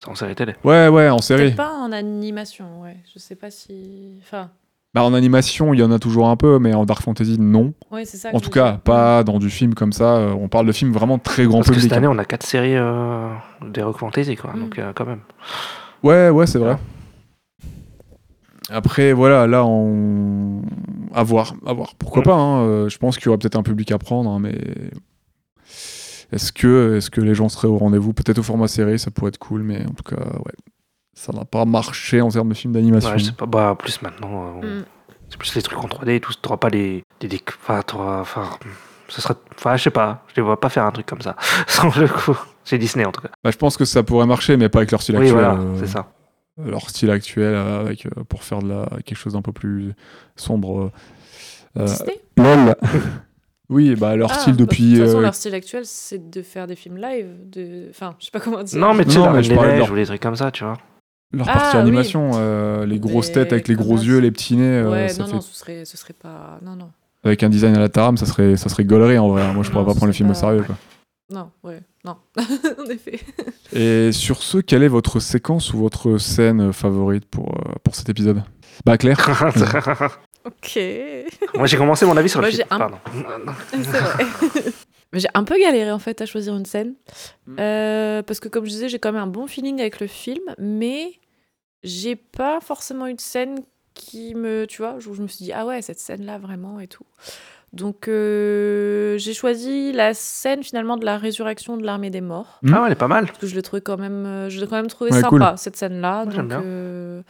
[SPEAKER 6] C'est en série télé.
[SPEAKER 5] Ouais, ouais, en série.
[SPEAKER 7] Peut-être pas en animation, ouais. Je sais pas si. Enfin,
[SPEAKER 5] Bah, en animation, il y en a toujours un peu, mais en Dark Fantasy, non.
[SPEAKER 7] ouais, c'est ça.
[SPEAKER 5] En
[SPEAKER 7] que
[SPEAKER 5] tout
[SPEAKER 7] je veux
[SPEAKER 5] cas,
[SPEAKER 7] dire.
[SPEAKER 5] pas dans du film comme ça. euh, On parle de films vraiment très grand
[SPEAKER 6] Parce que
[SPEAKER 5] public.
[SPEAKER 6] cette
[SPEAKER 5] hein.
[SPEAKER 6] année, on a quatre séries euh, des rock fantasy
[SPEAKER 7] Mm.
[SPEAKER 6] quoi. Donc euh, quand même.
[SPEAKER 5] Ouais, ouais, c'est vrai. Après, voilà, là, on... à voir, à voir. Pourquoi
[SPEAKER 6] Mm.
[SPEAKER 5] pas, hein, euh, je pense qu'il y aura peut-être un public à prendre, hein, mais est-ce que, est que les gens seraient au rendez-vous Peut-être au format serré, ça pourrait être cool, mais en tout cas, ouais, ça n'a pas marché en termes de films d'animation.
[SPEAKER 6] Ouais, je sais pas. Bah plus maintenant. euh, on-
[SPEAKER 7] Mm.
[SPEAKER 6] C'est plus les trucs en 3D et tout. T'auras pas les. des- des- Enfin, t'auras. Enfin, ce sera. Enfin, je sais pas. Je les vois pas faire un truc comme ça. Sans le coup. Chez Disney en tout cas.
[SPEAKER 5] Bah, je pense que ça pourrait marcher, mais pas avec leur style
[SPEAKER 6] Oui,
[SPEAKER 5] actuel.
[SPEAKER 6] voilà,
[SPEAKER 5] euh,
[SPEAKER 6] c'est ça.
[SPEAKER 5] leur style actuel, euh, avec, euh, pour faire de la, quelque chose d'un peu plus sombre. euh, euh,
[SPEAKER 7] Disney
[SPEAKER 5] lol. oui, bah leur
[SPEAKER 7] Ah,
[SPEAKER 5] style
[SPEAKER 7] bah,
[SPEAKER 5] depuis
[SPEAKER 7] De toute façon,
[SPEAKER 5] euh,
[SPEAKER 7] leur style actuel, c'est de faire des films live. De... Enfin, je sais pas comment dire.
[SPEAKER 6] Non, mais tu sais,
[SPEAKER 5] Non,
[SPEAKER 6] la
[SPEAKER 5] mais
[SPEAKER 6] Reine
[SPEAKER 5] je
[SPEAKER 6] des
[SPEAKER 5] parlais de
[SPEAKER 6] Neiges
[SPEAKER 5] leur-
[SPEAKER 6] ou les trucs comme ça, tu vois.
[SPEAKER 5] Leur
[SPEAKER 7] Ah,
[SPEAKER 5] partie
[SPEAKER 7] oui.
[SPEAKER 5] animation, euh, les grosses
[SPEAKER 7] Des-
[SPEAKER 5] têtes avec les gros
[SPEAKER 7] comment
[SPEAKER 5] yeux,
[SPEAKER 7] ça-
[SPEAKER 5] les petits nez, euh,
[SPEAKER 7] ouais,
[SPEAKER 5] ça
[SPEAKER 7] non,
[SPEAKER 5] fait-
[SPEAKER 7] non, ce serait, ce serait pas. Non, non.
[SPEAKER 5] avec un design à la Taram, ça serait, ça serait gaulerie en vrai. hein. Moi, je
[SPEAKER 7] Non,
[SPEAKER 5] pourrais pas
[SPEAKER 7] ce
[SPEAKER 5] prendre le
[SPEAKER 7] serait
[SPEAKER 5] film au
[SPEAKER 7] pas-
[SPEAKER 5] sérieux. quoi.
[SPEAKER 7] Non, ouais, non. en effet.
[SPEAKER 5] Et sur ce, quelle est votre séquence ou votre scène favorite pour, euh, pour cet épisode Bah, Claire
[SPEAKER 7] Ah. Ok. c'est
[SPEAKER 6] Moi, j'ai commencé mon avis sur le
[SPEAKER 7] Moi,
[SPEAKER 6] film.
[SPEAKER 7] j'ai un-
[SPEAKER 6] Pardon.
[SPEAKER 7] vrai. Mais j'ai un peu galéré en fait à choisir une scène.
[SPEAKER 6] Mm.
[SPEAKER 7] Euh, parce que comme je disais, j'ai quand même un bon feeling avec le film, mais j'ai pas forcément une scène qui me. Tu vois, où je me suis dit, ah ouais, cette scène-là vraiment et tout. Donc euh, j'ai choisi la scène finalement de la résurrection de l'armée des morts.
[SPEAKER 5] Hmm.
[SPEAKER 6] Ah ouais, elle est pas mal.
[SPEAKER 7] parce que je l'ai trouvé quand même euh, je l'ai quand même trouvé
[SPEAKER 5] Ouais,
[SPEAKER 7] sympa
[SPEAKER 5] cool.
[SPEAKER 7] cette scène là
[SPEAKER 6] Ouais, j'aime
[SPEAKER 7] donc
[SPEAKER 6] bien.
[SPEAKER 7] euh,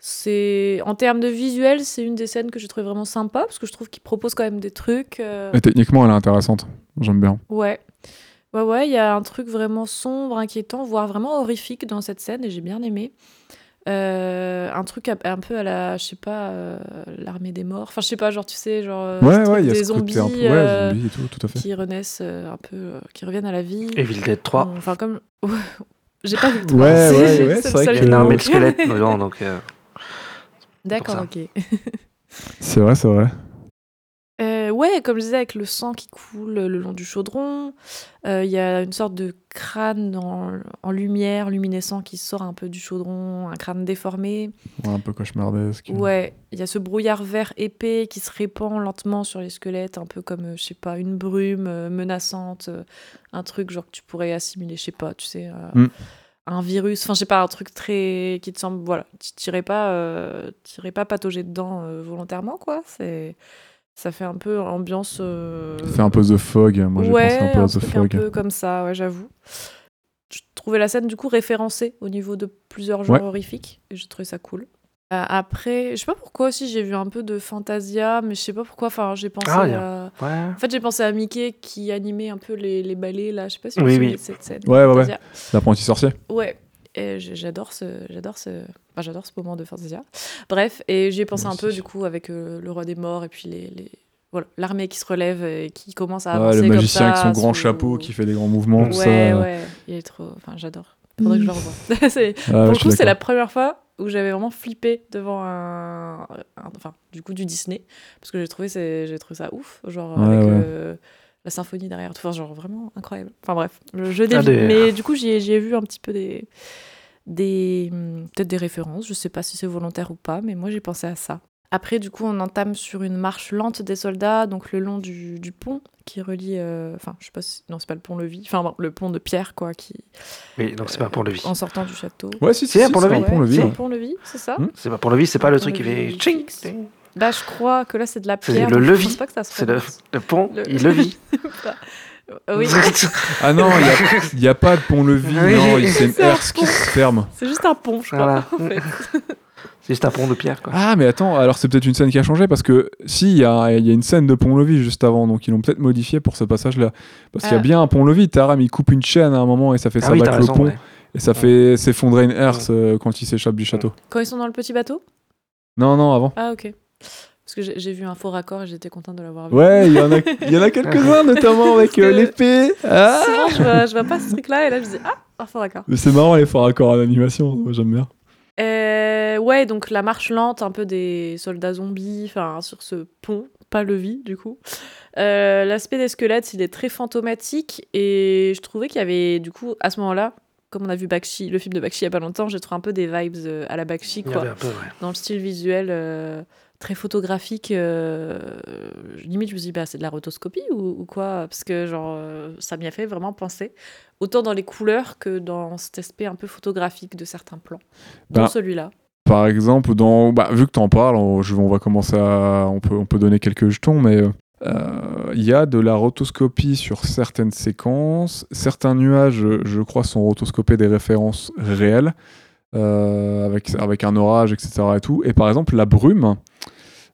[SPEAKER 7] c'est en termes de visuel c'est une des scènes que j'ai trouvé vraiment sympa parce que je trouve qu'il propose quand même des trucs euh,
[SPEAKER 5] Et Techniquement, elle est intéressante. J'aime bien.
[SPEAKER 7] ouais ouais ouais il y a un truc vraiment sombre inquiétant voire vraiment horrifique dans cette scène et j'ai bien aimé Euh, un truc un, un peu à la je sais pas euh, l'armée des morts enfin je sais pas genre tu sais genre euh,
[SPEAKER 5] ouais,
[SPEAKER 7] ce truc
[SPEAKER 5] ouais, il y a
[SPEAKER 7] des
[SPEAKER 5] ce côté
[SPEAKER 7] zombies,
[SPEAKER 5] un peu. Ouais,
[SPEAKER 7] euh,
[SPEAKER 5] zombies et tout, tout à fait.
[SPEAKER 7] qui renaissent euh, un peu euh, qui reviennent à la vie
[SPEAKER 6] Evil Dead 3.
[SPEAKER 7] Enfin, comme. J'ai pas vu le
[SPEAKER 5] Ouais, ouais,
[SPEAKER 7] c'est-
[SPEAKER 5] ouais,
[SPEAKER 7] c'est
[SPEAKER 5] c'est vrai
[SPEAKER 7] le seul
[SPEAKER 5] que-
[SPEAKER 6] Il y a une
[SPEAKER 7] que-
[SPEAKER 6] armée de squelettes dedans, donc. euh,
[SPEAKER 7] D'accord,
[SPEAKER 6] pour
[SPEAKER 7] ok.
[SPEAKER 5] C'est vrai, c'est vrai.
[SPEAKER 7] Euh, ouais, comme je disais, avec le sang qui coule le long du chaudron, euh, il y a une sorte de crâne en, en lumière, luminescent, qui sort un peu du chaudron, un crâne déformé.
[SPEAKER 5] Ouais, un peu cauchemardesque.
[SPEAKER 7] Ouais, il y a ce brouillard vert épais qui se répand lentement sur les squelettes, un peu comme, euh, je sais pas, une brume euh, menaçante, euh, un truc genre que tu pourrais assimiler, je sais pas, tu sais, euh,
[SPEAKER 5] Mm.
[SPEAKER 7] un virus, enfin, je sais pas, un truc très. qui te semble. Voilà, tu t'irais pas, euh, t'irais pas patauger dedans euh, volontairement, quoi. C'est. Ça fait un peu ambiance. euh,
[SPEAKER 5] Ça fait un peu The Fog. Moi, j'ai
[SPEAKER 7] ouais,
[SPEAKER 5] pensé un peu à The
[SPEAKER 7] truc un
[SPEAKER 5] Fog.
[SPEAKER 7] peu comme ça, ouais, j'avoue. Je trouvais la scène du coup référencée au niveau de plusieurs genres
[SPEAKER 5] Ouais.
[SPEAKER 7] horrifiques et j'ai trouvé ça cool. Euh, après, je sais pas pourquoi aussi j'ai vu un peu de Fantasia, mais je sais pas pourquoi. Enfin, j'ai pensé
[SPEAKER 6] Ah, il y
[SPEAKER 7] à.
[SPEAKER 6] Ouais.
[SPEAKER 7] En fait, j'ai pensé à Mickey qui animait un peu les, les ballets là. Je sais pas si vous
[SPEAKER 6] Oui,
[SPEAKER 7] vous souvenez
[SPEAKER 6] oui.
[SPEAKER 7] de cette scène.
[SPEAKER 5] Ouais, ouais, ouais.
[SPEAKER 7] Fantasia.
[SPEAKER 5] L'apprenti sorcier.
[SPEAKER 7] Ouais, et j- j'adore ce, j'adore ce, enfin, j'adore ce moment de Fantasia. Bref, et j'y ai pensé
[SPEAKER 5] Moi
[SPEAKER 7] un peu
[SPEAKER 5] aussi.
[SPEAKER 7] du coup avec euh, le roi des morts et puis les, les- voilà, l'armée qui se relève et qui commence à
[SPEAKER 5] Ouais,
[SPEAKER 7] avancer
[SPEAKER 5] le
[SPEAKER 7] Ah, comme
[SPEAKER 5] magicien avec
[SPEAKER 7] ça,
[SPEAKER 5] son grand
[SPEAKER 7] sous-
[SPEAKER 5] chapeau qui euh, fait des grands mouvements. tout ça.
[SPEAKER 7] Ouais,
[SPEAKER 5] Ah, Ouais,
[SPEAKER 7] ouais, il est trop, enfin j'adore. Faudrait que je le revoie. C'est-
[SPEAKER 5] Ah, ouais,
[SPEAKER 7] pour
[SPEAKER 5] je
[SPEAKER 7] le
[SPEAKER 5] suis
[SPEAKER 7] coup, c'est la
[SPEAKER 5] d'accord.
[SPEAKER 7] première fois où j'avais vraiment flippé devant un, un- enfin du coup du Disney parce que j'ai trouvé c'est, j'ai trouvé ça ouf, genre
[SPEAKER 5] Ouais,
[SPEAKER 7] avec
[SPEAKER 5] ouais.
[SPEAKER 7] euh, la symphonie derrière, tout, enfin genre vraiment incroyable. Enfin bref, je, je dévie,
[SPEAKER 6] Ah, des-
[SPEAKER 7] mais du coup j'y ai, j'y ai vu un petit peu des, des hum, peut-être des références, je sais pas si c'est volontaire ou pas, mais moi j'ai pensé à ça. Après, du coup, on entame sur une marche lente des soldats, donc le long du, du pont qui relie. euh, Enfin, je sais pas si. Non, c'est pas le pont-levis. Enfin, bon, le pont de pierre, quoi, qui.
[SPEAKER 6] Oui, donc c'est pas pour le vie.
[SPEAKER 7] En sortant du château.
[SPEAKER 5] Ouais, si, si,
[SPEAKER 6] C'est
[SPEAKER 5] si,
[SPEAKER 6] un pont-levis.
[SPEAKER 5] un
[SPEAKER 7] Ouais,
[SPEAKER 5] pont-levis,
[SPEAKER 7] c'est
[SPEAKER 5] ouais.
[SPEAKER 7] le pont-levis, c'est ça
[SPEAKER 5] Hmm.
[SPEAKER 6] C'est pas pour le vie, c'est pas le truc qui
[SPEAKER 7] Pour le
[SPEAKER 6] fait
[SPEAKER 7] vie.
[SPEAKER 6] tching.
[SPEAKER 7] Bah, je crois que là, c'est de la
[SPEAKER 6] C'est
[SPEAKER 7] pierre.
[SPEAKER 6] le
[SPEAKER 7] donc je
[SPEAKER 6] levis.
[SPEAKER 7] pense pas que ça se
[SPEAKER 6] C'est le,
[SPEAKER 7] prononce.
[SPEAKER 6] le pont,
[SPEAKER 7] Le-
[SPEAKER 6] il le vit.
[SPEAKER 7] Euh, oui,
[SPEAKER 5] Ah non, il n'y a, pas de pont-levis,
[SPEAKER 6] Oui.
[SPEAKER 5] non, il- c'est une
[SPEAKER 7] C'est un
[SPEAKER 5] herse qui se ferme.
[SPEAKER 7] c'est juste un pont, je crois.
[SPEAKER 6] Voilà. Hmm. C'est juste un pont de pierre, quoi.
[SPEAKER 5] Ah, mais attends, alors c'est peut-être une scène qui a changé parce que si, il y a, il y a une scène de pont-levis juste avant, donc ils l'ont peut-être modifié pour ce passage-là. Parce qu'il y a
[SPEAKER 7] Ah.
[SPEAKER 5] bien un pont-levis, Taram il coupe une chaîne à un moment et ça fait
[SPEAKER 6] Ah
[SPEAKER 5] ça
[SPEAKER 6] oui,
[SPEAKER 5] avec
[SPEAKER 6] t'as
[SPEAKER 5] le
[SPEAKER 6] raison,
[SPEAKER 5] pont
[SPEAKER 6] ouais.
[SPEAKER 5] et ça fait s'effondrer une herse euh, quand il s'échappe du château.
[SPEAKER 7] Quand ils sont dans le petit bateau
[SPEAKER 5] Non, non, avant.
[SPEAKER 7] Ah, ok. Parce Parce que j'ai j'ai vu un faux raccord et j'étais contente de l'avoir vu.
[SPEAKER 10] Ouais, il y en a, il y en a quelques-uns, notamment avec euh,
[SPEAKER 7] que-
[SPEAKER 10] l'épée. Ah
[SPEAKER 7] Souvent, je vois, je vois pas ce truc-là et là, je dis Ah, un faux raccord.
[SPEAKER 10] Mais c'est marrant les forts accords en animation, moi j'aime bien.
[SPEAKER 7] Euh, ouais, donc la marche lente un peu des soldats zombies, enfin sur ce pont, pas levis du coup. Euh, L'aspect des squelettes, il est très fantomatique et je trouvais qu'il y avait du coup à ce moment-là, comme on a vu Bakshi, le film de Bakshi il y a pas longtemps, j'ai trouvé un peu des vibes euh, à la Bakshi
[SPEAKER 6] Il y
[SPEAKER 7] quoi,
[SPEAKER 6] avait un peu, ouais.
[SPEAKER 7] dans le style visuel euh, très photographique. euh, limite je me suis dit bah c'est de la rotoscopie ou, ou quoi parce que genre euh, ça m'y a fait vraiment penser autant dans les couleurs que dans cet aspect un peu photographique de certains plans, dont
[SPEAKER 5] Bah,
[SPEAKER 7] celui-là.
[SPEAKER 5] Par exemple, dans, bah, vu que t'en parles, on, je- on va commencer à, on peut, on peut donner quelques jetons, mais euh, euh, il y a de la rotoscopie sur certaines séquences. Certains nuages, euh, je crois, sont rotoscopés des références réelles, euh, avec, avec un orage, etc. Et tout. Et par exemple, la brume.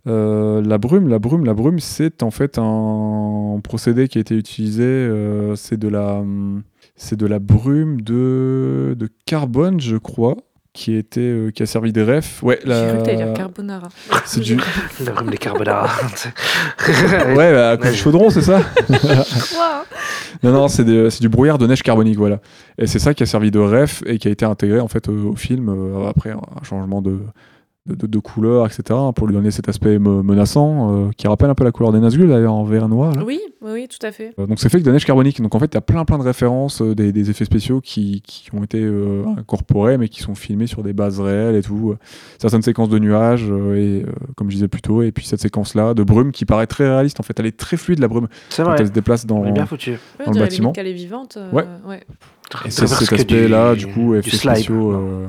[SPEAKER 5] euh, la brume, la brume, la brume, c'est en fait un procédé qui a été utilisé. euh, c'est de la, hum, c'est de la brume de, de carbone, je crois, qui était, euh, qui a servi de ref. Ouais,
[SPEAKER 7] J'ai cru
[SPEAKER 5] la,
[SPEAKER 7] que t'allais dire carbonara.
[SPEAKER 5] c'est du,
[SPEAKER 6] La brume des carbonara.
[SPEAKER 5] ouais, bah, à cause du chaudron, c'est ça.
[SPEAKER 7] Quoi
[SPEAKER 5] Non, non, c'est de- c'est du brouillard de neige carbonique, voilà. Et c'est ça qui a servi de ref et qui a été intégré en fait au, au film euh, après un changement de, de, de- de couleur, etc. pour lui donner cet aspect me- menaçant euh, qui rappelle un peu la couleur des Nazgûl d'ailleurs en vert noir. là.
[SPEAKER 7] Oui, oui, oui, tout à fait.
[SPEAKER 5] Euh, Donc c'est fait que de neige carbonique. Donc en fait, t'as plein plein de références, euh, des, des effets spéciaux qui, qui ont été euh, incorporés mais qui sont filmés sur des bases réelles et tout. euh, Certaines séquences de nuages euh, et euh, comme je disais plus tôt, et puis cette séquence là de brume qui paraît très réaliste en fait. Elle est très fluide la brume
[SPEAKER 6] C'est
[SPEAKER 5] quand
[SPEAKER 6] vrai.
[SPEAKER 5] elle se déplace dans.
[SPEAKER 6] On est bien foutu.
[SPEAKER 7] Ouais,
[SPEAKER 5] Dans
[SPEAKER 7] on
[SPEAKER 5] le
[SPEAKER 7] dirait
[SPEAKER 5] bâtiment.
[SPEAKER 7] limite qu'elle est vivante. euh,
[SPEAKER 5] Ouais. Et c'est
[SPEAKER 6] presque
[SPEAKER 5] cet aspect-là, du, coup,
[SPEAKER 6] du
[SPEAKER 5] effets
[SPEAKER 6] slime.
[SPEAKER 5] spéciaux.
[SPEAKER 6] Non.
[SPEAKER 5] euh,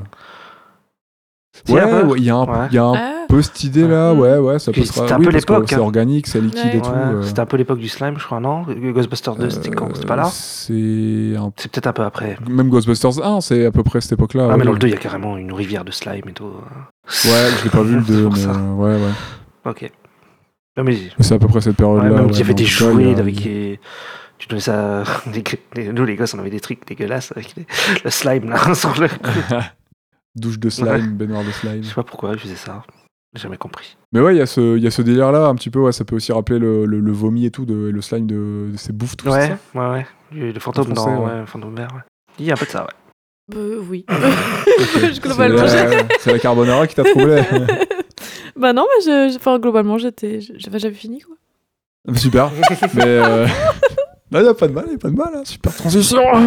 [SPEAKER 6] Il y a un
[SPEAKER 5] Ouais,
[SPEAKER 6] peu-
[SPEAKER 5] ouais, il y a un,
[SPEAKER 6] ouais.
[SPEAKER 5] il y a un
[SPEAKER 7] Ah,
[SPEAKER 5] peu cette idée-là,
[SPEAKER 7] Ouais.
[SPEAKER 5] ouais, ouais, ça
[SPEAKER 6] Puis
[SPEAKER 5] passera.
[SPEAKER 6] c'était un
[SPEAKER 5] oui,
[SPEAKER 6] peu
[SPEAKER 5] parce que
[SPEAKER 6] l'époque,
[SPEAKER 5] C'est
[SPEAKER 6] hein.
[SPEAKER 5] organique, c'est liquide et
[SPEAKER 7] Ouais.
[SPEAKER 5] tout.
[SPEAKER 6] Ouais,
[SPEAKER 5] euh,
[SPEAKER 6] C'était un peu l'époque du slime, je crois, non Ghostbusters 2, c'était quand C'était pas là
[SPEAKER 5] euh, C'est un-
[SPEAKER 6] C'est peut-être un peu après.
[SPEAKER 5] Même Ghostbusters 1, c'est à peu près cette époque-là.
[SPEAKER 6] Ah,
[SPEAKER 5] ouais.
[SPEAKER 6] mais dans le 2, il y a carrément une rivière de slime et tout.
[SPEAKER 5] Ouais, je l'ai pas vu le
[SPEAKER 6] C'est
[SPEAKER 5] 2,
[SPEAKER 6] pour
[SPEAKER 5] mais
[SPEAKER 6] ça.
[SPEAKER 5] euh, ouais, ouais.
[SPEAKER 6] Ok. Non, mais. ouais,
[SPEAKER 5] C'est à peu près cette période-là.
[SPEAKER 6] même
[SPEAKER 5] ouais,
[SPEAKER 6] qu'il y avait
[SPEAKER 5] dans euh,
[SPEAKER 6] des
[SPEAKER 5] le cas, il y a-
[SPEAKER 6] jouets avec des. Tu donnais ça. des- des- Nous, les gosses, on avait des trucs dégueulasses avec les- le slime, là, sur le.
[SPEAKER 5] Douche de
[SPEAKER 6] Ouais.
[SPEAKER 5] slime, baignoire de slime.
[SPEAKER 6] Je sais pas pourquoi ils faisaient ça. J'ai jamais compris.
[SPEAKER 5] Mais ouais, il y a ce, il y a ce délire-là, un petit peu, ouais, ça peut aussi rappeler le, le, le vomi et tout, de, le slime de, de ces bouffes, tout
[SPEAKER 6] Ouais,
[SPEAKER 5] ça.
[SPEAKER 6] ouais, ouais. Le le fantôme
[SPEAKER 5] Français,
[SPEAKER 6] dans.
[SPEAKER 5] ouais.
[SPEAKER 6] Ouais, le fantôme vert, ouais. Il y a un peu de ça, ouais.
[SPEAKER 7] euh, oui.
[SPEAKER 5] Ok.
[SPEAKER 7] je, globalement,
[SPEAKER 5] C'est la- C'est la carbonara qui t'a troublé.
[SPEAKER 7] j'ai- bah non, mais je, je- enfin, globalement, j'étais, je- j'avais j'avais fini quoi.
[SPEAKER 5] Super. Mais euh... non, y a pas de mal, y a pas de mal. hein. Super transition.
[SPEAKER 7] Ah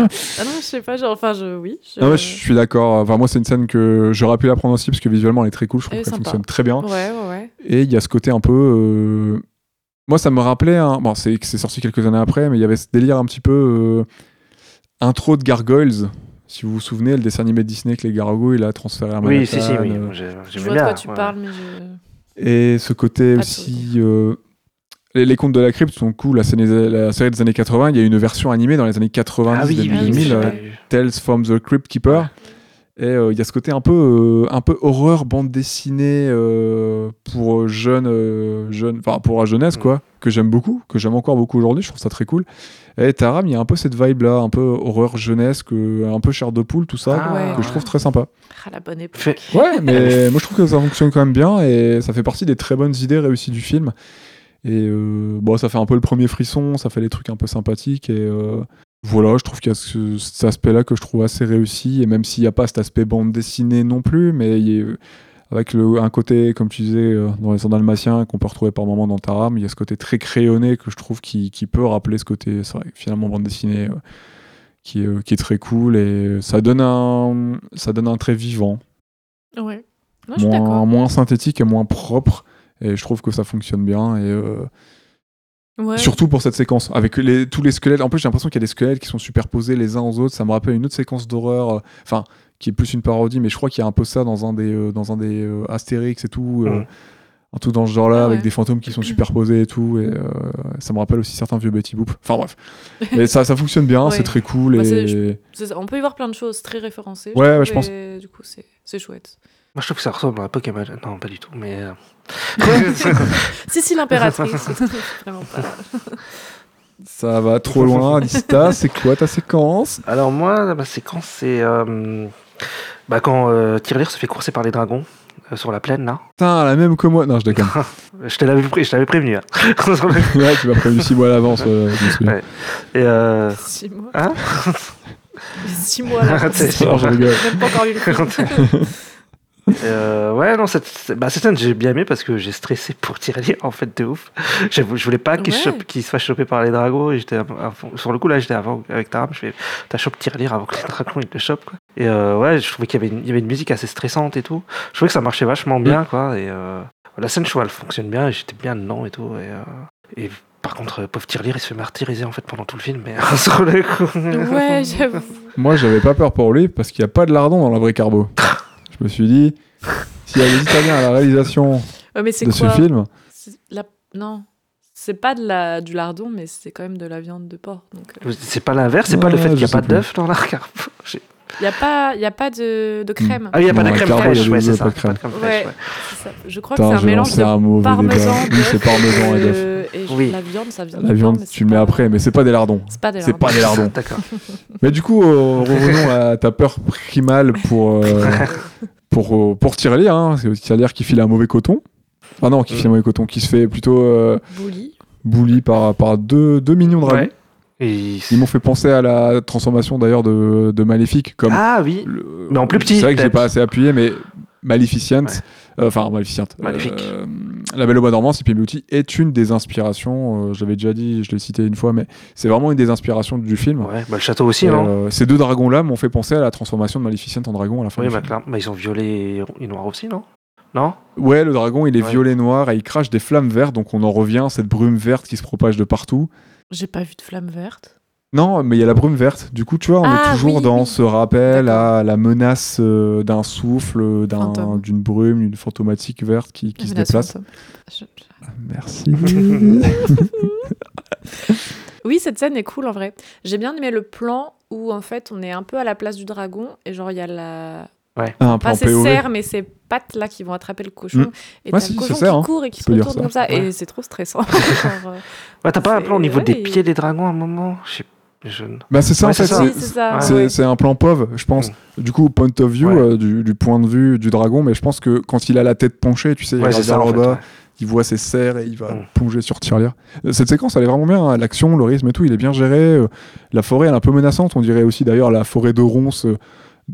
[SPEAKER 7] non, je sais pas, genre, enfin, je, oui. Je,
[SPEAKER 5] Non, mais je suis d'accord. Enfin, moi, c'est une scène que j'aurais pu la prendre aussi parce que visuellement, elle est très cool. Je trouve
[SPEAKER 7] Elle est
[SPEAKER 5] qu'elle
[SPEAKER 7] sympa.
[SPEAKER 5] fonctionne très bien.
[SPEAKER 7] Ouais, ouais, ouais.
[SPEAKER 5] Et il y a ce côté un peu. euh, Moi, ça me rappelait. hein, Bon, c'est que c'est sorti quelques années après, mais il y avait ce délire un petit peu. euh, Intro de Gargoyles. Si vous vous souvenez, le dessin animé de Disney que les gargoyles, là, transféré à Manhattan.
[SPEAKER 6] Oui, si, si, oui.
[SPEAKER 5] euh,
[SPEAKER 6] moi, j'ai-
[SPEAKER 7] Je
[SPEAKER 6] J'aimais
[SPEAKER 7] vois de
[SPEAKER 6] bien.
[SPEAKER 7] quoi tu
[SPEAKER 6] ouais.
[SPEAKER 7] parles, mais je.
[SPEAKER 5] Et ce côté
[SPEAKER 7] Pas de
[SPEAKER 5] aussi. euh, les, les contes de la crypte sont cool. La, série- la série des années 80, il y a une version animée dans les années 90,
[SPEAKER 6] Ah oui, oui,
[SPEAKER 5] début
[SPEAKER 7] oui,
[SPEAKER 5] 2000,
[SPEAKER 7] j'ai
[SPEAKER 5] euh,
[SPEAKER 7] pas
[SPEAKER 5] Tales from the Crypt Keeper. Et euh, il y a ce côté un peu, euh, un peu horreur, bande dessinée euh, pour jeunes, euh, jeunes- enfin pour la jeunesse,
[SPEAKER 6] Mm.
[SPEAKER 5] quoi, que j'aime beaucoup, que j'aime encore beaucoup aujourd'hui, je trouve ça très cool. Et Taram, il y a un peu cette vibe-là, un peu horreur jeunesse, que, un peu chair de poule, tout ça,
[SPEAKER 6] Ah,
[SPEAKER 7] ouais.
[SPEAKER 5] que je trouve très sympa.
[SPEAKER 7] Ah, la bonne époque.
[SPEAKER 6] Fait-
[SPEAKER 5] Ouais, mais moi je trouve que ça fonctionne quand même bien et ça fait partie des très bonnes idées réussies du film. Et euh, bon, ça fait un peu le premier frisson, ça fait les trucs un peu sympathiques et euh, voilà, je trouve qu'il y a ce- cet aspect-là que je trouve assez réussi et même s'il n'y a pas cet aspect bande dessinée non plus, mais il y a- euh, avec le, un côté, comme tu disais, euh, dans les Sandales dalmatiens qu'on peut retrouver par moments dans Taram, il y a ce côté très crayonné que je trouve qui, qui peut rappeler ce côté, c'est vrai, finalement bande dessinée. euh, qui, est, euh, qui est très cool et ça donne un ça donne un trait vivant
[SPEAKER 7] Ouais. Non, je suis
[SPEAKER 5] moins,
[SPEAKER 7] d'accord.
[SPEAKER 5] moins synthétique et moins propre. Et je trouve que ça fonctionne bien. Et euh,
[SPEAKER 7] Ouais.
[SPEAKER 5] surtout pour cette séquence, avec les, tous les squelettes. En plus, j'ai l'impression qu'il y a des squelettes qui sont superposés les uns aux autres. Ça me rappelle une autre séquence d'horreur, euh, enfin, qui est plus une parodie, mais je crois qu'il y a un peu ça dans un des, euh, dans un des euh, Astérix et tout. euh,
[SPEAKER 6] Mm.
[SPEAKER 5] Un truc dans ce genre-là,
[SPEAKER 7] Ah
[SPEAKER 5] avec
[SPEAKER 7] ouais.
[SPEAKER 5] des fantômes qui sont superposés et tout. Et euh, ça me rappelle aussi certains vieux Betty Boop. Enfin bref. Mais ça, ça fonctionne bien,
[SPEAKER 7] Ouais.
[SPEAKER 5] c'est très cool.
[SPEAKER 7] Bah, c'est-
[SPEAKER 5] et...
[SPEAKER 7] C'est ça, On peut y voir plein de choses très référencées.
[SPEAKER 5] Ouais,
[SPEAKER 7] trouve,
[SPEAKER 5] ouais, je pense.
[SPEAKER 7] et Du coup, c'est c'est chouette.
[SPEAKER 6] Moi, je trouve que ça ressemble à Pokémon. Non, pas du tout, mais. euh,
[SPEAKER 7] Si, si, l'impératrice. Vraiment pas.
[SPEAKER 5] Ça va trop loin. Dista, c'est quoi ta séquence
[SPEAKER 6] Alors, moi, ma séquence, c'est. euh, Bah, quand euh, Tirelire se fait courser par les dragons. euh, sur la plaine, là.
[SPEAKER 5] Putain, la même que moi. Non, je déconne.
[SPEAKER 6] Je te l'avais pré- je t'avais prévenu. hein. Sur le-
[SPEAKER 5] ouais, tu m'as prévenu 6 mois à l'avance. euh, je me souviens.
[SPEAKER 6] Ouais. Et euh,
[SPEAKER 7] Six mois.
[SPEAKER 5] Ah.
[SPEAKER 6] Hein
[SPEAKER 7] Six mois là.
[SPEAKER 6] Arrêtez.
[SPEAKER 7] J'ai
[SPEAKER 5] Alors, je rigole.
[SPEAKER 7] même pas encore lu le film.
[SPEAKER 6] euh, ouais, non, cette, cette- bah, cette scène, j'ai bien aimé parce que j'ai stressé pour Tyrion, en fait, de ouf. Je, je voulais pas qu'il
[SPEAKER 7] Ouais.
[SPEAKER 6] chope- qu'il se fasse choper par les dragons. Et j'étais à- à fond- sur le coup, là, j'étais avant avec Taram. Je fais, t'as chopé Tyrion avant que les dragons ils le chopent. Quoi. Et euh, ouais, je trouvais qu'il y, avait une- il y avait une musique assez stressante et tout. Je trouvais que ça marchait vachement bien, quoi. Et euh, la scène, je trouve, elle fonctionne bien. et J'étais bien dedans et tout. Et, euh, et par contre, euh, pauvre Tyrion, il se fait martyriser, en fait, pendant tout le film. Mais sur le coup.
[SPEAKER 7] Ouais, j'avoue.
[SPEAKER 5] Moi, j'avais pas peur pour lui parce qu'il n'y a pas de lardon dans la vraie carbo. Je me suis dit, s'il y a des Italiens à la réalisation
[SPEAKER 7] Ouais, mais c'est
[SPEAKER 5] de ce
[SPEAKER 7] quoi
[SPEAKER 5] film,
[SPEAKER 7] C'est la- Non. C'est pas de la... du lardon, mais c'est quand même de la viande de porc. Donc, euh,
[SPEAKER 6] C'est pas l'inverse, c'est pas le
[SPEAKER 5] Ouais,
[SPEAKER 6] fait qu'il n'y
[SPEAKER 5] je
[SPEAKER 6] a
[SPEAKER 5] sais
[SPEAKER 6] pas d'œuf dans la carpe.
[SPEAKER 7] euh, y a pas, y a pas de,
[SPEAKER 5] Hmm.
[SPEAKER 7] de crème.
[SPEAKER 6] Ah, il n'y a pas
[SPEAKER 5] Non,
[SPEAKER 6] de
[SPEAKER 5] la
[SPEAKER 6] crème
[SPEAKER 5] carpe, il y a
[SPEAKER 6] fraîche, ouais,
[SPEAKER 5] des
[SPEAKER 6] c'est
[SPEAKER 5] œufs,
[SPEAKER 6] ça.
[SPEAKER 5] pas
[SPEAKER 6] Pas
[SPEAKER 5] de crème.
[SPEAKER 6] de crème fraîche,
[SPEAKER 7] Ouais.
[SPEAKER 6] ouais.
[SPEAKER 7] C'est ça. Je crois
[SPEAKER 5] putain,
[SPEAKER 7] que c'est un
[SPEAKER 5] j'ai
[SPEAKER 7] mélange
[SPEAKER 5] lancé
[SPEAKER 7] de
[SPEAKER 5] un mauvais
[SPEAKER 7] parmesan,
[SPEAKER 5] débat. Oui, c'est parmesan et d'œuf.
[SPEAKER 7] euh, et je-
[SPEAKER 6] Oui.
[SPEAKER 7] la viande, ça vient.
[SPEAKER 5] La viande, tu le mets après, mais c'est pas des lardons.
[SPEAKER 7] C'est pas des
[SPEAKER 5] C'est
[SPEAKER 7] lardons.
[SPEAKER 5] pas des lardons.
[SPEAKER 6] D'accord.
[SPEAKER 5] Mais du coup, euh, revenons à ta peur primale pour, euh, pour, euh, pour Tirelire. Hein. C'est Tirelire qui file un mauvais coton. Ah non, qui file un mauvais coton, qui se fait plutôt euh,
[SPEAKER 7] Bouli.
[SPEAKER 5] bully par, par deux, deux mignons dragons.
[SPEAKER 6] Ouais. Et-
[SPEAKER 5] Ils m'ont fait penser à la transformation d'ailleurs de, de Maléfique. Comme
[SPEAKER 6] Ah oui,
[SPEAKER 5] le-
[SPEAKER 6] mais en plus petit,
[SPEAKER 5] C'est vrai que j'ai
[SPEAKER 6] peut-être.
[SPEAKER 5] pas assez appuyé, mais Maleficent, euh, enfin Maleficent, euh,
[SPEAKER 6] Maléfique.
[SPEAKER 5] La Belle au Bois dormant, Sleeping Beauty, est une des inspirations. euh, je l'avais déjà dit, je l'ai cité une fois, mais c'est vraiment une des inspirations du film.
[SPEAKER 6] ouais, bah, le château aussi,
[SPEAKER 5] Et,
[SPEAKER 6] non
[SPEAKER 5] euh, ces deux dragons-là m'ont fait penser à la transformation de Maleficent en dragon à la fin.
[SPEAKER 6] Oui,
[SPEAKER 5] du
[SPEAKER 6] bah,
[SPEAKER 5] film.
[SPEAKER 6] clairement. Bah, ils ont violé et noir aussi, non Non
[SPEAKER 5] Ouais, le dragon, il est
[SPEAKER 6] Ouais.
[SPEAKER 5] violet noir et il crache des flammes vertes, donc on en revient à cette brume verte qui se propage de partout.
[SPEAKER 7] J'ai pas vu de flamme verte.
[SPEAKER 5] Non, mais il y a la brume verte. Du coup, tu vois, on est
[SPEAKER 7] Ah,
[SPEAKER 5] toujours
[SPEAKER 7] oui,
[SPEAKER 5] dans
[SPEAKER 7] oui.
[SPEAKER 5] ce rappel à la menace euh, d'un souffle, d'un-
[SPEAKER 7] Fantôme.
[SPEAKER 5] d'une brume, d'une fantomatique verte qui, qui se
[SPEAKER 7] Révélation
[SPEAKER 5] déplace.
[SPEAKER 7] de Tom. Je- je-
[SPEAKER 5] Merci.
[SPEAKER 7] Oui, cette scène est cool en vrai. J'ai bien aimé le plan où en fait on est un peu à la place du dragon et genre il y a la.
[SPEAKER 5] Un plan E.
[SPEAKER 7] Pas ses
[SPEAKER 5] POV.
[SPEAKER 7] serres, mais ses pattes là qui vont attraper le cochon.
[SPEAKER 5] Mm.
[SPEAKER 7] Et
[SPEAKER 5] Ouais,
[SPEAKER 7] t'as
[SPEAKER 5] si,
[SPEAKER 7] le
[SPEAKER 5] ça
[SPEAKER 7] cochon
[SPEAKER 5] sert,
[SPEAKER 7] qui
[SPEAKER 5] hein.
[SPEAKER 7] court et qui
[SPEAKER 5] Tu
[SPEAKER 7] se
[SPEAKER 5] peux dire
[SPEAKER 7] retourne comme
[SPEAKER 5] ça.
[SPEAKER 7] ça.
[SPEAKER 5] Ouais.
[SPEAKER 7] Et c'est trop stressant. Genre, euh,
[SPEAKER 6] Ouais, Bah, t'as pas un
[SPEAKER 7] C'est-
[SPEAKER 6] plan au niveau des
[SPEAKER 7] ouais.
[SPEAKER 6] pieds des dragons à un moment Je sais- je-
[SPEAKER 5] Bah, c'est ça,
[SPEAKER 6] Ouais,
[SPEAKER 5] en fait.
[SPEAKER 6] c'est ça.
[SPEAKER 7] oui,
[SPEAKER 5] c'est-
[SPEAKER 7] c'est ça.
[SPEAKER 6] Ah, Mm.
[SPEAKER 5] C'est
[SPEAKER 7] ouais.
[SPEAKER 5] c'est un plan POV, je pense. Du coup, point of view,
[SPEAKER 6] Ouais.
[SPEAKER 5] euh, du, du point de vue du dragon, mais je pense que quand il a la tête penchée, tu sais, il
[SPEAKER 6] Ouais,
[SPEAKER 5] regarde
[SPEAKER 6] c'est ça,
[SPEAKER 5] vers
[SPEAKER 6] en
[SPEAKER 5] le
[SPEAKER 6] fait,
[SPEAKER 5] bas,
[SPEAKER 6] ouais.
[SPEAKER 5] il voit ses serres et il va
[SPEAKER 6] Mm.
[SPEAKER 5] plonger sur Tirelire. Euh, Cette séquence, elle est vraiment bien. hein. L'action, le rythme et tout, il est bien géré. Euh, La forêt, elle est un peu menaçante. On dirait aussi d'ailleurs la forêt de ronces euh,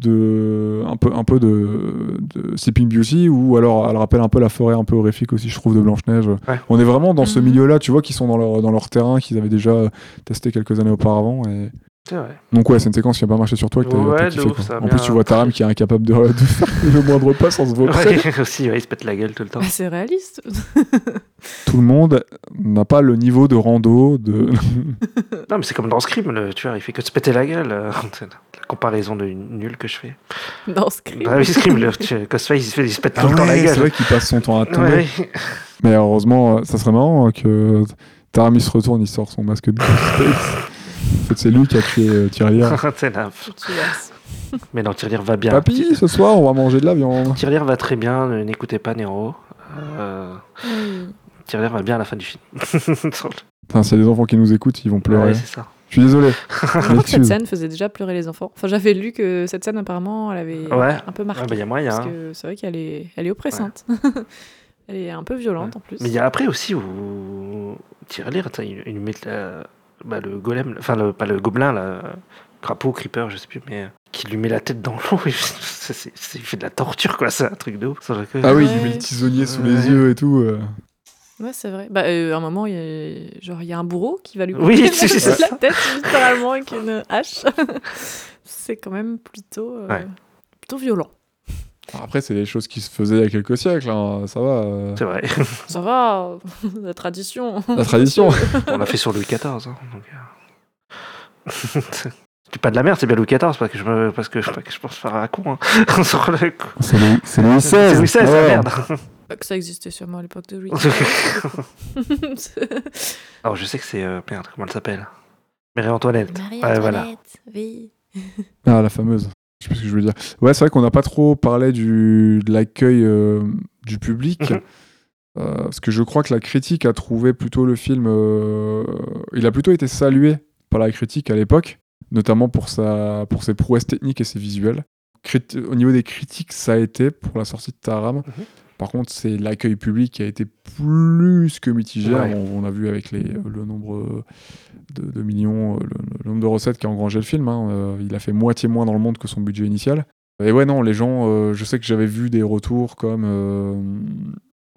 [SPEAKER 5] de un peu un peu de, de Sleeping Beauty ou alors elle rappelle un peu la forêt un peu horrifique aussi je trouve de Blanche Neige
[SPEAKER 6] Ouais.
[SPEAKER 5] on est vraiment dans ce
[SPEAKER 7] Mhm.
[SPEAKER 5] milieu là tu vois qu'ils sont dans leur dans leur terrain qu'ils avaient déjà euh, testé quelques années auparavant et
[SPEAKER 6] C'est vrai.
[SPEAKER 5] donc ouais c'est une séquence qui a pas marché sur toi que t'as-
[SPEAKER 6] Ouais,
[SPEAKER 5] t'as
[SPEAKER 6] de
[SPEAKER 5] kiffé,
[SPEAKER 6] ouf,
[SPEAKER 5] quoi.
[SPEAKER 6] ça a
[SPEAKER 5] en
[SPEAKER 6] bien-
[SPEAKER 5] plus tu vois Taram qui est incapable de, de faire le moindre pas sans se vaucher
[SPEAKER 6] Ouais, aussi, ouais, ils se pètent la gueule tout le temps.
[SPEAKER 7] Bah, c'est réaliste.
[SPEAKER 5] tout le monde n'a pas le niveau de rando de
[SPEAKER 6] Non, mais c'est comme dans Scream, le tueur, il fait que de se péter la gueule. euh, c'est la comparaison de nulle que je fais.
[SPEAKER 7] Dans ce crime.
[SPEAKER 6] Ah oui, Scream, le tueur, Ghostface, il se, fait- il se pète tout le temps la
[SPEAKER 5] Ah c'est
[SPEAKER 6] gueule.
[SPEAKER 5] vrai qu'il passe son temps à tomber
[SPEAKER 6] Ouais,
[SPEAKER 5] mais heureusement euh, ça serait marrant hein, que Taram il se retourne il sort son masque de Ghostface. en fait c'est lui qui a tué euh, Tirelire
[SPEAKER 6] c'est là.
[SPEAKER 7] Tu vois.
[SPEAKER 6] Mais non, Tirelire va bien.
[SPEAKER 5] papy ce soir on va manger de la viande
[SPEAKER 6] Tirelire va très bien, ne- n'écoutez pas Nero. Euh,
[SPEAKER 7] Oui.
[SPEAKER 6] Tirelire va bien à la fin du film. Sur le-
[SPEAKER 5] Putain, s'il y a des enfants qui nous écoutent ils vont pleurer
[SPEAKER 6] Ouais, c'est ça.
[SPEAKER 5] je suis désolé
[SPEAKER 7] Je crois que cette
[SPEAKER 5] Excuse.
[SPEAKER 7] scène faisait déjà pleurer les enfants. Enfin, j'avais lu que cette scène, apparemment, elle avait
[SPEAKER 6] Ouais.
[SPEAKER 7] un peu
[SPEAKER 6] Il
[SPEAKER 7] marqué.
[SPEAKER 6] y a moyen.
[SPEAKER 7] Parce
[SPEAKER 6] hein.
[SPEAKER 7] que c'est vrai qu'elle est, elle est oppressante. elle est un peu violente en plus.
[SPEAKER 6] Mais il y a après aussi où Tirelire, attends, il, il lui met la- bah, le golem, enfin le, pas le gobelin, là, crapaud, creeper, je sais plus, mais euh, qui lui met la tête dans l'eau. et c'est- c'est- c'est- Il fait de la torture, quoi, c'est un truc de ouf. Sur le-
[SPEAKER 5] ah oui
[SPEAKER 7] Ouais.
[SPEAKER 5] il met le tisonnier sous
[SPEAKER 6] Ouais.
[SPEAKER 5] les yeux et tout euh.
[SPEAKER 7] Ouais, c'est vrai. Bah, euh, à un moment, il y a, genre, il y a un bourreau qui va lui
[SPEAKER 6] Oui,
[SPEAKER 7] couper
[SPEAKER 6] c'est ça.
[SPEAKER 7] la tête littéralement avec une hache. c'est quand même plutôt, euh,
[SPEAKER 6] Ouais.
[SPEAKER 7] plutôt violent.
[SPEAKER 5] Après, c'est des choses qui se faisaient il y a quelques siècles, hein, ça va. euh,
[SPEAKER 6] C'est vrai,
[SPEAKER 7] Ça va, la tradition.
[SPEAKER 5] La tradition.
[SPEAKER 6] on l'a fait sur Louis XIV. hein, donc, euh. Je dis pas de la merde, c'est bien Louis XIV, parce que je, me, parce que, je- parce que je pense faire un con. Hein. Sur le coup.
[SPEAKER 5] C'est Louis XVI.
[SPEAKER 6] C'est Louis XVI, la merde.
[SPEAKER 7] Que ça existait sûrement à l'époque de Louis.
[SPEAKER 6] Alors je sais que c'est... euh, merde, comment elle s'appelle Marie-Antoinette. Ouais, voilà.
[SPEAKER 7] oui.
[SPEAKER 5] Ah, la fameuse. Je sais pas ce que je veux dire. Ouais, c'est vrai qu'on n'a pas trop parlé du, de l'accueil euh, du public.
[SPEAKER 6] Mhm.
[SPEAKER 5] Euh, parce que je crois que la critique a trouvé plutôt le film. euh, il a plutôt été salué par la critique à l'époque, notamment pour, sa, pour ses prouesses techniques et ses visuels. crit- au niveau des critiques, ça a été pour la sortie de Taram.
[SPEAKER 6] Mhm.
[SPEAKER 5] Par contre, c'est l'accueil public qui a été plus que mitigé.
[SPEAKER 6] Ouais.
[SPEAKER 5] On, on a vu avec les, euh, le nombre de, de millions, euh, le, le nombre de recettes qu'a engrangé le film. hein. Euh, il a fait moitié moins dans le monde que son budget initial. Et ouais, non, les gens, euh, je sais que j'avais vu des retours comme. euh,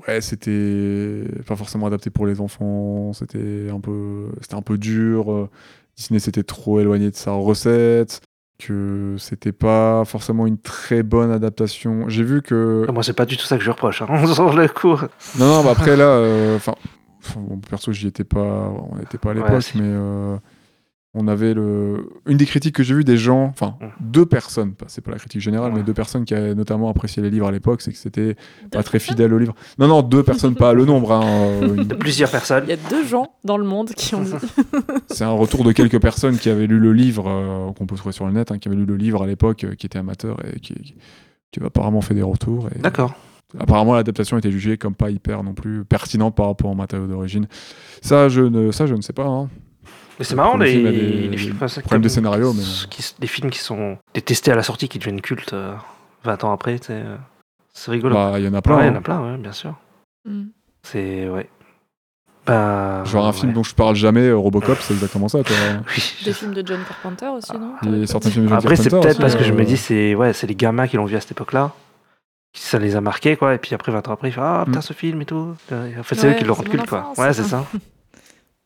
[SPEAKER 5] ouais, c'était pas forcément adapté pour les enfants, c'était un peu, c'était un peu dur. euh, Disney s'était trop éloigné de sa recette, que c'était pas forcément une très bonne adaptation. J'ai vu que.
[SPEAKER 6] Ah, Moi, c'est pas du tout ça que je reproche. Hein. On sort le coup.
[SPEAKER 5] Non, non, bah après là, euh, enfin, enfin, bon, perso, j'y étais pas, on n'était pas à l'époque,
[SPEAKER 6] Ouais, si.
[SPEAKER 5] mais euh, on avait le, une des critiques que j'ai vu des gens, enfin,
[SPEAKER 6] Mm.
[SPEAKER 5] deux personnes, pas- c'est pas la critique générale, mais
[SPEAKER 6] Ouais.
[SPEAKER 5] deux personnes qui avaient notamment apprécié les livres à l'époque, c'est que c'était pas très fidèle au livre. Non, non, deux personnes, pas le nombre, hein, euh, une-
[SPEAKER 6] De plusieurs personnes.
[SPEAKER 7] Il y a deux gens dans le monde qui ont dit.
[SPEAKER 5] C'est un retour de quelques personnes qui avaient lu le livre, euh, qu'on peut trouver sur le net, hein, qui avaient lu le livre à l'époque, euh, qui étaient amateurs et qui, qui, qui avaient apparemment fait des retours. Et,
[SPEAKER 6] D'accord.
[SPEAKER 5] apparemment, l'adaptation était jugée comme pas hyper non plus pertinente par rapport au matériau d'origine. Ça, je ne, ça, je ne sais pas. hein.
[SPEAKER 6] Mais c'est marrant,
[SPEAKER 5] Le
[SPEAKER 6] les,
[SPEAKER 5] film a des-
[SPEAKER 6] les films,
[SPEAKER 5] des
[SPEAKER 6] comme ça,
[SPEAKER 5] problèmes de
[SPEAKER 6] comme-
[SPEAKER 5] scénario, mais- euh.
[SPEAKER 6] qui- des films qui sont détestés à la sortie, qui deviennent cultes euh, 20 ans après, tu sais, euh, c'est rigolo.
[SPEAKER 5] Bah, Il y en a
[SPEAKER 6] Ouais,
[SPEAKER 5] plein.
[SPEAKER 6] il y
[SPEAKER 5] hein.
[SPEAKER 6] en a plein, ouais, bien sûr.
[SPEAKER 8] Hmm.
[SPEAKER 6] C'est. Ouais. Bah.
[SPEAKER 5] Genre un film
[SPEAKER 6] ouais.
[SPEAKER 5] dont je parle jamais, euh, Robocop, c'est exactement ça. toi.
[SPEAKER 6] Oui, je
[SPEAKER 8] Des films de John Carpenter aussi, non
[SPEAKER 5] Ah, Il y a certains films de John
[SPEAKER 6] Après, c'est
[SPEAKER 5] Carpenter
[SPEAKER 6] peut-être
[SPEAKER 5] aussi,
[SPEAKER 6] parce que je me
[SPEAKER 5] euh,
[SPEAKER 6] dis, c'est ouais, c'est les gamins qui l'ont vu à cette époque-là, qui ça les a marqués, quoi. Et puis après, 20 ans après, ils font Ah, putain,
[SPEAKER 5] Mm.
[SPEAKER 6] ce film et tout. Euh, En fait, c'est
[SPEAKER 8] Ouais,
[SPEAKER 6] eux qui le
[SPEAKER 8] c'est
[SPEAKER 6] rendent
[SPEAKER 8] mon
[SPEAKER 6] culte, quoi.
[SPEAKER 8] enfance.
[SPEAKER 6] Ouais, c'est ça.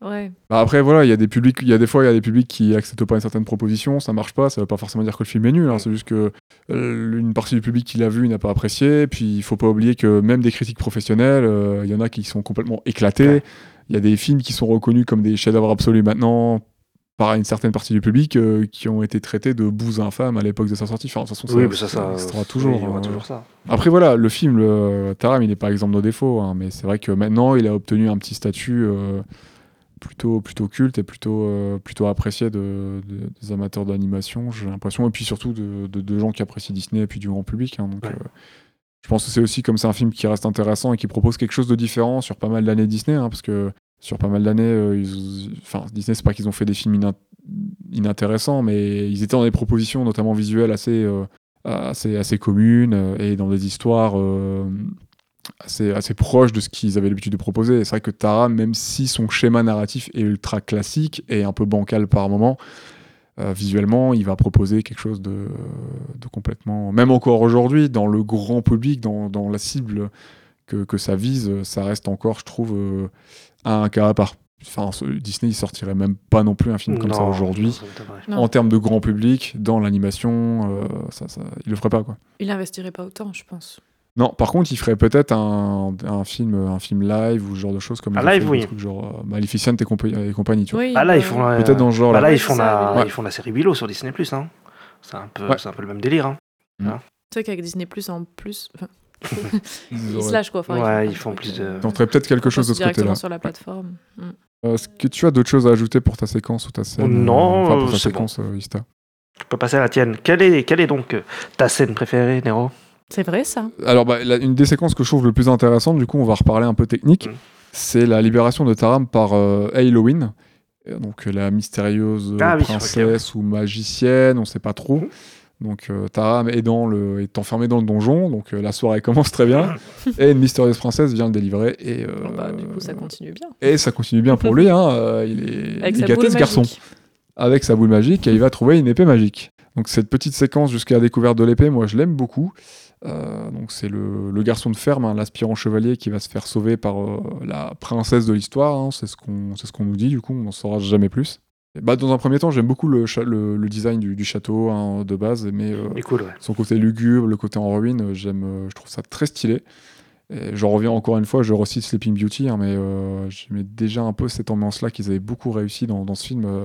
[SPEAKER 8] Ouais.
[SPEAKER 5] bah, après, voilà, il y a des publics, il y a des fois, il y a des publics qui acceptent pas une certaine proposition, ça marche pas, ça veut pas forcément dire que le film est nul,
[SPEAKER 6] Mm.
[SPEAKER 5] hein, c'est juste que euh, une partie du public qui l'a vu n'a pas apprécié, puis il faut pas oublier que même des critiques professionnelles, euh, il y en a qui sont complètement éclatés, il
[SPEAKER 6] Ouais.
[SPEAKER 5] y a des films qui sont reconnus comme des chefs-d'œuvre absolus maintenant par une certaine partie du public euh, qui ont été traités de bouses infâmes à l'époque de sa sortie. Enfin, de toute façon,
[SPEAKER 6] Oui, mais ça, ça.
[SPEAKER 5] existera
[SPEAKER 6] oui,
[SPEAKER 5] toujours.
[SPEAKER 6] il y aura
[SPEAKER 5] hein.
[SPEAKER 6] toujours ça.
[SPEAKER 5] Après voilà, le film le Taram, il n'est pas exemple de défaut, hein, mais c'est vrai que maintenant il a obtenu un petit statut euh, plutôt plutôt culte et plutôt euh, plutôt apprécié de, de- des amateurs d'animation, j'ai l'impression, et puis surtout de, de- de gens qui apprécient Disney et puis du grand public. hein, donc
[SPEAKER 6] Ouais.
[SPEAKER 5] euh, je pense que c'est aussi comme c'est un film qui reste intéressant et qui propose quelque chose de différent sur pas mal d'années Disney, hein, parce que sur pas mal d'années, euh, ils- enfin Disney c'est pas qu'ils ont fait des films inan- inintéressants, mais ils étaient dans des propositions notamment visuelles assez euh, assez, assez communes euh, et dans des histoires euh, assez, assez proches de ce qu'ils avaient l'habitude de proposer. Et C'est vrai que Tara, même si son schéma narratif est ultra classique et un peu bancal par moment, euh, visuellement, il va proposer quelque chose de, euh, de complètement. Même encore aujourd'hui, dans le grand public, dans, dans la cible que, que ça vise, ça reste encore, je trouve, euh, un cas à part. Enfin, ce- Disney, il sortirait même pas non plus un film comme ça
[SPEAKER 6] Non,
[SPEAKER 5] aujourd'hui
[SPEAKER 6] ça m'étonnerait.
[SPEAKER 8] Non.
[SPEAKER 5] en termes de grand public, dans l'animation, euh, ça, ça, il le ferait pas quoi.
[SPEAKER 8] Il investirait pas autant, je pense.
[SPEAKER 6] Ah,
[SPEAKER 5] Non, par contre, il ferait peut-être un, un film, un film live ou ce genre de choses comme
[SPEAKER 6] Un
[SPEAKER 5] ils ont
[SPEAKER 6] live,
[SPEAKER 5] fait
[SPEAKER 6] oui.
[SPEAKER 5] des trucs genre euh, Maleficent et, compa- et compagnie, tu vois.
[SPEAKER 8] Oui,
[SPEAKER 6] Bah là,
[SPEAKER 8] bah
[SPEAKER 6] ils font la.
[SPEAKER 5] Peut-être dans ce genre
[SPEAKER 6] bah
[SPEAKER 5] là.
[SPEAKER 6] là,
[SPEAKER 8] Ouais,
[SPEAKER 6] ils font
[SPEAKER 8] c'est ça,
[SPEAKER 6] la,
[SPEAKER 8] oui.
[SPEAKER 6] ils font la série Willow sur Disney Plus. Hein. C'est un peu,
[SPEAKER 5] Ouais.
[SPEAKER 6] c'est un peu le même délire. Hein.
[SPEAKER 8] Tu sais qu'avec Disney Plus en plus, enfin,
[SPEAKER 5] ils
[SPEAKER 8] ils se
[SPEAKER 5] auraient-
[SPEAKER 8] lâchent quoi. Enfin,
[SPEAKER 6] Ouais,
[SPEAKER 8] plein
[SPEAKER 6] ils font
[SPEAKER 8] trucs,
[SPEAKER 6] plus
[SPEAKER 8] euh,
[SPEAKER 6] de.
[SPEAKER 5] ils tenteraient peut-être quelque chose de ce
[SPEAKER 8] directement
[SPEAKER 5] côté-là.
[SPEAKER 8] sur la plateforme. Mm.
[SPEAKER 5] Euh, Est-ce que tu as d'autres choses à ajouter pour ta séquence ou ta scène
[SPEAKER 6] Non,
[SPEAKER 5] euh, enfin, pour ta
[SPEAKER 6] c'est
[SPEAKER 5] séquence, euh, Ista
[SPEAKER 6] Tu peux passer à la tienne. Quelle est, quelle est donc euh, ta scène préférée, Nero
[SPEAKER 7] C'est vrai ça
[SPEAKER 5] Alors, bah, la- une des séquences que je trouve le plus intéressante, du coup, on va reparler un peu technique,
[SPEAKER 6] Mm.
[SPEAKER 5] c'est la libération de Taram par euh, Halloween, Euh, donc euh, la mystérieuse euh,
[SPEAKER 6] Ah oui,
[SPEAKER 5] princesse ou magicienne, on ne sait pas trop.
[SPEAKER 6] Mm.
[SPEAKER 5] Donc euh, Taram est, dans le, est enfermé dans le donjon, donc euh, la soirée commence très bien, et une mystérieuse princesse vient le délivrer, et, euh,
[SPEAKER 8] Mm. Bon, bah, du coup, ça continue bien.
[SPEAKER 5] et ça continue bien pour lui, hein, euh, il est,
[SPEAKER 8] Avec
[SPEAKER 5] il est
[SPEAKER 8] sa
[SPEAKER 5] gâté
[SPEAKER 8] boule
[SPEAKER 5] ce garçon
[SPEAKER 8] magique.
[SPEAKER 5] avec sa boule magique et il va trouver une épée magique. Donc cette petite séquence jusqu'à la découverte de l'épée, moi je l'aime beaucoup. Euh, donc c'est le, le garçon de ferme, hein, l'aspirant chevalier qui va se faire sauver par euh, la princesse de l'histoire. hein. c'est ce qu'on c'est ce qu'on nous dit. Du coup, on n'en saura jamais plus. Et bah, dans un premier temps, j'aime beaucoup le, cha- le, le design du, du château hein, de base, mais euh,
[SPEAKER 6] Il est cool, ouais.
[SPEAKER 5] son côté lugubre, le côté en ruine, euh, j'aime, euh, je trouve ça très stylé. Et j'en reviens encore une fois, je recite Sleeping Beauty, hein, mais euh, j'aimais déjà un peu cette ambiance-là qu'ils avaient beaucoup réussi dans, dans ce film, euh,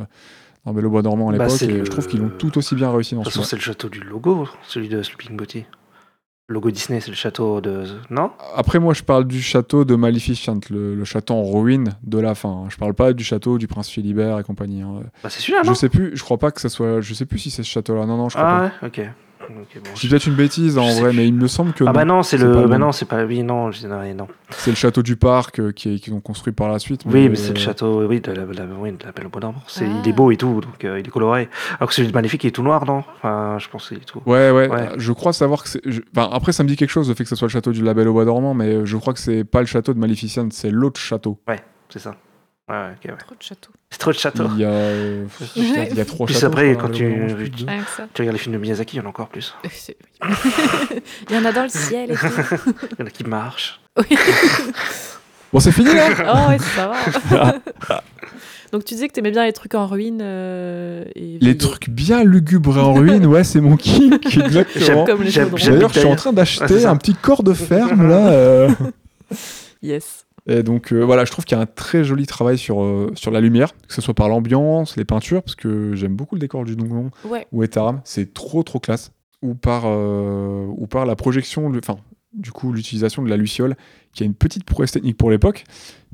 [SPEAKER 5] dans Belle au Bois dormant à
[SPEAKER 6] Bah,
[SPEAKER 5] l'époque,
[SPEAKER 6] c'est
[SPEAKER 5] et
[SPEAKER 6] le-
[SPEAKER 5] je trouve qu'ils l'ont tout aussi bien réussi
[SPEAKER 6] De
[SPEAKER 5] dans
[SPEAKER 6] toute
[SPEAKER 5] ce
[SPEAKER 6] façon,
[SPEAKER 5] film.
[SPEAKER 6] c'est le château du logo, celui de Sleeping Beauty. Le logo Disney, c'est le château de. Non
[SPEAKER 5] Après, moi, je parle du château de Maleficent, le, le château en ruine de la fin. hein. Je parle pas du château du prince Philibert et compagnie. hein.
[SPEAKER 6] Bah, c'est celui-là, non
[SPEAKER 5] je sais plus, je crois pas que ça soit. Je sais plus si c'est ce château-là. Non, non, je crois pas.
[SPEAKER 6] Ah ouais, ok. Donc, bon,
[SPEAKER 5] Je dis peut-être une bêtise hein, en
[SPEAKER 6] Je sais
[SPEAKER 5] vrai,
[SPEAKER 6] plus.
[SPEAKER 5] mais il me semble que
[SPEAKER 6] Ah bah
[SPEAKER 5] non.
[SPEAKER 6] non, c'est
[SPEAKER 5] c'est pas
[SPEAKER 6] le.
[SPEAKER 5] le
[SPEAKER 6] Bah
[SPEAKER 5] même.
[SPEAKER 6] non, c'est pas. Oui, non, je- non, non.
[SPEAKER 5] c'est le château du parc euh, qui est- qu'ils ont construit par la suite.
[SPEAKER 6] Oui, mais c'est le
[SPEAKER 5] euh,
[SPEAKER 6] château, oui, de la, la, oui, de la Belle au Bois Dormant. C'est- Il
[SPEAKER 4] Ah.
[SPEAKER 6] est beau et tout, donc euh, il est coloré. Alors que celui de Magnifique, il est tout noir, non Enfin, je pense qu'il est tout.
[SPEAKER 5] Ouais, ouais,
[SPEAKER 6] Ouais.
[SPEAKER 5] Je crois savoir que c'est. je- Enfin, après, ça me dit quelque chose le fait que ce soit le château du Label au Bois Dormant, mais euh, je crois que c'est pas le château de Maleficent, c'est l'autre château.
[SPEAKER 6] C'est ça. Ouais, ouais, ok, ouais.
[SPEAKER 8] Trop de châteaux.
[SPEAKER 6] C'est trop de châteaux.
[SPEAKER 5] Il y a. euh, pff, il y a- il y a trois
[SPEAKER 6] Puis
[SPEAKER 5] châteaux.
[SPEAKER 6] après,
[SPEAKER 5] par
[SPEAKER 6] quand
[SPEAKER 5] le
[SPEAKER 6] tu-
[SPEAKER 5] Bois Dormant, je sais plus.
[SPEAKER 8] Rien que Ah, ça.
[SPEAKER 6] Tu regardes les films de Miyazaki, il y en a encore plus.
[SPEAKER 8] C'est- Il y en a dans le ciel et tout.
[SPEAKER 6] Il y en a qui marchent.
[SPEAKER 5] Bon, c'est fini là
[SPEAKER 8] Oh, ouais, ça va. Donc tu disais que t'aimais bien les trucs en ruine. euh, et
[SPEAKER 5] Les
[SPEAKER 8] vieillir.
[SPEAKER 5] trucs bien lugubres et en ruine, ouais, c'est mon kick, exactement.
[SPEAKER 8] Comme les
[SPEAKER 6] J'aime-
[SPEAKER 8] chaudrons.
[SPEAKER 6] j'aime
[SPEAKER 5] D'ailleurs, je suis en
[SPEAKER 6] bien.
[SPEAKER 5] train
[SPEAKER 6] Ouais,
[SPEAKER 5] d'acheter
[SPEAKER 6] c'est ça.
[SPEAKER 5] un petit corps de ferme là. euh.
[SPEAKER 8] Yes.
[SPEAKER 5] Et donc euh, voilà, je trouve qu'il y a un très joli travail sur, euh, sur la lumière, que ce soit par l'ambiance, les peintures, parce que j'aime beaucoup le décor du donjon
[SPEAKER 8] Ouais.
[SPEAKER 5] ou Etaram, c'est trop trop classe, ou par, euh, ou par la projection, le- enfin du coup l'utilisation de la luciole, qui a une petite prouesse technique pour l'époque,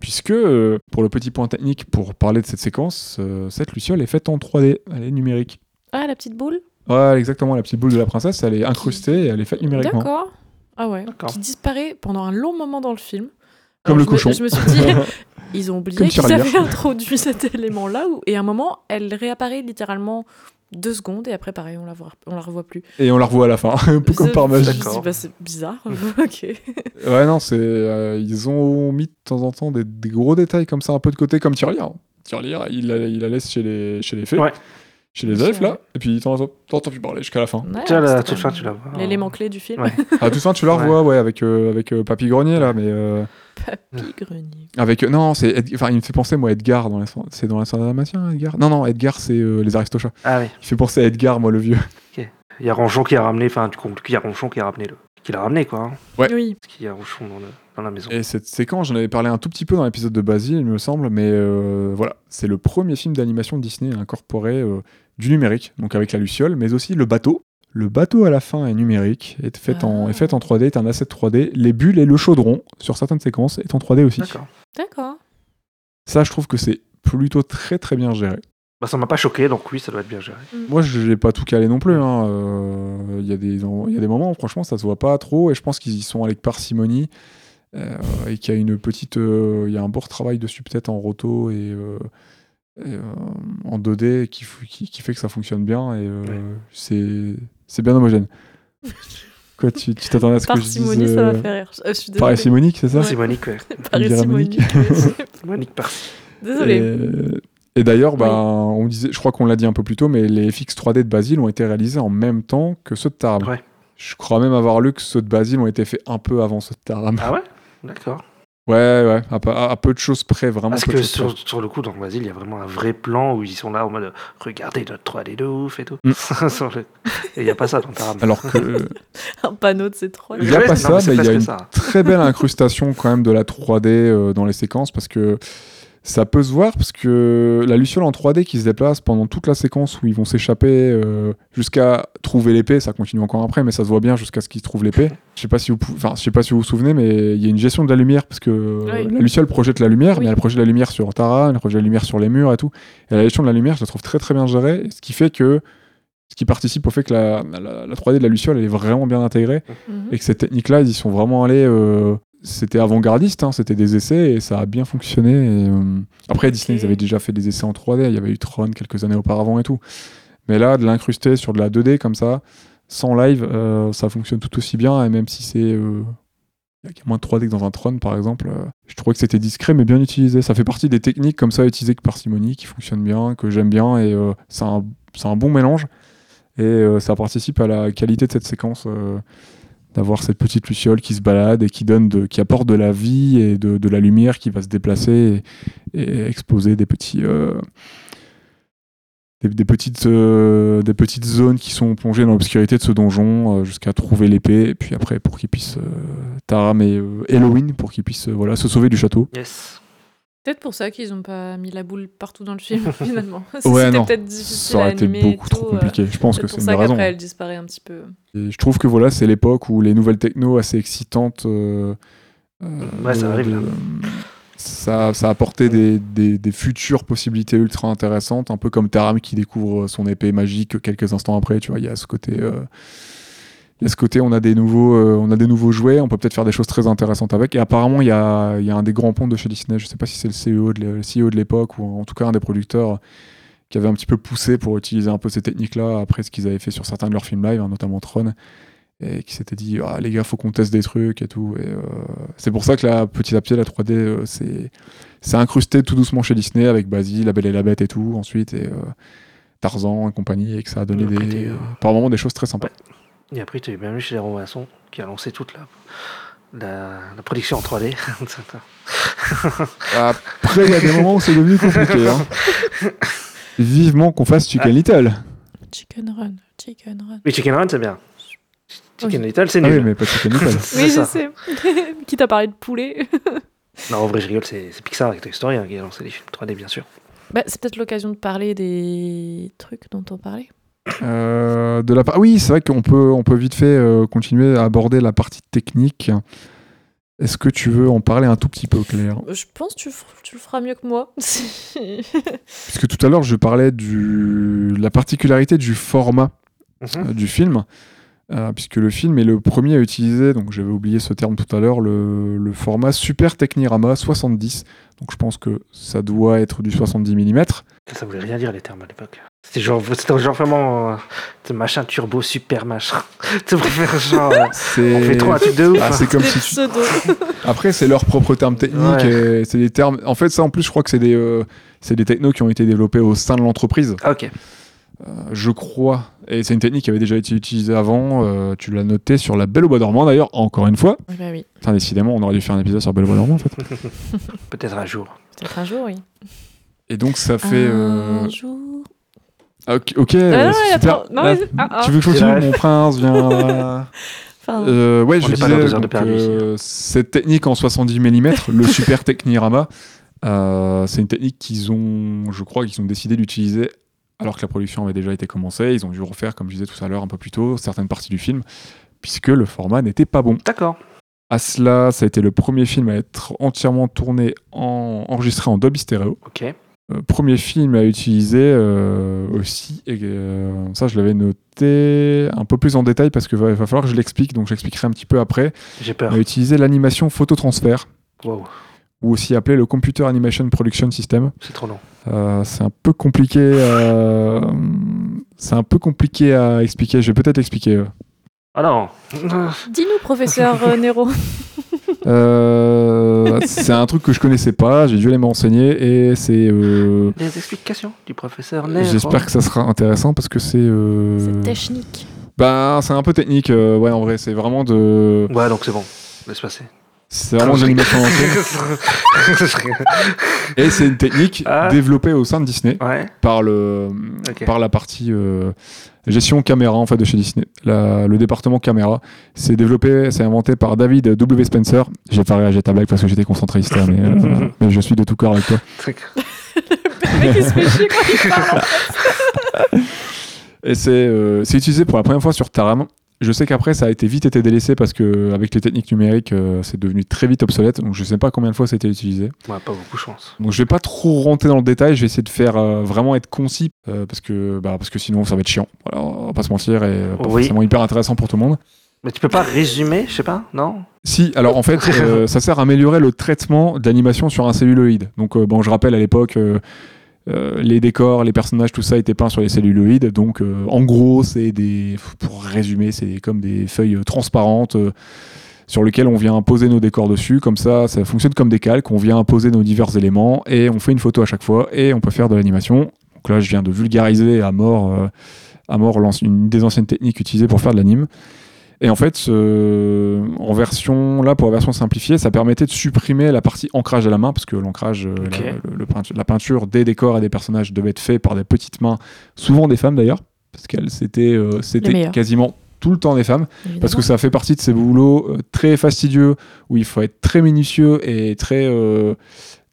[SPEAKER 5] puisque euh, pour le petit point technique, pour parler de cette séquence, euh, cette luciole est faite en 3D, elle est numérique.
[SPEAKER 8] Ah, la petite boule
[SPEAKER 5] Ouais, exactement, la petite boule de la princesse, elle est incrustée et elle est faite numériquement.
[SPEAKER 8] D'accord. Ah ouais.
[SPEAKER 6] D'accord.
[SPEAKER 8] Qui disparaît pendant un long moment dans le film.
[SPEAKER 5] Comme
[SPEAKER 8] Alors,
[SPEAKER 5] le
[SPEAKER 8] je me-
[SPEAKER 5] cochon.
[SPEAKER 8] je me suis dit, ils ont
[SPEAKER 5] Comme
[SPEAKER 8] oublié qu'ils
[SPEAKER 5] Tyrolière.
[SPEAKER 8] avaient introduit cet élément-là. où- Et à un moment, elle réapparaît littéralement deux secondes et après, pareil, on la, voit, on la revoit plus.
[SPEAKER 5] Et on la revoit à la fin, comme
[SPEAKER 8] Je-
[SPEAKER 5] par
[SPEAKER 8] je me
[SPEAKER 5] magie.
[SPEAKER 8] suis dit,
[SPEAKER 6] D'accord.
[SPEAKER 8] bah, c'est bizarre. ok.
[SPEAKER 5] Ouais, non, c'est. euh, ils ont mis de temps en temps des, des gros détails comme ça, un peu de côté, comme Tirelire. Tirelire, il la, il la laisse chez les, chez les fées.
[SPEAKER 6] Ouais.
[SPEAKER 5] Chez les
[SPEAKER 8] C'est
[SPEAKER 5] elfes, là.
[SPEAKER 8] vrai.
[SPEAKER 5] Et puis, t'en t'entends plus parler jusqu'à la fin.
[SPEAKER 8] Ouais,
[SPEAKER 6] Tu vois, là,
[SPEAKER 8] c'était
[SPEAKER 6] toute
[SPEAKER 8] un-
[SPEAKER 6] fin, tu la vois.
[SPEAKER 8] L'élément clé du film,
[SPEAKER 6] Ouais.
[SPEAKER 5] À tout ça, tu la revois, ouais, avec, euh, avec euh, Papy Grenier, là, mais. euh,
[SPEAKER 8] Pigrenier.
[SPEAKER 5] avec. euh, non, c'est. Ed- Enfin, il me fait penser, moi, à Edgar, dans la, c'est dans la Saint-Dalmatien, Edgar Non, non, Edgar, c'est euh, les Aristochats.
[SPEAKER 6] Ah oui.
[SPEAKER 5] Il fait penser à Edgar, moi, le vieux.
[SPEAKER 6] Il y a Ronchon qui a ramené, enfin, du coup, il y a Ronchon qui a ramené le. Qui l'a ramené, quoi. hein.
[SPEAKER 5] Ouais.
[SPEAKER 8] Oui.
[SPEAKER 6] Parce qu'il y a Ronchon dans, le- dans la maison.
[SPEAKER 5] Et cette séquence, j'en avais parlé un tout petit peu dans l'épisode de Basile, il me semble, mais euh, voilà, c'est le premier film d'animation Disney à incorporer euh, du numérique, donc avec la luciole, mais aussi le bateau. Le bateau à la fin est numérique, est fait, en,
[SPEAKER 8] Ah.
[SPEAKER 5] est fait en 3D, est un asset 3D. Les bulles et le chaudron, sur certaines séquences, est en 3D aussi.
[SPEAKER 6] D'accord.
[SPEAKER 8] D'accord.
[SPEAKER 5] Ça, je trouve que c'est plutôt très très bien géré.
[SPEAKER 6] Bah, ça m'a pas choqué, donc oui, ça doit être bien géré.
[SPEAKER 5] Moi, je n'ai pas tout calé non plus. hein, euh, Il y, a des en- il y a des moments où, franchement, ça se voit pas trop. Et je pense qu'ils y sont avec parcimonie. euh, et qu'il y a une petite. euh, Il y a un bon travail dessus, peut-être en roto et, euh, et, euh, en 2D qui, f- qui, qui fait que ça fonctionne bien. Et euh,
[SPEAKER 6] Ouais.
[SPEAKER 5] c'est- c'est bien homogène. Quoi, tu tu t'attendais à ce que je dise
[SPEAKER 8] Parcimonie, ça
[SPEAKER 5] euh,
[SPEAKER 8] m'a fait rire. Ah, Je- Je suis désolée.
[SPEAKER 5] parcimonique, c'est ça
[SPEAKER 6] C'est Monique, ouais.
[SPEAKER 8] Parcimonie.
[SPEAKER 6] Monique Parsi.
[SPEAKER 8] Désolée.
[SPEAKER 5] Et, et d'ailleurs, ben,
[SPEAKER 8] Oui.
[SPEAKER 5] on disait, je crois qu'on l'a dit un peu plus tôt, mais les FX 3D de Basile ont été réalisés en même temps que ceux de Taram.
[SPEAKER 6] Ouais.
[SPEAKER 5] Je crois même avoir lu que ceux de Basile ont été faits un peu avant ceux de Taram.
[SPEAKER 6] Ah ouais D'accord.
[SPEAKER 5] Ouais, ouais, à, peu- à- à peu de choses près, vraiment.
[SPEAKER 6] Parce
[SPEAKER 5] peu de
[SPEAKER 6] que
[SPEAKER 5] choses près.
[SPEAKER 6] sur, sur le coup, dans Brasil, il y a vraiment un vrai plan où ils sont là en mode regardez notre 3D de ouf et tout.
[SPEAKER 5] Mm.
[SPEAKER 6] Sur le- Et il n'y a pas ça dans Taram.
[SPEAKER 5] Alors que
[SPEAKER 8] Un panneau de ces trois.
[SPEAKER 5] Il y a
[SPEAKER 6] Ouais,
[SPEAKER 5] pas
[SPEAKER 6] non,
[SPEAKER 5] ça,
[SPEAKER 6] c'est
[SPEAKER 5] mais il y a
[SPEAKER 6] presque
[SPEAKER 5] une-
[SPEAKER 6] ça.
[SPEAKER 5] très belle incrustation quand même de la 3D euh, dans les séquences parce que ça peut se voir parce que la luciole en 3D qui se déplace pendant toute la séquence où ils vont s'échapper euh, jusqu'à trouver l'épée, ça continue encore après, mais ça se voit bien jusqu'à ce qu'ils trouvent l'épée. Je sais pas si vous, pou- enfin, je sais pas si vous vous souvenez, mais il y a une gestion de la lumière parce que euh,
[SPEAKER 8] Oui.
[SPEAKER 5] la luciole projette la lumière,
[SPEAKER 8] Oui.
[SPEAKER 5] mais elle projette la lumière sur Tara, elle projette la lumière sur les murs et tout. Et la gestion de la lumière, je la trouve très très bien gérée, ce qui fait que ce qui participe au fait que la, la- la 3D de la luciole elle est vraiment bien intégrée
[SPEAKER 8] Mhm.
[SPEAKER 5] et que cette technique-là, ils y sont vraiment allés. euh, c'était avant-gardiste, hein, c'était des essais et ça a bien fonctionné. et, euh, Après, Disney,
[SPEAKER 8] Ok.
[SPEAKER 5] ils avaient déjà fait des essais en 3D. Il y avait eu Tron quelques années auparavant et tout. Mais là, de l'incruster sur de la 2D comme ça, sans live, euh, ça fonctionne tout aussi bien. Et même si c'est. euh, Il y a moins de 3D que dans un Tron, par exemple, euh, je trouvais que c'était discret mais bien utilisé. Ça fait partie des techniques comme ça utilisées que parcimonie qui fonctionnent bien, que j'aime bien et euh, c'est un, c'est un bon mélange. Et euh, ça participe à la qualité de cette séquence. euh, d'avoir cette petite luciole qui se balade et qui donne de, qui apporte de la vie et de, de la lumière qui va se déplacer et, et exposer des petits euh, des, des petites euh, des petites zones qui sont plongées dans l'obscurité de ce donjon euh, jusqu'à trouver l'épée et puis après pour qu'ils puissent euh, Taram et euh, Halloween pour qu'ils puissent euh, voilà se sauver du château
[SPEAKER 6] Yes.
[SPEAKER 8] Peut-être pour ça qu'ils n'ont pas mis la boule partout dans le film, finalement.
[SPEAKER 5] Ouais,
[SPEAKER 8] C'était
[SPEAKER 5] non.
[SPEAKER 8] peut-être difficile
[SPEAKER 5] ça
[SPEAKER 8] à
[SPEAKER 5] aurait été
[SPEAKER 8] animer. et
[SPEAKER 5] beaucoup trop
[SPEAKER 8] tout, euh,
[SPEAKER 5] compliqué je pense que
[SPEAKER 8] peut-être pour ça
[SPEAKER 5] c'est une hein. des raisons
[SPEAKER 8] qu'après, elle disparaît un petit peu.
[SPEAKER 5] Et je trouve que voilà, c'est l'époque où les nouvelles techno assez excitantes. euh, euh,
[SPEAKER 6] Ouais, ça arrive, là.
[SPEAKER 5] ça, ça a apporté des, des- des futures possibilités ultra intéressantes, un peu comme Taram qui découvre son épée magique quelques instants après. Tu vois, il y a ce côté. euh, Il y a ce côté, on a des nouveaux, euh, on a des nouveaux jouets, on peut peut-être faire des choses très intéressantes avec. Et apparemment, il y a, il y a un des grands ponts de chez Disney, je sais pas si c'est le CEO de l'é- le CEO de l'époque, ou en tout cas un des producteurs qui avait un petit peu poussé pour utiliser un peu ces techniques-là après ce qu'ils avaient fait sur certains de leurs films live, hein, notamment Tron, et qui s'était dit ah, les gars, faut qu'on teste des trucs et tout. Et, euh, c'est pour ça que là, petit à petit, la 3D, euh, c'est c'est incrusté tout doucement chez Disney avec Basie, La Belle et la Bête et tout, ensuite, et euh, Tarzan et compagnie, et que ça a donné
[SPEAKER 6] Après,
[SPEAKER 5] des,
[SPEAKER 6] t'es, euh,
[SPEAKER 5] par moments des choses très sympas.
[SPEAKER 6] Et après, tu as eu même chez Léron Vincent qui a lancé toute la, la, la production en 3D.
[SPEAKER 5] Après, il y a des moments où c'est devenu compliqué. hein. Vivement qu'on fasse
[SPEAKER 6] Ah.
[SPEAKER 5] Chicken Little.
[SPEAKER 8] Chicken Run, Chicken Run.
[SPEAKER 6] mais Chicken Run, c'est bien. Chicken Little, c'est
[SPEAKER 5] Ah oui,
[SPEAKER 6] nul.
[SPEAKER 5] mais pas Chicken Little.
[SPEAKER 6] C'est
[SPEAKER 7] Oui, je
[SPEAKER 6] ça.
[SPEAKER 7] sais. Quitte à parler de poulet.
[SPEAKER 6] Non, en vrai, je rigole, c'est c'est Pixar avec Toy Story hein, qui a lancé les films 3D, bien sûr.
[SPEAKER 8] Bah, c'est peut-être l'occasion de parler des trucs dont on parlait.
[SPEAKER 5] Euh, de la part- Oui, c'est vrai qu'on peut, on peut vite fait euh, continuer à aborder la partie technique. Est-ce que tu veux en parler un tout petit peu, Claire
[SPEAKER 8] Je pense que tu, f- tu le feras mieux que moi.
[SPEAKER 5] Puisque tout à l'heure, je parlais du- de la particularité du format
[SPEAKER 6] Mhm.
[SPEAKER 5] euh, du film, euh, puisque le film est le premier à utiliser, donc j'avais oublié ce terme tout à l'heure, le, le format Super Technirama 70. Donc je pense que ça doit être du 70 mm.
[SPEAKER 6] Ça, ça voulait rien dire les termes à l'époque. C'était genre, c'était genre vraiment euh, ce machin turbo super machin. tu préfères genre. euh,
[SPEAKER 5] C'est
[SPEAKER 6] on fait trop un truc de ouf.
[SPEAKER 5] Ah, c'est comme si tu- Après, c'est leur propre terme technique. et C'est des termes. En fait, ça, en plus, je crois que c'est des, euh, c'est des technos qui ont été développés au sein de l'entreprise. Euh,
[SPEAKER 6] Ah, ok.
[SPEAKER 5] je crois. Et c'est une technique qui avait déjà été utilisée avant. euh, tu l'as noté sur la Belle au Bois dormant, d'ailleurs, encore une fois.
[SPEAKER 8] bah oui,
[SPEAKER 5] Enfin, décidément, on aurait dû faire un épisode sur Belle au Bois dormant, en fait.
[SPEAKER 6] Peut-être un jour.
[SPEAKER 8] peut-être un jour, oui.
[SPEAKER 5] Et donc, ça fait. euh,
[SPEAKER 8] Un jour.
[SPEAKER 5] Ok, ok,
[SPEAKER 8] Ah, non, non,
[SPEAKER 5] super.
[SPEAKER 8] attends, non, mais- ah, ah.
[SPEAKER 5] Tu veux que je continue
[SPEAKER 6] C'est vrai.
[SPEAKER 5] Mon prince vient.
[SPEAKER 8] Enfin,
[SPEAKER 5] Euh, ouais,
[SPEAKER 6] On
[SPEAKER 5] je
[SPEAKER 6] n'est pas dans
[SPEAKER 5] disais
[SPEAKER 6] deux heures de
[SPEAKER 5] donc,
[SPEAKER 6] perdu hein.
[SPEAKER 5] euh, cette technique en 70 mm, le super Technirama, euh, c'est une technique qu'ils ont, je crois, qu'ils ont décidé d'utiliser alors que la production avait déjà été commencée. Ils ont dû refaire, comme je disais tout à l'heure, un peu plus tôt, certaines parties du film, puisque le format n'était pas bon.
[SPEAKER 6] D'accord.
[SPEAKER 5] À cela, ça a été le premier film à être entièrement tourné, en, enregistré en dub stéréo.
[SPEAKER 6] Ok.
[SPEAKER 5] Euh, premier film à utiliser euh, aussi, et euh, ça je l'avais noté un peu plus en détail parce qu'il va, va falloir que je l'explique, donc j'expliquerai un petit peu après.
[SPEAKER 6] J'ai peur.
[SPEAKER 5] On a utilisé l'animation phototransfert,
[SPEAKER 6] Wow.
[SPEAKER 5] ou aussi appelée le Computer Animation Production System.
[SPEAKER 6] C'est trop long.
[SPEAKER 5] Euh, c'est un peu compliqué. euh, c'est un peu compliqué à expliquer. Je vais peut-être expliquer. euh.
[SPEAKER 6] Ah non.
[SPEAKER 7] Dis-nous, professeur euh, Nero.
[SPEAKER 5] Euh, c'est un truc que je connaissais pas. J'ai dû aller me renseigner et c'est. euh,
[SPEAKER 6] Les explications du professeur Nero.
[SPEAKER 5] J'espère que ça sera intéressant parce que c'est. euh,
[SPEAKER 8] c'est technique.
[SPEAKER 5] ben, c'est un peu technique. euh, ouais, en vrai, c'est vraiment de.
[SPEAKER 6] Ouais, donc c'est bon. Laisse passer.
[SPEAKER 5] C'est vraiment de l'animation en film. Et c'est une technique
[SPEAKER 6] Ah.
[SPEAKER 5] développée au sein de Disney.
[SPEAKER 6] ouais.
[SPEAKER 5] par le
[SPEAKER 6] Ok.
[SPEAKER 5] par la partie euh, gestion caméra en fait de chez Disney. La- le département caméra, c'est développé, c'est inventé par David W Spencer. J'ai pas réagi à ta blague parce que j'étais concentré ici, mais, euh, mais je suis de tout corps avec toi.
[SPEAKER 7] Le mec, il se fait chier quand il parle.
[SPEAKER 5] Et c'est euh, c'est utilisé pour la première fois sur Taram. Je sais qu'après ça a été vite été délaissé parce que avec les techniques numériques, euh, c'est devenu très vite obsolète. Donc je sais pas combien de fois ça a été utilisé.
[SPEAKER 6] Ouais, pas beaucoup, je pense.
[SPEAKER 5] Donc je vais pas trop rentrer dans le détail, je vais essayer de faire euh, vraiment être concis euh, parce que bah, parce que sinon ça va être chiant. Voilà, on va pas se mentir et euh, pas
[SPEAKER 6] Oui.
[SPEAKER 5] forcément hyper intéressant pour tout le monde.
[SPEAKER 6] Mais tu peux pas résumer, je sais pas, non
[SPEAKER 5] Si, alors en fait, euh, ça sert à améliorer le traitement d'animation sur un celluloïd. Donc, euh, bon, je rappelle à l'époque, euh, euh, les décors, les personnages, tout ça était peint sur les celluloïdes. Donc, euh, en gros, c'est des. Pour résumer, c'est comme des feuilles transparentes. euh, sur lesquelles on vient poser nos décors dessus, comme ça, ça fonctionne comme des calques, on vient poser nos divers éléments et on fait une photo à chaque fois et on peut faire de l'animation. Donc là, je viens de vulgariser à mort, euh, à mort l'anci- une des anciennes techniques utilisées pour faire de l'anime. Et en fait, euh, en version, là, pour la version simplifiée, ça permettait de supprimer la partie ancrage à la main, parce que l'ancrage, euh,
[SPEAKER 6] Ok.
[SPEAKER 5] la, le- le peinture, la peinture des décors et des personnages devait être fait par des petites mains, souvent des femmes d'ailleurs, parce qu'elles c'était euh, c'était
[SPEAKER 8] meilleures.
[SPEAKER 5] quasiment tout le temps des femmes, parce que ça fait partie de ces boulots euh, très fastidieux, où il faut être très minutieux et très... euh,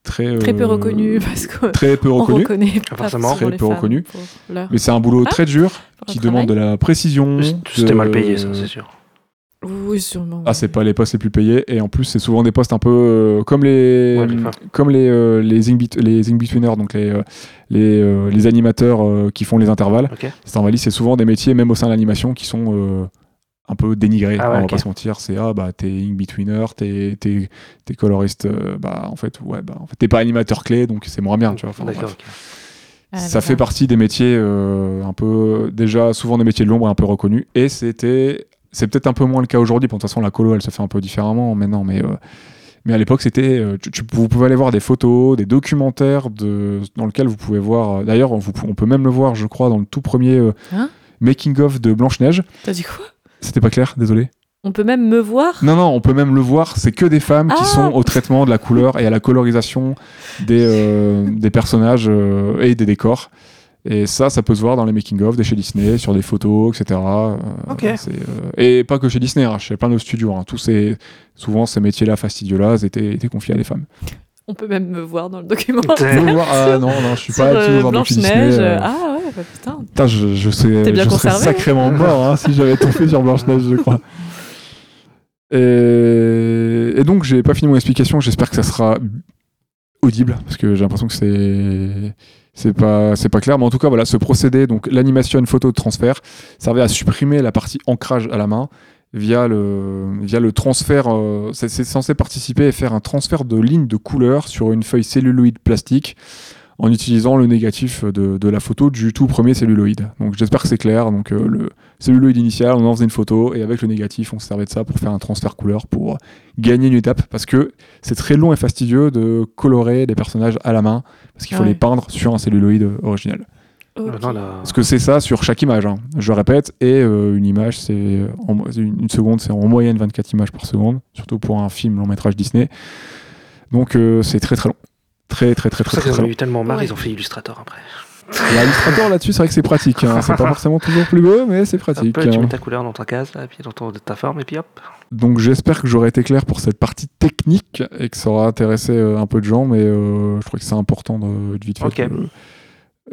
[SPEAKER 5] très,
[SPEAKER 7] Très peu
[SPEAKER 5] euh,
[SPEAKER 7] reconnu, parce qu'on
[SPEAKER 5] Très peu reconnu.
[SPEAKER 7] reconnaît pas
[SPEAKER 6] forcément.
[SPEAKER 7] forcément
[SPEAKER 5] Très
[SPEAKER 7] les
[SPEAKER 5] peu
[SPEAKER 7] femmes
[SPEAKER 5] reconnu.
[SPEAKER 7] pour leur-
[SPEAKER 5] Mais c'est un boulot
[SPEAKER 7] Ah,
[SPEAKER 5] très dur,
[SPEAKER 7] pour leur
[SPEAKER 5] qui
[SPEAKER 7] travail.
[SPEAKER 5] demande de la précision.
[SPEAKER 6] C'était
[SPEAKER 5] de-
[SPEAKER 6] mal payé, ça,
[SPEAKER 5] Euh,
[SPEAKER 6] c'est sûr.
[SPEAKER 7] Oui, sûrement.
[SPEAKER 5] Ah, c'est pas les postes les plus payés. Et en plus, c'est souvent des postes un peu euh, comme les,
[SPEAKER 6] Ouais, les femmes.
[SPEAKER 5] comme les, euh, les, in les in-betweeners, donc les, euh, les, euh, les animateurs euh, qui font les intervalles.
[SPEAKER 6] Ok.
[SPEAKER 5] C'est en Wallis, c'est souvent des métiers, même au sein de l'animation, qui sont euh, un peu dénigré.
[SPEAKER 6] Ah ouais,
[SPEAKER 5] on va
[SPEAKER 6] ok.
[SPEAKER 5] pas se mentir, c'est ah bah t'es in-betweener, t'es, t'es, t'es coloriste, euh, bah en fait, ouais, bah en fait, t'es pas animateur clé, donc c'est moins bien, tu vois. Enfin,
[SPEAKER 6] D'accord,
[SPEAKER 5] bref.
[SPEAKER 6] ok.
[SPEAKER 7] Ah,
[SPEAKER 5] ça
[SPEAKER 7] d'accord.
[SPEAKER 5] fait partie des métiers euh, un peu, déjà souvent des métiers de l'ombre et un peu reconnus, et c'était, c'est peut-être un peu moins le cas aujourd'hui, bon, de toute façon la colo elle se fait un peu différemment maintenant, mais. euh, mais à l'époque, c'était, euh, tu, tu- vous pouvez aller voir des photos, des documentaires de, dans lequel vous pouvez voir. euh, D'ailleurs, on, vous- on peut même le voir, je crois, dans le tout premier euh,
[SPEAKER 7] Hein
[SPEAKER 5] making of de Blanche Neige.
[SPEAKER 7] T'as dit quoi
[SPEAKER 5] C'était pas clair, désolé.
[SPEAKER 7] On peut même me voir
[SPEAKER 5] Non, non, on peut même le voir, c'est que des femmes
[SPEAKER 7] Ah
[SPEAKER 5] qui sont au traitement de la couleur et à la colorisation des, euh, des personnages euh, et des décors. Et ça, ça peut se voir dans les making-of de chez Disney, sur des photos, etc. Euh,
[SPEAKER 6] Ok.
[SPEAKER 5] c'est, euh, et pas que chez Disney, hein, chez plein de studios. hein. Tous ces, souvent, ces métiers-là, fastidieux-là, étaient, étaient confiés à des femmes.
[SPEAKER 7] On peut même me voir dans le document.
[SPEAKER 6] T'es-
[SPEAKER 5] Vous voir- ah non, non, je suis
[SPEAKER 7] Sur
[SPEAKER 5] pas du tout dans un
[SPEAKER 7] Blanche
[SPEAKER 5] docu Disney.
[SPEAKER 7] Neige.
[SPEAKER 5] euh,
[SPEAKER 7] Ah ouais, bah putain.
[SPEAKER 5] Putain, je, je sais,
[SPEAKER 7] T'es bien
[SPEAKER 5] je serais
[SPEAKER 7] conservé, hein.
[SPEAKER 5] sacrément mort hein, si j'avais tombé sur Blanche-Neige, je crois. Et, et donc, j'ai pas fini mon explication. J'espère que ça sera audible parce que j'ai l'impression que c'est c'est pas c'est pas clair mais en tout cas voilà ce procédé donc l'animation photo de transfert servait à supprimer la partie ancrage à la main via le via le transfert euh, c'est c'est censé participer et faire un transfert de lignes de couleur sur une feuille celluloïde plastique en utilisant le négatif de, de la photo du tout premier celluloïde. Donc j'espère que c'est clair. Donc euh, le celluloïde initial, on en faisait une photo et avec le négatif, on se servait de ça pour faire un transfert couleur pour gagner une étape parce que c'est très long et fastidieux de colorer les personnages à la main parce qu'il faut
[SPEAKER 7] Ouais.
[SPEAKER 5] les peindre sur un celluloïde euh, original.
[SPEAKER 7] Ok.
[SPEAKER 6] Maintenant, là-
[SPEAKER 5] Parce que c'est ça sur chaque image, hein. je le répète, et euh, une image, c'est euh, en mo- une une seconde, c'est en moyenne 24 images par seconde, surtout pour un film long métrage Disney. Donc euh, c'est très très long. Très très très
[SPEAKER 6] C'est pour
[SPEAKER 5] très
[SPEAKER 6] ça
[SPEAKER 5] très,
[SPEAKER 6] qu'ils
[SPEAKER 5] très
[SPEAKER 6] en ont
[SPEAKER 5] long.
[SPEAKER 6] eu tellement marre,
[SPEAKER 7] Ouais.
[SPEAKER 6] ils ont fait Illustrator après.
[SPEAKER 5] Bah, Illustrator là-dessus, c'est vrai que c'est pratique. hein. C'est pas forcément toujours plus beau, mais c'est
[SPEAKER 6] Hop,
[SPEAKER 5] pratique.
[SPEAKER 6] tu
[SPEAKER 5] hein.
[SPEAKER 6] mets ta couleur dans ta case, là, et puis dans ton- ta forme, et puis hop.
[SPEAKER 5] Donc j'espère que j'aurai été clair pour cette partie technique et que ça aura intéressé euh, un peu de gens, mais euh, je crois que c'est important de, de vite fait
[SPEAKER 6] Ok.
[SPEAKER 5] de le-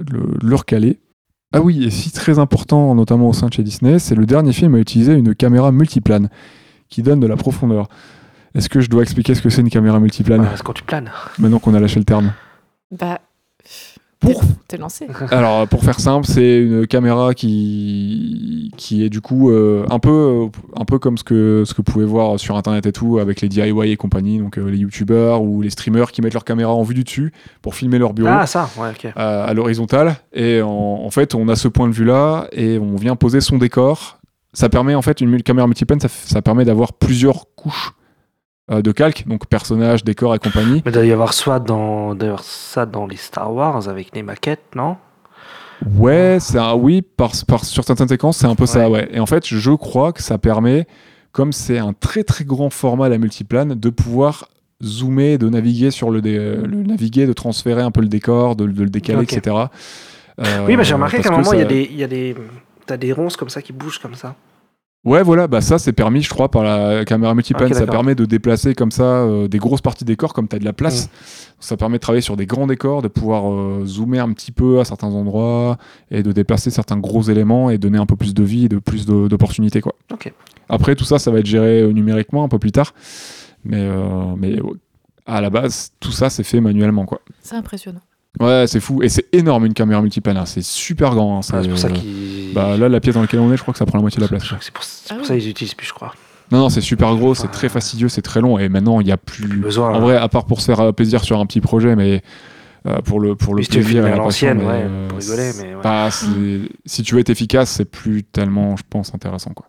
[SPEAKER 5] de le- de le recaler. Ah oui, et si très important, notamment au sein de chez Disney, c'est le dernier film à utiliser une caméra multiplane qui donne de la profondeur. Est-ce que je dois expliquer ce que c'est une caméra multiplane
[SPEAKER 6] Ah, c'est quand tu planes.
[SPEAKER 5] maintenant qu'on a lâché le terme
[SPEAKER 7] Bah. pff,
[SPEAKER 5] Pour-
[SPEAKER 7] t'es- T'es lancé.
[SPEAKER 5] Alors, pour faire simple, c'est une caméra qui, qui est du coup euh, un, peu, un peu comme ce que, ce que vous pouvez voir sur Internet et tout, avec les DIY et compagnie, donc euh, les YouTubers ou les streamers qui mettent leur caméra en vue du dessus pour filmer leur bureau
[SPEAKER 6] Ah, ça, ouais, ok.
[SPEAKER 5] à, à l'horizontale. Et en, en fait, on a ce point de vue-là et on vient poser son décor. Ça permet, en fait, une mul- caméra multiplane, ça, f- ça permet d'avoir plusieurs couches euh, de calque, donc personnages, décors et compagnie.
[SPEAKER 6] Mais il doit y avoir soit dans, d'ailleurs, ça dans les Star Wars avec les maquettes, non
[SPEAKER 5] Ouais, c'est un oui, par, par, sur certaines séquences, c'est un peu ça, ouais. Et en fait, je crois que ça permet, comme c'est un très très grand format la multiplane, de pouvoir zoomer, de naviguer sur le, dé- le naviguer, de transférer un peu le décor, de, de le décaler,
[SPEAKER 6] Ok.
[SPEAKER 5] etc. Euh,
[SPEAKER 6] Oui, bah, j'ai remarqué
[SPEAKER 5] parce
[SPEAKER 6] qu'à un
[SPEAKER 5] que
[SPEAKER 6] moment, il y a
[SPEAKER 5] ça-
[SPEAKER 6] des. il Y a des... T'as des ronces comme ça qui bougent comme ça.
[SPEAKER 5] Ouais, voilà, bah ça c'est permis, je crois, par la caméra multiplane.
[SPEAKER 6] Ah, Ok,
[SPEAKER 5] ça
[SPEAKER 6] d'accord.
[SPEAKER 5] permet de déplacer comme ça euh, des grosses parties des corps, comme tu as de la
[SPEAKER 6] Mmh.
[SPEAKER 5] place. Ça permet de travailler sur des grands décors, de pouvoir euh, zoomer un petit peu à certains endroits et de déplacer certains gros éléments et donner un peu plus de vie et de plus de- d'opportunités, quoi.
[SPEAKER 6] Ok.
[SPEAKER 5] Après, tout ça, ça va être géré euh, numériquement un peu plus tard. Mais, euh, mais ouais, à la base, tout ça c'est fait manuellement, quoi.
[SPEAKER 7] C'est impressionnant.
[SPEAKER 5] Ouais, c'est fou. Et c'est énorme une caméra multiplane. hein. C'est super grand. hein.
[SPEAKER 6] Ah, c'est pour ça
[SPEAKER 5] euh,
[SPEAKER 6] qu'ils.
[SPEAKER 5] bah, là, la pièce dans laquelle on est, je crois que ça prend la moitié de la place.
[SPEAKER 6] Je crois que c'est pour, c'est
[SPEAKER 7] Ah
[SPEAKER 6] pour
[SPEAKER 7] oui.
[SPEAKER 6] ça qu'ils utilisent plus, je crois.
[SPEAKER 5] Non, non, c'est super gros, c'est
[SPEAKER 6] Enfin,
[SPEAKER 5] très fastidieux, c'est très long. Et maintenant, il n'y a plus.
[SPEAKER 6] Besoin.
[SPEAKER 5] Mm. En vrai, à part pour se faire euh, plaisir sur un petit projet, mais euh, pour le, pour le
[SPEAKER 6] Oui, si tu veux
[SPEAKER 5] plaisir.
[SPEAKER 6] filmer
[SPEAKER 5] et
[SPEAKER 6] à
[SPEAKER 5] la passion,
[SPEAKER 6] l'ancienne,
[SPEAKER 5] mais,
[SPEAKER 6] ouais,
[SPEAKER 5] euh,
[SPEAKER 6] pour rigoler,
[SPEAKER 5] c'est
[SPEAKER 6] mais ouais.
[SPEAKER 5] pas- c'est- si tu veux être efficace, c'est plus tellement, je pense, intéressant. quoi.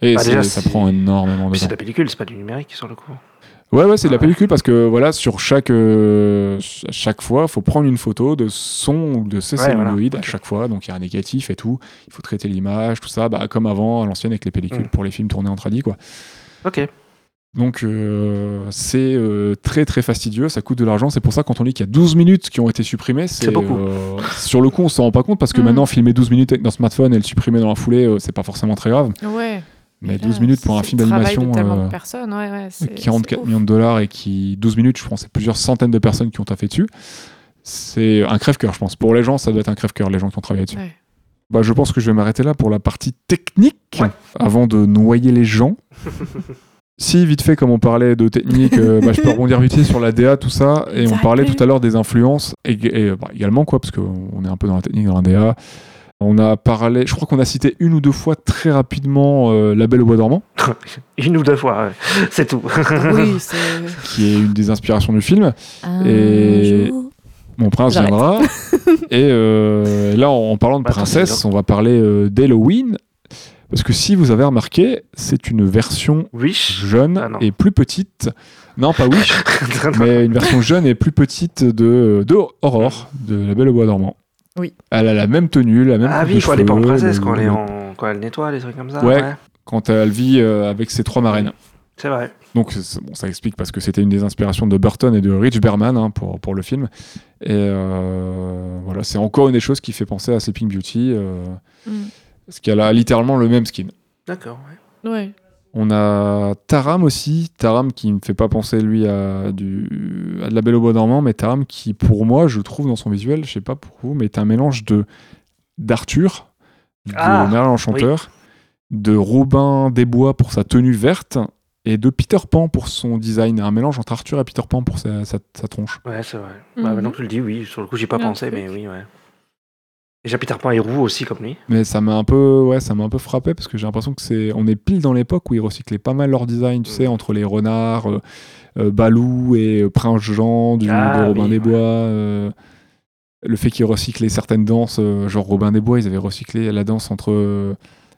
[SPEAKER 5] Et
[SPEAKER 6] Bah,
[SPEAKER 5] c'est-
[SPEAKER 6] déjà,
[SPEAKER 5] ça
[SPEAKER 6] c'est-
[SPEAKER 5] prend énormément de
[SPEAKER 6] Puis c'est
[SPEAKER 5] temps.
[SPEAKER 6] de la pellicule, c'est pas du numérique sur le coup.
[SPEAKER 5] Ouais, ouais, c'est de la
[SPEAKER 6] Ouais.
[SPEAKER 5] pellicule parce que voilà, sur chaque, euh, ch- chaque fois, il faut prendre une photo de son ou de ses
[SPEAKER 6] Ouais,
[SPEAKER 5] celluloïdes
[SPEAKER 6] voilà.
[SPEAKER 5] à
[SPEAKER 6] Ok.
[SPEAKER 5] chaque fois. Donc il y a un négatif et tout. Il faut traiter l'image, tout ça, bah, comme avant, à l'ancienne avec les pellicules
[SPEAKER 6] Mm.
[SPEAKER 5] pour les films tournés en tradi, quoi.
[SPEAKER 6] Ok.
[SPEAKER 5] Donc euh, c'est euh, très très fastidieux, ça coûte de l'argent. C'est pour ça quand on lit qu'il y a 12 minutes qui ont été supprimées, c'est
[SPEAKER 6] C'est beaucoup.
[SPEAKER 5] euh, sur le coup on s'en rend pas compte parce que
[SPEAKER 7] Mm.
[SPEAKER 5] maintenant filmer 12 minutes avec notre smartphone et le supprimer dans la foulée, euh, c'est pas forcément très grave.
[SPEAKER 7] Ouais.
[SPEAKER 5] Mais 12 minutes pour un film d'animation
[SPEAKER 7] de tellement
[SPEAKER 5] euh,
[SPEAKER 7] de personnes, ouais, ouais.
[SPEAKER 5] de
[SPEAKER 7] c'est-
[SPEAKER 5] 44
[SPEAKER 7] c'est ouf.
[SPEAKER 5] millions de dollars et qui 12 minutes, je pense, c'est plusieurs centaines de personnes qui ont taffé dessus. C'est un crève-cœur, je pense. Pour les gens, ça doit être un crève-cœur, les gens qui ont travaillé dessus.
[SPEAKER 7] Ouais.
[SPEAKER 5] Bah, je pense que je vais m'arrêter là pour la partie technique avant de noyer les gens. si, vite fait, comme on parlait de technique, euh, bah, je peux rebondir vite fait sur la DA, tout ça. Et on
[SPEAKER 7] Exact.
[SPEAKER 5] parlait tout à l'heure des influences et, et, euh, bah, également, quoi, parce qu'on est un peu dans la technique, dans la DA. On a parlé, je crois qu'on a cité une ou deux fois très rapidement euh, La Belle au Bois dormant,
[SPEAKER 6] Une ou deux fois, ouais. c'est tout.
[SPEAKER 7] Oui, c'est.
[SPEAKER 5] qui est une des inspirations du film.
[SPEAKER 4] Un
[SPEAKER 5] Et-
[SPEAKER 4] jour.
[SPEAKER 5] Mon prince
[SPEAKER 7] J'arrête.
[SPEAKER 5] viendra. et euh, là, en en parlant de
[SPEAKER 6] Attends,
[SPEAKER 5] princesse, on va parler euh, d'Halloween. Parce que si vous avez remarqué, c'est une version
[SPEAKER 6] Wish
[SPEAKER 5] jeune
[SPEAKER 6] Ah non.
[SPEAKER 5] et plus petite. Non, pas Wish, mais une version jeune et plus petite de, de Aurore, de La Belle au Bois dormant.
[SPEAKER 7] Oui.
[SPEAKER 5] Elle a la même tenue, la même
[SPEAKER 6] Ah
[SPEAKER 5] coupe
[SPEAKER 6] oui,
[SPEAKER 5] de
[SPEAKER 6] quand elle est pas en
[SPEAKER 5] cheveux,
[SPEAKER 6] princesse,
[SPEAKER 5] le-
[SPEAKER 6] quand elle, est en... quand elle nettoie, les trucs comme ça.
[SPEAKER 5] Ouais.
[SPEAKER 6] Ouais.
[SPEAKER 5] Quand elle vit euh, avec ses trois marraines.
[SPEAKER 6] C'est vrai.
[SPEAKER 5] Donc c'est- bon, ça explique parce que c'était une des inspirations de Burton et de Rich Berman hein, pour, pour le film. Et euh, voilà, c'est encore une des choses qui fait penser à Sleeping Beauty, euh,
[SPEAKER 7] Mm.
[SPEAKER 5] parce qu'elle a littéralement le même skin.
[SPEAKER 6] D'accord. ouais.
[SPEAKER 7] Ouais.
[SPEAKER 5] On a Taram aussi, Taram qui ne fait pas penser lui à, du, à de la Belle au Bois dormant, mais Taram qui pour moi, je trouve dans son visuel, je sais pas pour vous, mais est un mélange de d'Arthur, de
[SPEAKER 6] Ah,
[SPEAKER 5] Merlin l'Enchanteur, de Robin des Bois pour sa tenue verte et de Peter Pan pour son design, un mélange entre Arthur et Peter Pan pour sa, sa- sa tronche.
[SPEAKER 6] Ouais, c'est vrai.
[SPEAKER 7] Mhm.
[SPEAKER 6] Bah, maintenant que tu le dis, oui. Sur le coup, j'ai pas
[SPEAKER 7] Il y a un
[SPEAKER 6] pensé,
[SPEAKER 7] truc.
[SPEAKER 6] mais oui, ouais. Et j'ai Peter Pan et roux aussi, comme lui.
[SPEAKER 5] Mais ça m'a un peu, ouais, ça m'a un peu frappé parce que j'ai l'impression que c'est, on est pile dans l'époque où ils recyclaient pas mal leur design, tu
[SPEAKER 6] Mm.
[SPEAKER 5] sais, entre les renards, euh, euh, Balou et euh, Prince Jean du
[SPEAKER 6] Ah,
[SPEAKER 5] de Robin
[SPEAKER 6] oui,
[SPEAKER 5] des
[SPEAKER 6] ouais.
[SPEAKER 5] Bois. euh, le fait qu'ils recyclaient certaines danses, euh, genre Robin des Bois, ils avaient recyclé la danse entre, euh,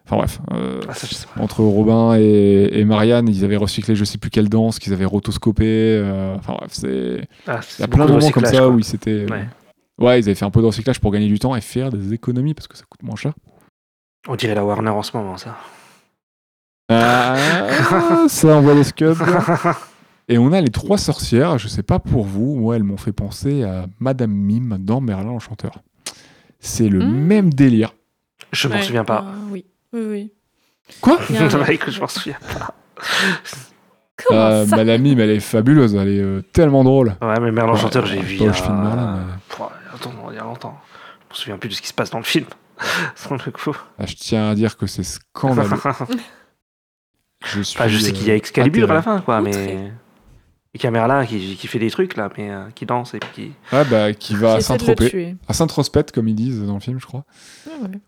[SPEAKER 5] enfin bref, euh,
[SPEAKER 6] Ah, ça, je sais pas.
[SPEAKER 5] entre Robin et, et Marianne, ils avaient recyclé je sais plus quelle danse qu'ils avaient rotoscopé. euh, Enfin bref, c'est
[SPEAKER 6] Ah,
[SPEAKER 5] il y
[SPEAKER 6] c'est
[SPEAKER 5] a plein de
[SPEAKER 6] beaucoup
[SPEAKER 5] moments comme
[SPEAKER 6] recyclage,
[SPEAKER 5] ça
[SPEAKER 6] quoi.
[SPEAKER 5] où ils s'étaient. euh,
[SPEAKER 6] Ouais.
[SPEAKER 5] ouais, ils avaient fait un peu de recyclage pour gagner du temps et faire des économies parce que ça coûte moins cher.
[SPEAKER 6] On dirait la Warner en ce moment, ça.
[SPEAKER 5] Ah, ça envoie des scuds. Et on a les trois sorcières, je sais pas pour vous, moi elles m'ont fait penser à Madame Mime dans Merlin l'Enchanteur. C'est le
[SPEAKER 7] Hmm.
[SPEAKER 5] même délire.
[SPEAKER 6] Je m'en
[SPEAKER 7] Ouais.
[SPEAKER 6] souviens pas.
[SPEAKER 7] Ah, oui. Oui, oui.
[SPEAKER 5] Quoi
[SPEAKER 7] Il y a un-
[SPEAKER 6] Ouais, que je m'en souviens.
[SPEAKER 7] Comment
[SPEAKER 5] Euh,
[SPEAKER 7] ça
[SPEAKER 5] Madame Mime, elle est fabuleuse, elle est euh, tellement drôle.
[SPEAKER 6] Ouais, mais Merlin Chanteur, j'ai
[SPEAKER 5] Ouais,
[SPEAKER 6] vu.
[SPEAKER 5] pas
[SPEAKER 6] Ah. il y
[SPEAKER 5] le
[SPEAKER 6] a-
[SPEAKER 5] film Merlin, mais-
[SPEAKER 6] Pouah, Attends, il y a longtemps. Je me souviens plus de ce qui se passe dans le film. Sans le coup.
[SPEAKER 5] Ah, je tiens à dire que c'est scandaleux. Je, suis,
[SPEAKER 6] Enfin, Ah, je sais
[SPEAKER 5] euh,
[SPEAKER 6] qu'il y a Excalibur à la fin, quoi,
[SPEAKER 7] Outré.
[SPEAKER 6] mais. Et qu'il y a Merlin qui, qui fait des trucs, là, mais euh, qui danse et puis qui.
[SPEAKER 5] Ah bah, qui
[SPEAKER 7] Qui
[SPEAKER 5] va à
[SPEAKER 7] essaie de le
[SPEAKER 5] Saint-Tropez.
[SPEAKER 7] tuer.
[SPEAKER 5] À Saint-Trospette, comme ils disent dans le film, je crois.
[SPEAKER 7] Ah, ouais.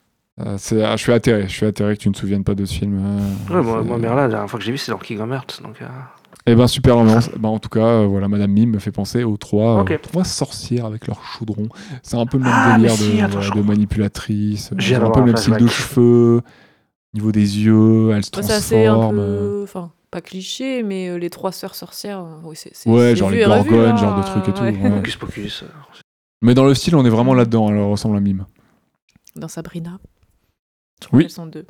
[SPEAKER 5] Euh, c'est- ah, je suis atterré, je suis atterré que tu ne te souviennes pas de ce film. euh,
[SPEAKER 6] Ouais, moi,
[SPEAKER 5] c'est-
[SPEAKER 6] moi, Merlin, la dernière fois que j'ai vu, c'est dans King of Hearts, donc. euh,
[SPEAKER 5] Eh ben super ambiance. Ben, en tout cas, euh, voilà, Madame Mime me fait penser aux trois, euh,
[SPEAKER 6] Ok.
[SPEAKER 5] trois sorcières avec leurs chaudrons. C'est un peu le même
[SPEAKER 6] Ah,
[SPEAKER 5] délire
[SPEAKER 6] mais si,
[SPEAKER 5] de,
[SPEAKER 6] attends,
[SPEAKER 5] voilà,
[SPEAKER 6] je
[SPEAKER 5] de
[SPEAKER 6] comprends.
[SPEAKER 5] manipulatrice.
[SPEAKER 6] J'ai
[SPEAKER 5] Elles ont un
[SPEAKER 6] avoir
[SPEAKER 5] peu le
[SPEAKER 6] un
[SPEAKER 5] même style de
[SPEAKER 6] flashback.
[SPEAKER 5] cheveux, au niveau des yeux, elles se
[SPEAKER 7] Ouais, Bah, Ça, c'est un
[SPEAKER 5] transforment. euh,
[SPEAKER 7] peu. Enfin, pas cliché, mais euh, les trois sœurs sorcières. euh, Oui, c'est, c'est-
[SPEAKER 5] Ouais,
[SPEAKER 7] c'est
[SPEAKER 5] genre
[SPEAKER 7] vu
[SPEAKER 5] les
[SPEAKER 7] et revu,
[SPEAKER 5] gorgones,
[SPEAKER 7] hein,
[SPEAKER 5] genre de trucs et tout.
[SPEAKER 7] ouais.
[SPEAKER 5] ouais.
[SPEAKER 6] Hocus Pocus. euh,
[SPEAKER 5] Mais dans le style, on est vraiment là-dedans. Elle ressemble à Mime.
[SPEAKER 7] Dans Sabrina. Je crois
[SPEAKER 5] Oui.
[SPEAKER 7] qu'elles sont deux.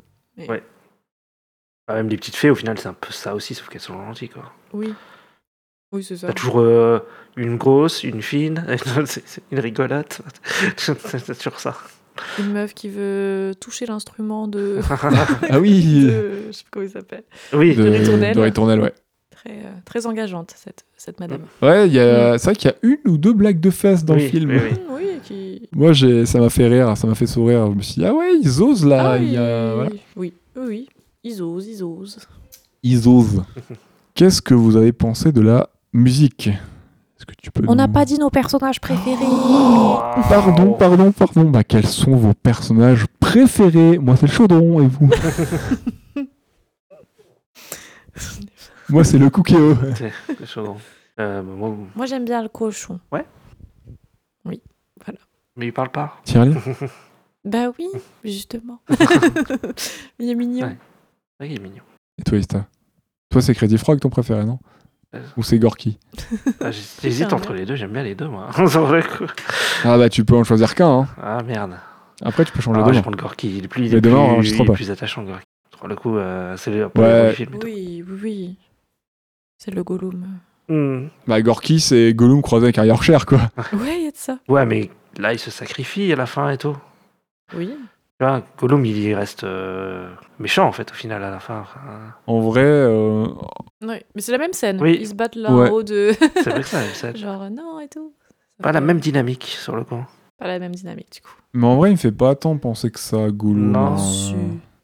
[SPEAKER 6] ah, même les petites fées, au final, c'est un peu ça aussi, sauf qu'elles sont gentilles, quoi.
[SPEAKER 7] Oui. Bah Oui, c'est ça.
[SPEAKER 6] T'as toujours euh, une grosse, une fine, c'est- c'est une rigolote. c'est toujours ça.
[SPEAKER 7] Une meuf qui veut toucher l'instrument de.
[SPEAKER 5] Ah oui.
[SPEAKER 7] de- Je sais pas comment il s'appelle.
[SPEAKER 6] oui,
[SPEAKER 5] De,
[SPEAKER 7] Ritournelle.
[SPEAKER 5] de Ritournelle, ouais.
[SPEAKER 7] Très, euh, très engageante, cette, cette madame.
[SPEAKER 5] Ouais, il y a- c'est vrai qu'il y a une ou deux blagues de fesses dans
[SPEAKER 6] oui,
[SPEAKER 5] le film.
[SPEAKER 6] oui, oui.
[SPEAKER 7] Mm, Oui, qui.
[SPEAKER 5] Moi, j'ai, ça m'a fait rire, ça m'a fait sourire. Je me suis dit, ah ouais, ils osent là. il y a- voilà.
[SPEAKER 7] oui, oui, oui, oui. Ils osent, ils osent.
[SPEAKER 5] Ils osent. Qu'est-ce que vous avez pensé de la musique Est-ce que tu peux
[SPEAKER 4] On n'a
[SPEAKER 5] nous-
[SPEAKER 4] pas dit nos personnages préférés.
[SPEAKER 5] Pardon, pardon, pardon. Bah, quels sont vos personnages préférés Moi, c'est le chaudron et vous Moi, c'est le Cookéo.
[SPEAKER 6] C'est chaud. Euh, moi,
[SPEAKER 4] Moi, j'aime bien le cochon.
[SPEAKER 6] mais il parle pas.
[SPEAKER 5] Tyrell
[SPEAKER 7] Bah oui, justement. Il est mignon.
[SPEAKER 6] Ouais. Ouais, Ah, il est mignon.
[SPEAKER 5] Et toi, Ista Toi, c'est Credit Frog ton préféré, non
[SPEAKER 6] Euh.
[SPEAKER 5] Ou c'est Gorky
[SPEAKER 6] Ah, j'hés- J'hésite
[SPEAKER 7] un
[SPEAKER 6] entre les deux, j'aime bien les deux, moi. Sur le coup.
[SPEAKER 5] Ah, bah, tu peux en choisir qu'un. hein.
[SPEAKER 6] Ah merde.
[SPEAKER 5] Après, tu peux changer
[SPEAKER 6] Ah,
[SPEAKER 5] de
[SPEAKER 6] je
[SPEAKER 5] nom.
[SPEAKER 6] prends le Gorky. Il est plus, il
[SPEAKER 5] Mais
[SPEAKER 6] est plus,
[SPEAKER 5] demain, on enregistre
[SPEAKER 6] il est
[SPEAKER 5] pas.
[SPEAKER 6] plus attachant, Gorky. Sur le coup, euh, c'est le
[SPEAKER 5] Ouais.
[SPEAKER 6] ouais. film. et tout.
[SPEAKER 7] Oui, oui, oui. C'est le Gollum.
[SPEAKER 6] Hmm.
[SPEAKER 5] Bah, Gorky, c'est Gollum croisé avec un Yorkshire, quoi.
[SPEAKER 7] Ouais, il y a de ça.
[SPEAKER 6] Ouais, mais là, il se sacrifie à la fin et tout.
[SPEAKER 7] Oui.
[SPEAKER 6] Tu vois, Gollum, il y reste euh, méchant, en fait, au final, à la fin. Enfin,
[SPEAKER 5] En vrai, euh,
[SPEAKER 7] Ouais. Mais c'est la même scène.
[SPEAKER 6] Oui.
[SPEAKER 7] Ils se battent là
[SPEAKER 5] Ouais.
[SPEAKER 7] en haut de.
[SPEAKER 6] c'est vrai que ça, ça-
[SPEAKER 7] Genre, euh, non et tout. Ça
[SPEAKER 6] Pas la
[SPEAKER 7] fait
[SPEAKER 6] même dynamique, sur le coup.
[SPEAKER 7] Pas la même dynamique, du coup.
[SPEAKER 5] mais en vrai, il me fait pas tant penser que ça, Gollum.
[SPEAKER 6] Non.
[SPEAKER 5] hein.
[SPEAKER 7] Su-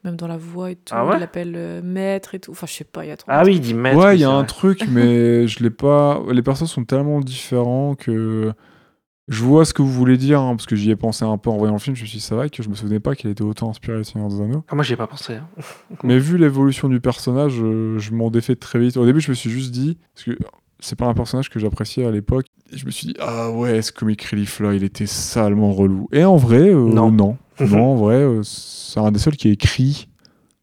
[SPEAKER 7] Même dans la voix et tout.
[SPEAKER 6] Oh. Ah ouais
[SPEAKER 7] il l'appelle euh, maître et tout. Enfin, je sais pas, il y a trop.
[SPEAKER 6] Ah oui, il dit maître.
[SPEAKER 5] ouais, il
[SPEAKER 6] oui,
[SPEAKER 5] y a
[SPEAKER 6] c'est
[SPEAKER 5] un
[SPEAKER 6] vrai.
[SPEAKER 5] truc, mais je l'ai pas. Les persos sont tellement différents que Je vois ce que vous voulez dire, hein, parce que j'y ai pensé un peu en voyant le film. Je me suis dit, c'est vrai que je me souvenais pas qu'il était autant inspiré du Seigneur des Anneaux.
[SPEAKER 6] Ah, moi, j'y ai pas pensé. hein.
[SPEAKER 5] Mais vu l'évolution du personnage, euh, je m'en défais très vite. Au début, je me suis juste dit, parce que c'est pas un personnage que j'appréciais à l'époque, et je me suis dit, ah ouais, ce comic relief là, il était salement relou. Et en vrai, euh,
[SPEAKER 6] Non.
[SPEAKER 5] non. Non. en vrai, euh, c'est un des seuls qui est écrit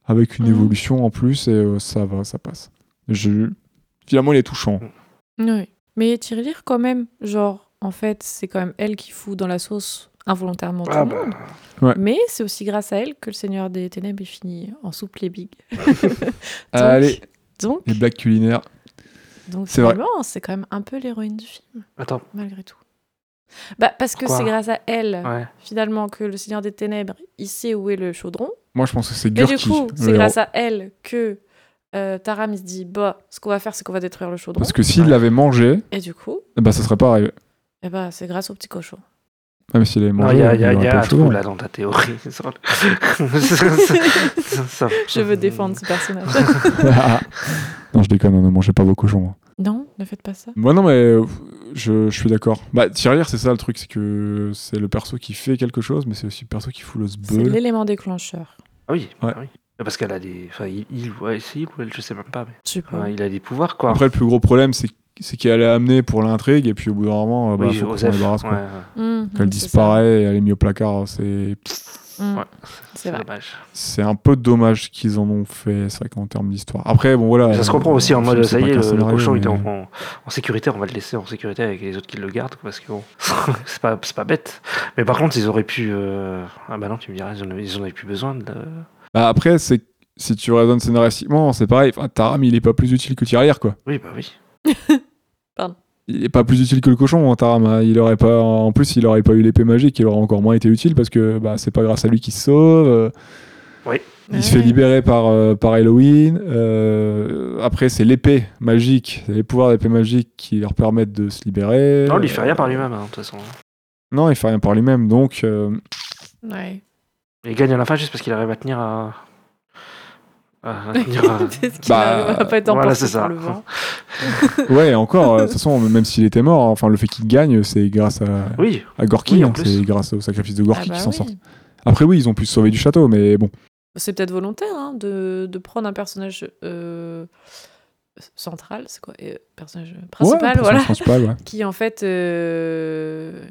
[SPEAKER 5] avec une
[SPEAKER 6] Mm.
[SPEAKER 7] Mhm.
[SPEAKER 5] évolution en plus, et euh, ça va, ça passe. Je... Finalement, il est touchant.
[SPEAKER 7] Oui. Mais Tirelire, quand même, genre, en fait, c'est quand même elle qui fout dans la sauce involontairement tout
[SPEAKER 6] Ah,
[SPEAKER 7] le
[SPEAKER 6] bah.
[SPEAKER 7] monde.
[SPEAKER 5] Ouais.
[SPEAKER 7] Mais c'est aussi grâce à elle que le Seigneur des Ténèbres est fini en soupe les big. Donc-
[SPEAKER 5] Allez,
[SPEAKER 7] Donc,
[SPEAKER 5] les blagues culinaires.
[SPEAKER 7] donc
[SPEAKER 5] c'est vrai.
[SPEAKER 7] finalement, c'est quand même un peu l'héroïne du film,
[SPEAKER 6] Attends,
[SPEAKER 7] malgré tout. Bah, parce que
[SPEAKER 6] Pourquoi
[SPEAKER 7] c'est grâce à elle,
[SPEAKER 6] ouais.
[SPEAKER 7] finalement, que le Seigneur des Ténèbres, il sait où est le chaudron.
[SPEAKER 5] Moi, je pense que c'est
[SPEAKER 7] Et du
[SPEAKER 5] Gurki.
[SPEAKER 7] coup, c'est
[SPEAKER 5] le
[SPEAKER 7] grâce
[SPEAKER 5] héros.
[SPEAKER 7] à elle que euh, Taram il se dit bah, ce qu'on va faire, c'est qu'on va détruire le chaudron.
[SPEAKER 5] Parce que s'il l'avait mangé,
[SPEAKER 7] Et du coup,
[SPEAKER 5] bah, ça serait pas arrivé.
[SPEAKER 7] eh ben, c'est grâce au petit cochon.
[SPEAKER 5] Même s'il l'avait
[SPEAKER 6] Non,
[SPEAKER 5] mangé,
[SPEAKER 6] il y a, il y a-
[SPEAKER 5] il
[SPEAKER 6] il y
[SPEAKER 5] aurait pas
[SPEAKER 6] a
[SPEAKER 5] hein.
[SPEAKER 6] un
[SPEAKER 5] eu chaudron.
[SPEAKER 6] trou là dans ta théorie. Je
[SPEAKER 7] Je veux défendre ce personnage.
[SPEAKER 5] non, je déconne, on ne mangeait pas vos cochons. hein.
[SPEAKER 7] non, ne faites pas ça.
[SPEAKER 5] Moi, non, mais euh, je, je suis d'accord. Bah, Tirelire, c'est ça le truc, c'est que c'est le perso qui fait quelque chose, mais c'est aussi le perso qui fout le
[SPEAKER 7] C'est
[SPEAKER 5] zbeul.
[SPEAKER 7] l'élément déclencheur.
[SPEAKER 6] Ah oui,
[SPEAKER 5] Ouais.
[SPEAKER 6] ah oui. Parce qu'elle a des. Enfin, il, il, ouais, c'est il ou elle, je sais même pas. Mais,
[SPEAKER 7] Tu peux.
[SPEAKER 6] enfin, il a des pouvoirs, quoi.
[SPEAKER 5] Après, le plus gros problème, c'est c'est qu'elle est amenée pour l'intrigue, et puis au bout d'un moment, euh, bah,
[SPEAKER 6] oui,
[SPEAKER 5] faut qu'on s'en
[SPEAKER 6] Joseph.
[SPEAKER 5] débarrasse.
[SPEAKER 6] ouais,
[SPEAKER 5] quoi.
[SPEAKER 6] ouais.
[SPEAKER 7] Mhm,
[SPEAKER 5] Qu'elle
[SPEAKER 7] c'est ça.
[SPEAKER 5] disparaît et elle est mise au placard, c'est
[SPEAKER 7] Mhm.
[SPEAKER 6] Ouais.
[SPEAKER 7] C'est vrai.
[SPEAKER 6] dommage.
[SPEAKER 5] c'est un peu dommage ce qu'ils en ont fait, c'est vrai qu'en termes d'histoire. Après, bon voilà.
[SPEAKER 6] ça se
[SPEAKER 5] euh,
[SPEAKER 6] comprend aussi en
[SPEAKER 5] le
[SPEAKER 6] mode,
[SPEAKER 5] film,
[SPEAKER 6] ça
[SPEAKER 5] c'est
[SPEAKER 6] y
[SPEAKER 5] pas
[SPEAKER 6] est,
[SPEAKER 5] qu'un
[SPEAKER 6] le, le
[SPEAKER 5] scénario,
[SPEAKER 6] cochon, il est
[SPEAKER 5] mais-
[SPEAKER 6] en, en- en sécurité, on va le laisser en sécurité avec les autres qui le gardent, parce que bon, c'est pas, c'est pas bête. Mais par contre, ils auraient pu. euh, Ah bah non, tu me diras, ils en, avaient- ils en avaient plus besoin. De...
[SPEAKER 5] Bah, après, c'est si tu raisonnes scénaristiquement, c'est pareil. Enfin, Taram, il est pas plus utile que Tirelire, quoi.
[SPEAKER 6] Oui, bah oui.
[SPEAKER 5] il est pas plus utile que le cochon, hein, Taram. hein. Il aurait pas, en plus, il aurait pas eu l'épée magique, il aurait encore moins été utile parce que bah, c'est pas grâce à lui qu'il se sauve. euh,
[SPEAKER 6] Oui.
[SPEAKER 5] Il se fait
[SPEAKER 7] Ouais.
[SPEAKER 5] libérer par, euh, par Halloween. euh, après, c'est l'épée magique, c'est les pouvoirs de l'épée magique qui leur permettent de se libérer.
[SPEAKER 6] Non, lui, il fait rien par
[SPEAKER 5] Euh,
[SPEAKER 6] lui-même, hein, de toute façon.
[SPEAKER 5] Non, il fait rien par lui-même. Donc, euh,
[SPEAKER 7] Ouais.
[SPEAKER 6] Il gagne à la fin juste parce qu'il arrive à tenir à. à à tenir à-
[SPEAKER 7] Qu'est-ce qu'il
[SPEAKER 5] Bah,
[SPEAKER 7] va- va pas être
[SPEAKER 6] voilà,
[SPEAKER 7] emporté
[SPEAKER 6] c'est ça.
[SPEAKER 7] par le vent.
[SPEAKER 5] ouais, encore, euh, de toute façon, même s'il était mort, enfin, le fait qu'il gagne, c'est grâce à,
[SPEAKER 6] Oui,
[SPEAKER 5] à Gorky,
[SPEAKER 6] Oui, en
[SPEAKER 5] hein,
[SPEAKER 6] plus.
[SPEAKER 5] c'est grâce au sacrifice de Gorky
[SPEAKER 7] Ah bah
[SPEAKER 5] qui s'en
[SPEAKER 7] oui.
[SPEAKER 5] sort. Après, oui, ils ont pu se sauver du château, mais bon.
[SPEAKER 7] C'est peut-être volontaire hein, de, de prendre un personnage euh, central, c'est quoi euh, Personnage
[SPEAKER 5] Ouais,
[SPEAKER 7] principal,
[SPEAKER 5] personnage
[SPEAKER 7] voilà.
[SPEAKER 5] principal, ouais.
[SPEAKER 7] qui en fait euh,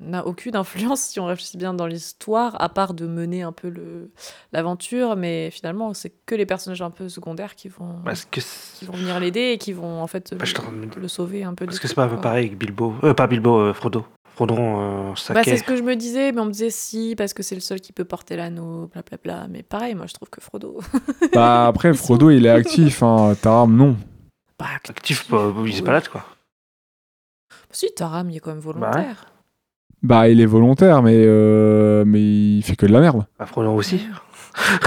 [SPEAKER 7] n'a aucune influence si on réfléchit bien dans l'histoire, à part de mener un peu le- l'aventure, mais finalement c'est que les personnages un peu secondaires qui vont,
[SPEAKER 6] parce que. c'est-
[SPEAKER 7] qui vont venir l'aider et qui vont en fait
[SPEAKER 6] Bah, je t'en-
[SPEAKER 7] le, le sauver un peu.
[SPEAKER 6] Parce
[SPEAKER 7] du
[SPEAKER 6] que c'est
[SPEAKER 7] truc,
[SPEAKER 6] pas
[SPEAKER 7] quoi.
[SPEAKER 6] pareil avec Bilbo. Euh, pas Bilbo, euh, Frodo. Frodon, euh,
[SPEAKER 7] Bah, c'est
[SPEAKER 6] Saké.
[SPEAKER 7] ce que je me disais, mais on me disait si, parce que c'est le seul qui peut porter l'anneau, blablabla. Mais pareil, moi je trouve que Frodo.
[SPEAKER 5] Bah après,
[SPEAKER 7] Ils sont-
[SPEAKER 5] Frodo, il est actif. Hein. Taram, non.
[SPEAKER 7] bah,
[SPEAKER 6] Actif, pas- il se
[SPEAKER 7] oui.
[SPEAKER 6] balade, quoi.
[SPEAKER 7] Si, Taram, il est quand même
[SPEAKER 6] ouais.
[SPEAKER 7] volontaire.
[SPEAKER 5] Bah, il est volontaire, mais, euh, mais il fait que de la merde.
[SPEAKER 6] Bah, Frodon aussi.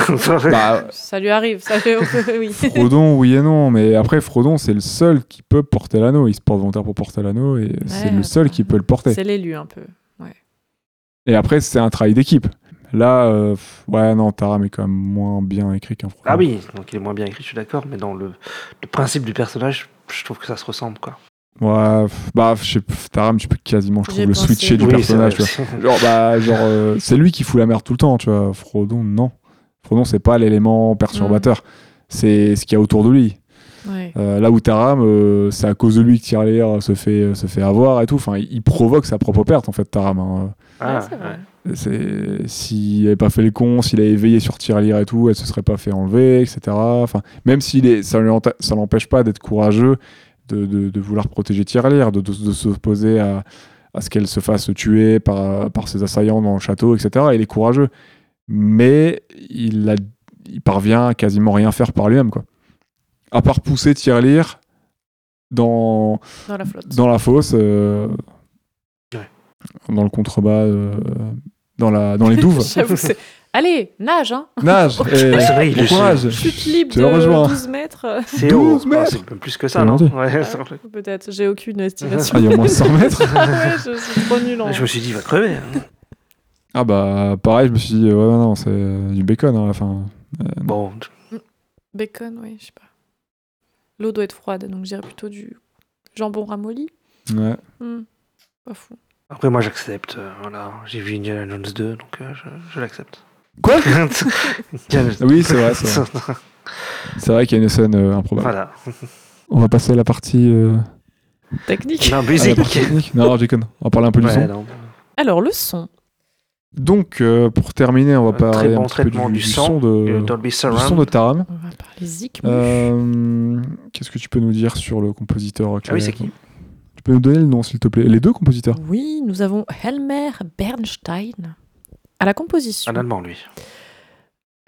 [SPEAKER 5] Bah,
[SPEAKER 7] Ça lui arrive, ça lui... oui.
[SPEAKER 5] Frodon, oui et non. Mais après, Frodon, c'est le seul qui peut porter l'anneau. Il se porte volontaire pour porter l'anneau et c'est le seul qui peut le porter.
[SPEAKER 7] C'est l'élu un peu.
[SPEAKER 5] Et après, c'est un travail d'équipe. Là, euh, pff, ouais, non, Taram est quand même moins bien écrit qu'un Frodon.
[SPEAKER 6] Ah oui, donc il est moins bien écrit, je suis d'accord, mais dans le, le principe du personnage, je trouve que ça se ressemble, quoi.
[SPEAKER 5] Ouais, pff, bah, je sais, pff, Taram, tu peux quasiment, je
[SPEAKER 7] J'ai
[SPEAKER 5] trouve, le
[SPEAKER 7] pensé.
[SPEAKER 5] switcher du
[SPEAKER 6] oui, c'est vrai
[SPEAKER 5] personnage. tu vois.
[SPEAKER 6] aussi.
[SPEAKER 5] Genre, bah, genre euh, c'est lui qui fout la merde tout le temps, tu vois. Frodon, non. Frodon, c'est pas l'élément perturbateur. C'est ce qu'il y a autour de lui.
[SPEAKER 7] Ouais.
[SPEAKER 5] Euh, là où Taram, euh, c'est à cause de lui que Tirelire se fait, euh, se fait avoir et tout. Enfin, il, il provoque sa propre perte, en fait, Taram. hein.
[SPEAKER 6] Ah,
[SPEAKER 7] Ouais, c'est vrai.
[SPEAKER 6] ouais.
[SPEAKER 5] C'est- S'il avait pas fait le con, s'il avait veillé sur Tirelire et tout, elle se serait pas fait enlever, etc. Enfin, même s'il est, ça lui enta- ça l'empêche pas d'être courageux, de, de- de vouloir protéger Tirelire, de, de, de s'opposer à, à ce qu'elle se fasse tuer par, par ses assaillants dans le château, etc. Il est courageux, mais il, a- il parvient à quasiment rien faire par lui-même, quoi. À part pousser Tirelire dans,
[SPEAKER 7] Dans la flotte.
[SPEAKER 5] dans la fosse, euh,
[SPEAKER 6] Ouais.
[SPEAKER 5] dans le contrebas, euh, dans, la, dans les douves.
[SPEAKER 7] J'avoue, c'est- Allez, nage, hein.
[SPEAKER 5] Nage et
[SPEAKER 6] Ah, c'est vrai, il
[SPEAKER 5] bon
[SPEAKER 6] est
[SPEAKER 5] courage
[SPEAKER 7] Chute libre
[SPEAKER 5] Tu le rejoins.
[SPEAKER 7] de 12 mètres.
[SPEAKER 6] C'est
[SPEAKER 5] 12
[SPEAKER 6] haut, Ah,
[SPEAKER 5] mètres.
[SPEAKER 6] c'est même plus que ça,
[SPEAKER 5] C'est
[SPEAKER 6] non
[SPEAKER 5] gentil.
[SPEAKER 6] Ouais,
[SPEAKER 7] Ah,
[SPEAKER 6] c'est vrai.
[SPEAKER 7] Peut-être, j'ai aucune estimation.
[SPEAKER 5] Ah, il y a moins de 100 mètres
[SPEAKER 7] Ah ouais, je suis trop nulle en.
[SPEAKER 6] Je me suis dit, il va crever. hein.
[SPEAKER 5] Ah bah pareil, je me suis dit, ouais, ouais, non, c'est euh, du bacon hein, à la fin.
[SPEAKER 6] Bon,
[SPEAKER 7] Bacon, oui, je sais pas. L'eau doit être froide, donc j'irais plutôt du jambon ramolli.
[SPEAKER 5] Ouais.
[SPEAKER 7] Hmm, Pas fou.
[SPEAKER 6] Après, moi, j'accepte. euh, voilà, j'ai vu Indiana Jones 2, donc euh, je, je l'accepte.
[SPEAKER 10] Quoi
[SPEAKER 6] Indiana Jones.
[SPEAKER 10] Oui, c'est vrai, c'est vrai. C'est vrai qu'il y a une scène euh, improbable.
[SPEAKER 6] voilà.
[SPEAKER 10] On va passer à la partie. euh,
[SPEAKER 7] Technique.
[SPEAKER 6] La
[SPEAKER 10] à la
[SPEAKER 6] musique.
[SPEAKER 10] partie technique. non, non, je déconne. On va parler un peu du
[SPEAKER 6] Ouais,
[SPEAKER 10] son.
[SPEAKER 6] non.
[SPEAKER 7] Alors, le son.
[SPEAKER 5] Donc, euh, pour terminer, on va
[SPEAKER 6] Très
[SPEAKER 5] parler
[SPEAKER 6] bon
[SPEAKER 5] un petit peu
[SPEAKER 6] traitement
[SPEAKER 5] du,
[SPEAKER 6] du son,
[SPEAKER 5] son de,
[SPEAKER 10] Euh,
[SPEAKER 6] Le Dolby
[SPEAKER 5] du son
[SPEAKER 6] Surround.
[SPEAKER 5] de Taram.
[SPEAKER 7] On va parler zik.
[SPEAKER 5] Euh, Qu'est-ce que tu peux nous dire sur le compositeur
[SPEAKER 6] Ah oui,
[SPEAKER 5] Claire
[SPEAKER 6] c'est qui
[SPEAKER 5] Tu peux nous donner le nom, s'il te plaît Les deux compositeurs
[SPEAKER 7] Oui, nous avons Helmer Bernstein à la composition.
[SPEAKER 6] Un Allemand, lui.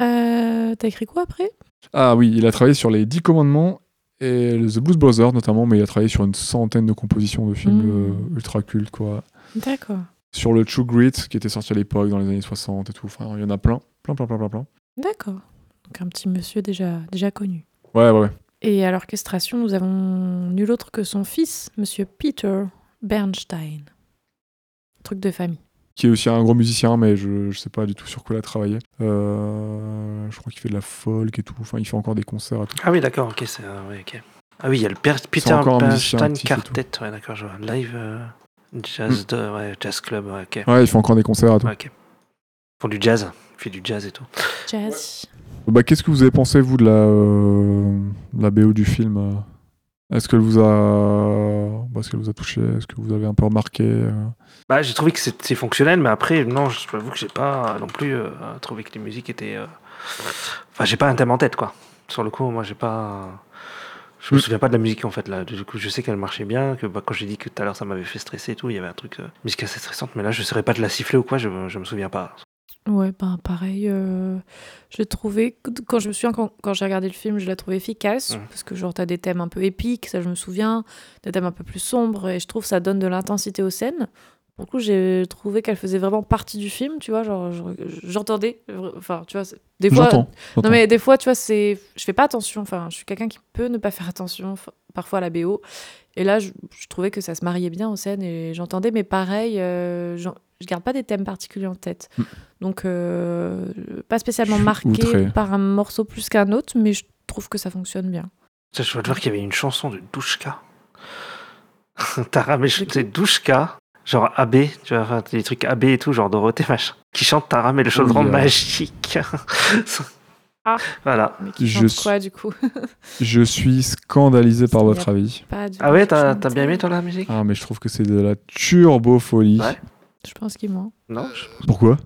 [SPEAKER 7] Euh, T'as écrit quoi après
[SPEAKER 5] Ah oui, il a travaillé sur les Dix Commandements et le The Blues Brothers notamment, mais il a travaillé sur une centaine de compositions de films
[SPEAKER 7] Mm.
[SPEAKER 5] euh, ultra cultes, quoi.
[SPEAKER 7] D'accord.
[SPEAKER 5] Sur le True Grit, qui était sorti à l'époque, dans les années 60 et tout. Enfin, il y en a plein, plein, plein, plein, plein, plein.
[SPEAKER 7] D'accord. Donc un petit monsieur déjà, déjà connu.
[SPEAKER 5] Ouais, ouais, ouais.
[SPEAKER 7] Et à l'orchestration, nous avons nul autre que son fils, monsieur Peter Bernstein. Truc de famille.
[SPEAKER 5] Qui est aussi un gros musicien, mais je, je sais pas du tout sur quoi il a travaillé. Euh, je crois qu'il fait de la folk et tout. Enfin, il fait encore des concerts et tout.
[SPEAKER 6] Ah oui, d'accord, ok. c'est- euh, oui, ok. Ah oui, il y a le Per- Peter
[SPEAKER 5] encore un musicien
[SPEAKER 6] Bernstein
[SPEAKER 5] actif et tout. Hmm.
[SPEAKER 6] Quartet. Ouais, d'accord, je vois. Live euh, jazz, de- ouais, jazz club, ouais, ok.
[SPEAKER 5] Ouais, il fait encore des concerts et tout.
[SPEAKER 6] Ouais, ok. Pour du jazz. Il fait du jazz et tout.
[SPEAKER 7] Jazz.
[SPEAKER 5] Bah, qu'est-ce que vous avez pensé, vous, de la, euh, de la BO du film euh Est-ce qu'elle vous a, bah, est-ce qu'elle vous a touché Est-ce que vous avez un peu remarqué euh
[SPEAKER 6] Bah, j'ai trouvé que c'est c'est fonctionnel, mais après, non, je t'avoue que j'ai pas euh, non plus euh, trouvé que les musiques étaient. euh, Enfin, j'ai pas un thème en tête, quoi. Sur le coup, moi, j'ai pas. Je me
[SPEAKER 5] Mm.
[SPEAKER 6] souviens pas de la musique en fait là. Du coup, je sais qu'elle marchait bien. Que bah, quand j'ai dit que tout à l'heure ça m'avait fait stresser et tout, il y avait un truc euh, musique assez stressante. Mais là, je saurais pas de la siffler ou quoi. Je, je me souviens pas.
[SPEAKER 7] Ouais, ben pareil, euh, je l'ai trouvé, quand je me souviens, quand, quand j'ai regardé le film, je l'ai trouvé efficace,
[SPEAKER 6] Mhm.
[SPEAKER 7] parce que genre t'as des thèmes un peu épiques, ça je me souviens, des thèmes un peu plus sombres, et je trouve ça donne de l'intensité aux scènes. Pour le coup, j'ai trouvé qu'elle faisait vraiment partie du film, tu vois, genre je- j'entendais, euh, enfin tu vois, c'est- des fois...
[SPEAKER 10] J'entends.
[SPEAKER 7] Non
[SPEAKER 10] j'entends.
[SPEAKER 7] mais des fois, tu vois, c'est, je fais pas attention, enfin je suis quelqu'un qui peut ne pas faire attention f- parfois à la BO, et là je, je trouvais que ça se mariait bien aux scènes, et j'entendais, mais pareil, euh, j'en- je garde pas des thèmes particuliers en tête. Donc, euh, pas spécialement
[SPEAKER 5] Hmm. Je suis
[SPEAKER 7] marqué
[SPEAKER 5] outré.
[SPEAKER 7] par un morceau plus qu'un autre, mais je trouve que ça fonctionne bien.
[SPEAKER 6] Ça, je viens de voir qu'il y avait une chanson de Douchka. Taram et c'est Douchka, genre AB, tu vois, enfin, des trucs AB et tout, genre Dorothée, machin, qui chante Taram et le chaudron
[SPEAKER 5] là.
[SPEAKER 6] magique.
[SPEAKER 7] Ah.
[SPEAKER 6] Voilà.
[SPEAKER 7] Mais qui
[SPEAKER 5] Je
[SPEAKER 7] chante
[SPEAKER 5] suis-
[SPEAKER 7] quoi, du coup
[SPEAKER 5] Je suis scandalisé par votre avis.
[SPEAKER 7] Pas du
[SPEAKER 6] Ah ouais, t'as
[SPEAKER 7] tout.
[SPEAKER 6] t'as bien aimé toi la musique
[SPEAKER 5] Ah, mais je trouve que c'est de la turbofolie.
[SPEAKER 6] Ouais.
[SPEAKER 7] Je pense qu'il ment.
[SPEAKER 6] Non
[SPEAKER 5] Pourquoi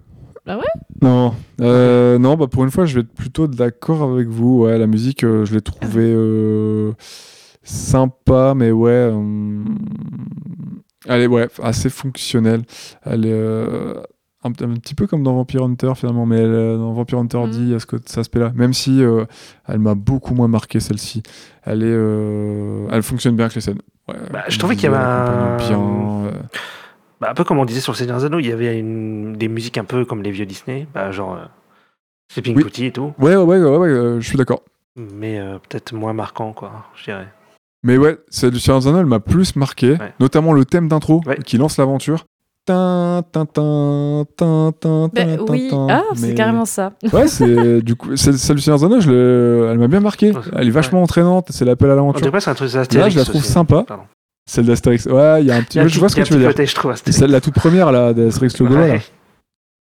[SPEAKER 7] Bah ouais.
[SPEAKER 5] Non, Euh, non. Bah pour une fois, je vais être plutôt d'accord avec vous. Ouais, la musique, euh, je l'ai trouvée euh, sympa, mais ouais, euh, elle est ouais assez fonctionnelle. Elle est euh, un, un petit peu comme dans Vampire Hunter finalement, mais elle, euh, dans Vampire Hunter
[SPEAKER 7] Mhm.
[SPEAKER 5] dit il y a ce côté- cet aspect-là. Même si euh, elle m'a beaucoup moins marqué celle-ci, elle est, euh, elle fonctionne bien avec les scènes. Ouais,
[SPEAKER 6] Bah, je
[SPEAKER 5] comme
[SPEAKER 6] trouvais
[SPEAKER 5] disais,
[SPEAKER 6] qu'il y avait
[SPEAKER 5] elle accompagne
[SPEAKER 6] un-
[SPEAKER 5] bien, euh,
[SPEAKER 6] Bah, Un peu comme on disait sur le Seigneur des Anneaux, il y avait une... des musiques un peu comme les vieux Disney, bah, genre euh, Sleeping
[SPEAKER 5] Oui.
[SPEAKER 6] Beauty et tout,
[SPEAKER 5] Ouais, ouais, ouais, ouais, ouais, euh, je suis d'accord.
[SPEAKER 6] mais euh, peut-être moins marquant, quoi, je dirais.
[SPEAKER 5] Mais ouais, celle du Seigneur des Anneaux, elle m'a plus marqué,
[SPEAKER 6] Ouais.
[SPEAKER 5] notamment le thème d'intro
[SPEAKER 6] Ouais.
[SPEAKER 5] qui lance l'aventure. Tin, tin, tin, tin, tin,
[SPEAKER 7] Ben
[SPEAKER 5] tin,
[SPEAKER 7] oui,
[SPEAKER 5] tin,
[SPEAKER 7] ah,
[SPEAKER 5] mais-
[SPEAKER 7] c'est carrément ça.
[SPEAKER 5] Ouais, c'est du coup, celle, celle du Seigneur des Anneaux, je l'ai- elle m'a bien marqué.
[SPEAKER 6] Ouais, c'est-
[SPEAKER 5] Elle est vachement entraînante, c'est l'appel à
[SPEAKER 6] En tout
[SPEAKER 5] l'aventure.
[SPEAKER 6] cas, c'est un truc
[SPEAKER 5] Là,
[SPEAKER 6] d'Astérix
[SPEAKER 5] je la trouve
[SPEAKER 6] aussi.
[SPEAKER 5] sympa.
[SPEAKER 6] Pardon.
[SPEAKER 5] Celle d'Astérix. Ouais, il y a un petit.
[SPEAKER 6] Il y a un
[SPEAKER 5] ouais, je vois ce
[SPEAKER 6] petit-
[SPEAKER 5] que
[SPEAKER 6] il y a
[SPEAKER 5] tu
[SPEAKER 6] un
[SPEAKER 5] veux
[SPEAKER 6] petit
[SPEAKER 5] dire.
[SPEAKER 6] côté, je trouve, Astérix.
[SPEAKER 5] Celle la toute première là, d'Astérix le Gaulois. là.
[SPEAKER 6] Ouais.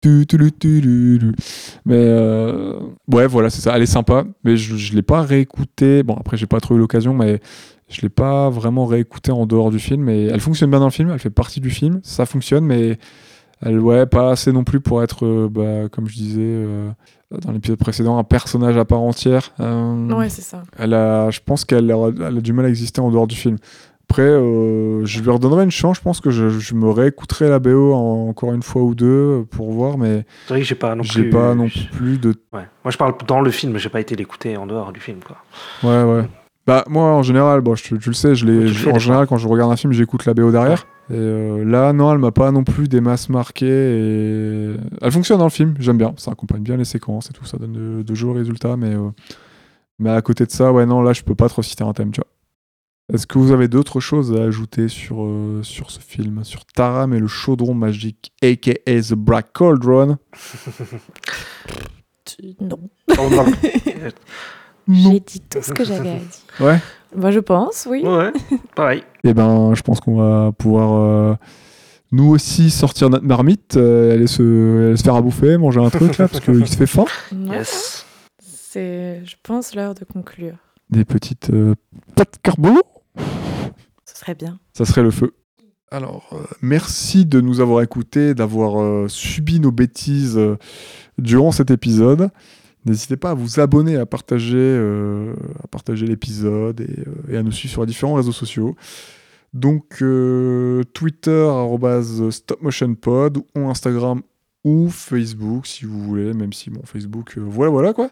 [SPEAKER 5] Tu, tu, lu, tu, lu, lu. Mais euh, ouais, voilà, c'est ça. Elle est sympa, mais je, je l'ai pas réécoutée. Bon, après, j'ai pas trouvé l'occasion, mais je l'ai pas vraiment réécoutée en dehors du film. Et elle fonctionne bien dans le film, elle fait partie du film, ça fonctionne, mais elle, ouais, pas assez non plus pour être, euh, bah, comme je disais euh, dans l'épisode précédent, un personnage à part entière. Euh,
[SPEAKER 7] Ouais, c'est ça.
[SPEAKER 5] elle a, je pense qu'elle aura- elle a du mal à exister en dehors du film. Après, euh, je lui redonnerai une chance. Je pense que je, je me réécouterai la BO en- encore une fois ou deux euh, pour voir, mais
[SPEAKER 6] C'est vrai que j'ai pas non
[SPEAKER 5] j'ai
[SPEAKER 6] plus.
[SPEAKER 5] pas non plus de.
[SPEAKER 6] Ouais. Moi, je parle dans le film, j'ai pas été l'écouter en dehors du film, quoi.
[SPEAKER 5] Ouais, ouais. Bah, moi, en général, bon, je, te- tu le sais, je
[SPEAKER 6] Tu
[SPEAKER 5] l'ai-
[SPEAKER 6] le
[SPEAKER 5] je-
[SPEAKER 6] fais
[SPEAKER 5] en
[SPEAKER 6] des
[SPEAKER 5] général, quand je regarde un film, j'écoute la BO derrière. Et euh, là, non, elle m'a pas non plus des masses marquées. Et... Elle fonctionne dans le film, j'aime bien. Ça accompagne bien les séquences et tout, ça donne de, de jolis résultats. Mais, euh, mais à côté de ça, ouais, non, là, je peux pas trop citer un thème, tu vois. Est-ce que vous avez d'autres choses à ajouter sur, euh, sur ce film Sur Taram et le chaudron magique, a.k.a. The Black Cauldron
[SPEAKER 7] Tu- Non.
[SPEAKER 6] Oh, non.
[SPEAKER 7] J'ai dit tout ce que j'avais à dire.
[SPEAKER 5] Ouais.
[SPEAKER 7] Bah, je pense, oui.
[SPEAKER 6] ouais, pareil.
[SPEAKER 5] Eh ben, je pense qu'on va pouvoir euh, nous aussi sortir notre marmite, euh, aller, se, aller se faire à bouffer, manger un truc là, parce qu'il se fait faim.
[SPEAKER 7] Non,
[SPEAKER 6] Yes.
[SPEAKER 7] c'est, je pense, l'heure de conclure.
[SPEAKER 5] Des petites euh, pâtes carbolo,
[SPEAKER 7] Ce serait bien.
[SPEAKER 5] ça serait le feu. Alors, euh, merci de nous avoir écoutés, d'avoir euh, subi nos bêtises euh, durant cet épisode. N'hésitez pas à vous abonner, à partager, euh, à partager l'épisode et, euh, et à nous suivre sur les différents réseaux sociaux. Donc, euh, Twitter, arrobase stopmotionpod, ou Instagram ou Facebook, si vous voulez, même si, bon, Facebook, euh, voilà, voilà, quoi.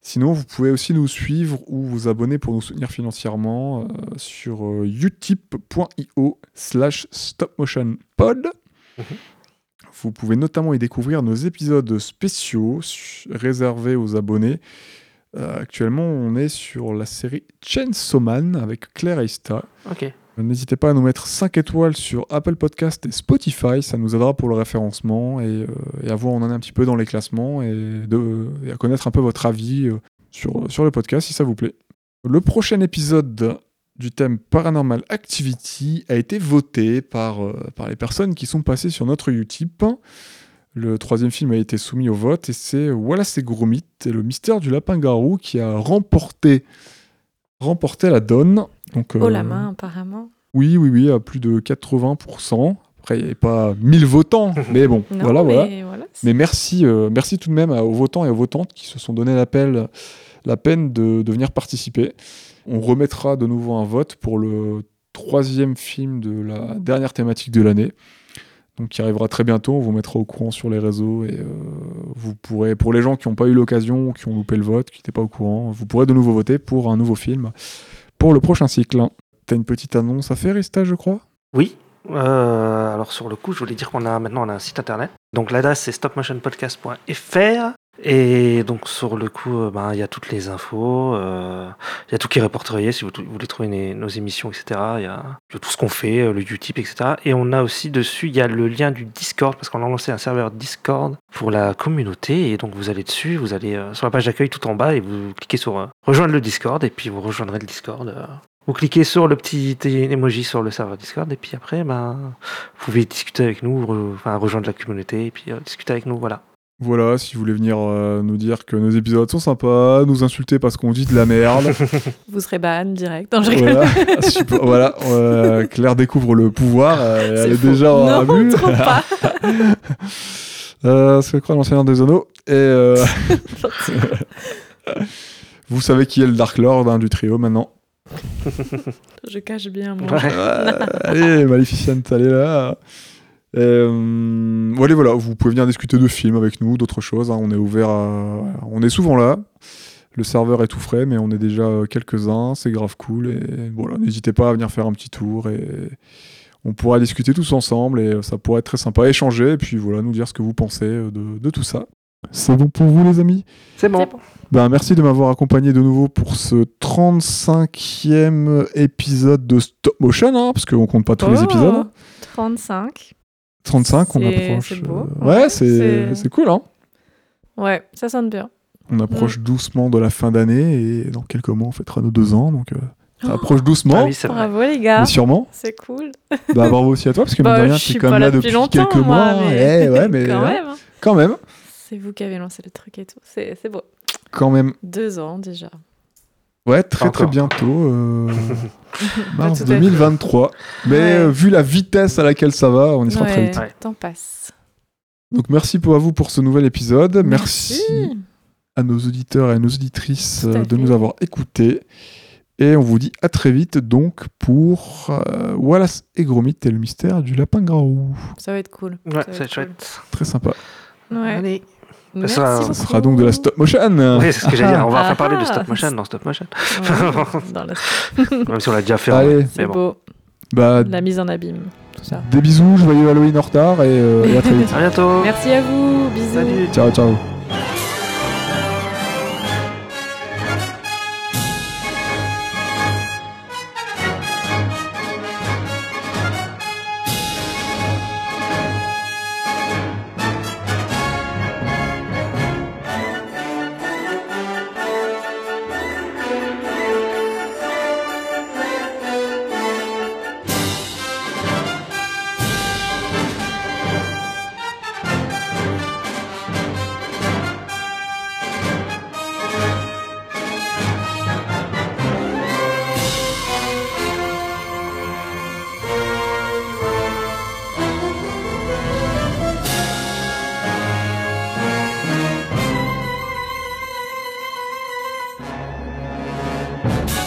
[SPEAKER 5] Sinon, vous pouvez aussi nous suivre ou vous abonner pour nous soutenir financièrement euh, sur euh, utip.io slash stopmotionpod. Vous pouvez notamment y découvrir nos épisodes spéciaux su- réservés aux abonnés. Euh, actuellement, on est sur la série Chainsaw Man avec Claire Aista.
[SPEAKER 6] Ok.
[SPEAKER 5] Euh, N'hésitez pas à nous mettre 5 étoiles sur Apple Podcast et Spotify, ça nous aidera pour le référencement et, euh, et à voir où on en est un petit peu dans les classements et, de, euh, et à connaître un peu votre avis euh, sur, sur le podcast si ça vous plaît. Le prochain épisode du thème Paranormal Activity a été voté par, euh, par les personnes qui sont passées sur notre Utip. Le troisième film a été soumis au vote et c'est Wallace et Gromit et le mystère du lapin-garou qui a remporté, remporté la donne. Donc,
[SPEAKER 7] Oh
[SPEAKER 5] euh,
[SPEAKER 7] la main, apparemment.
[SPEAKER 5] oui, oui, oui, à plus de 80%. Après, il n'y avait pas 1000 votants, mais bon,
[SPEAKER 7] Non,
[SPEAKER 5] voilà,
[SPEAKER 7] mais
[SPEAKER 5] voilà.
[SPEAKER 7] voilà, c'est-
[SPEAKER 5] Mais merci, euh, merci tout de même à- aux votants et aux votantes qui se sont donné l'appel, la peine de, de venir participer. On remettra de nouveau un vote pour le troisième film de la dernière thématique de l'année. Donc, qui arrivera très bientôt. On vous mettra au courant sur les réseaux et euh, vous pourrez, pour les gens qui n'ont pas eu l'occasion, ou qui ont loupé le vote, qui n'étaient pas au courant, vous pourrez de nouveau voter pour un nouveau film pour le prochain cycle. T'as une petite annonce à faire, Ista, je crois
[SPEAKER 6] Oui. Euh, alors sur le coup, je voulais dire qu'on a maintenant on a un site internet. Donc l'adresse c'est stopmotionpodcast.fr et donc sur le coup, euh, ben, il y a toutes les infos, euh, il y a tout qui est répertorié si vous tou- vous voulez trouver les- nos émissions, etc. Il y, a, il y a tout ce qu'on fait, euh, le Utip, etc. Et on a aussi dessus, il y a le lien du Discord parce qu'on a lancé un serveur Discord pour la communauté et donc vous allez dessus, vous allez euh, sur la page d'accueil tout en bas et vous cliquez sur euh, rejoindre le Discord et puis vous rejoindrez le Discord. euh, vous cliquez sur le petit é- emoji sur le serveur Discord et puis après, ben, vous pouvez discuter avec nous, re- enfin, rejoindre la communauté et puis euh, discuter avec nous, voilà.
[SPEAKER 5] Voilà, si vous voulez venir euh, nous dire que nos épisodes sont sympas, nous insulter parce qu'on dit de la merde.
[SPEAKER 7] Vous serez ban direct. Non, je rigole.
[SPEAKER 5] voilà, super, voilà, euh, Claire découvre le pouvoir, euh,
[SPEAKER 7] C'est
[SPEAKER 5] elle est
[SPEAKER 7] faux.
[SPEAKER 5] déjà en
[SPEAKER 7] Non,
[SPEAKER 5] abus.
[SPEAKER 7] trop pas.
[SPEAKER 5] Euh, c'est quoi l'enseignant des anneaux Et euh, vous savez qui est le Dark Lord hein, du trio maintenant.
[SPEAKER 7] Je cache bien mon
[SPEAKER 6] Ouais.
[SPEAKER 5] Ouais, allez, Maleficent, allez là. Euh, allez, voilà, vous pouvez venir discuter de films avec nous, d'autres choses. hein, on est ouvert à- On est souvent là. Le serveur est tout frais, mais on est déjà euh, quelques-uns. C'est grave cool. Et voilà, n'hésitez pas à venir faire un petit tour. Et on pourra discuter tous ensemble. Et euh, ça pourrait être très sympa. Échanger. Et puis voilà, nous dire ce que vous pensez euh, de, de tout ça. C'est bon pour vous, les amis
[SPEAKER 6] C'est bon. Ah
[SPEAKER 5] ben, merci de m'avoir accompagné de nouveau pour ce 35e épisode de Stop Motion, hein, parce qu'on compte pas tous les
[SPEAKER 7] Oh,
[SPEAKER 5] épisodes.
[SPEAKER 7] 35.
[SPEAKER 5] 35, on
[SPEAKER 7] c'est-
[SPEAKER 5] approche.
[SPEAKER 7] c'est beau.
[SPEAKER 5] euh, Ouais,
[SPEAKER 7] Ouais,
[SPEAKER 5] c'est
[SPEAKER 7] c'est-
[SPEAKER 5] c'est cool. Hein.
[SPEAKER 7] Ouais, ça sonne bien.
[SPEAKER 5] On approche doucement de la fin d'année et dans quelques mois, on fêtera nos deux ans. Donc, euh, ça
[SPEAKER 7] Oh.
[SPEAKER 5] approche
[SPEAKER 6] Ah
[SPEAKER 5] doucement,
[SPEAKER 6] oui, c'est vrai.
[SPEAKER 7] Bravo les gars.
[SPEAKER 5] mais sûrement.
[SPEAKER 7] C'est cool.
[SPEAKER 5] Bah, bravo aussi à toi, parce que
[SPEAKER 7] Bah,
[SPEAKER 5] mine de rien,
[SPEAKER 7] je
[SPEAKER 5] t'es
[SPEAKER 7] suis
[SPEAKER 5] quand
[SPEAKER 7] pas
[SPEAKER 5] même là
[SPEAKER 7] là depuis
[SPEAKER 5] depuis
[SPEAKER 7] longtemps,
[SPEAKER 5] quelques
[SPEAKER 7] moi,
[SPEAKER 5] mois.
[SPEAKER 7] mais-
[SPEAKER 5] Eh, ouais, mais
[SPEAKER 7] Quand
[SPEAKER 5] hein,
[SPEAKER 7] même. hein.
[SPEAKER 5] quand même,
[SPEAKER 7] C'est vous qui avez lancé le truc et tout. C'est c'est beau.
[SPEAKER 5] quand même.
[SPEAKER 7] Deux ans déjà.
[SPEAKER 5] Ouais, très
[SPEAKER 6] Encore.
[SPEAKER 5] très bientôt, euh, mars
[SPEAKER 7] Tout à fait.
[SPEAKER 5] 2023. Mais
[SPEAKER 7] Ouais.
[SPEAKER 5] euh, vu la vitesse à laquelle ça va, on y sera très
[SPEAKER 7] Ouais,
[SPEAKER 5] vite.
[SPEAKER 6] Ouais.
[SPEAKER 7] temps passe.
[SPEAKER 5] Donc merci pour à vous pour ce nouvel épisode. Merci,
[SPEAKER 7] Si.
[SPEAKER 5] à nos auditeurs et à nos auditrices
[SPEAKER 7] Tout à
[SPEAKER 5] euh, de
[SPEAKER 7] fait.
[SPEAKER 5] nous avoir écoutés. Et on vous dit à très vite donc pour euh, Wallace et Gromit et le mystère du lapin garou.
[SPEAKER 7] Ça va être cool.
[SPEAKER 6] Ouais,
[SPEAKER 7] Ça va
[SPEAKER 6] c'est
[SPEAKER 7] être cool.
[SPEAKER 6] chouette.
[SPEAKER 5] Très sympa.
[SPEAKER 7] Ouais.
[SPEAKER 6] Allez.
[SPEAKER 7] Merci
[SPEAKER 6] sera-
[SPEAKER 5] Ça
[SPEAKER 7] beaucoup.
[SPEAKER 5] sera donc de la stop motion.
[SPEAKER 6] Oui, c'est ce que j'allais dire. On va
[SPEAKER 7] Ah
[SPEAKER 6] enfin parler de
[SPEAKER 7] ah.
[SPEAKER 6] stop motion dans stop motion.
[SPEAKER 7] Ouais, dans la-
[SPEAKER 6] Même si on l'a déjà fait. en vrai.
[SPEAKER 5] Allez,
[SPEAKER 7] C'est
[SPEAKER 6] bon.
[SPEAKER 7] beau.
[SPEAKER 5] bah
[SPEAKER 7] La mise en abîme. Tout ça.
[SPEAKER 5] des bisous, joyeux Halloween en retard et, euh, et à très vite.
[SPEAKER 6] À bientôt.
[SPEAKER 7] Merci à vous. Bisous.
[SPEAKER 6] Salut.
[SPEAKER 5] ciao ciao.
[SPEAKER 11] Bye.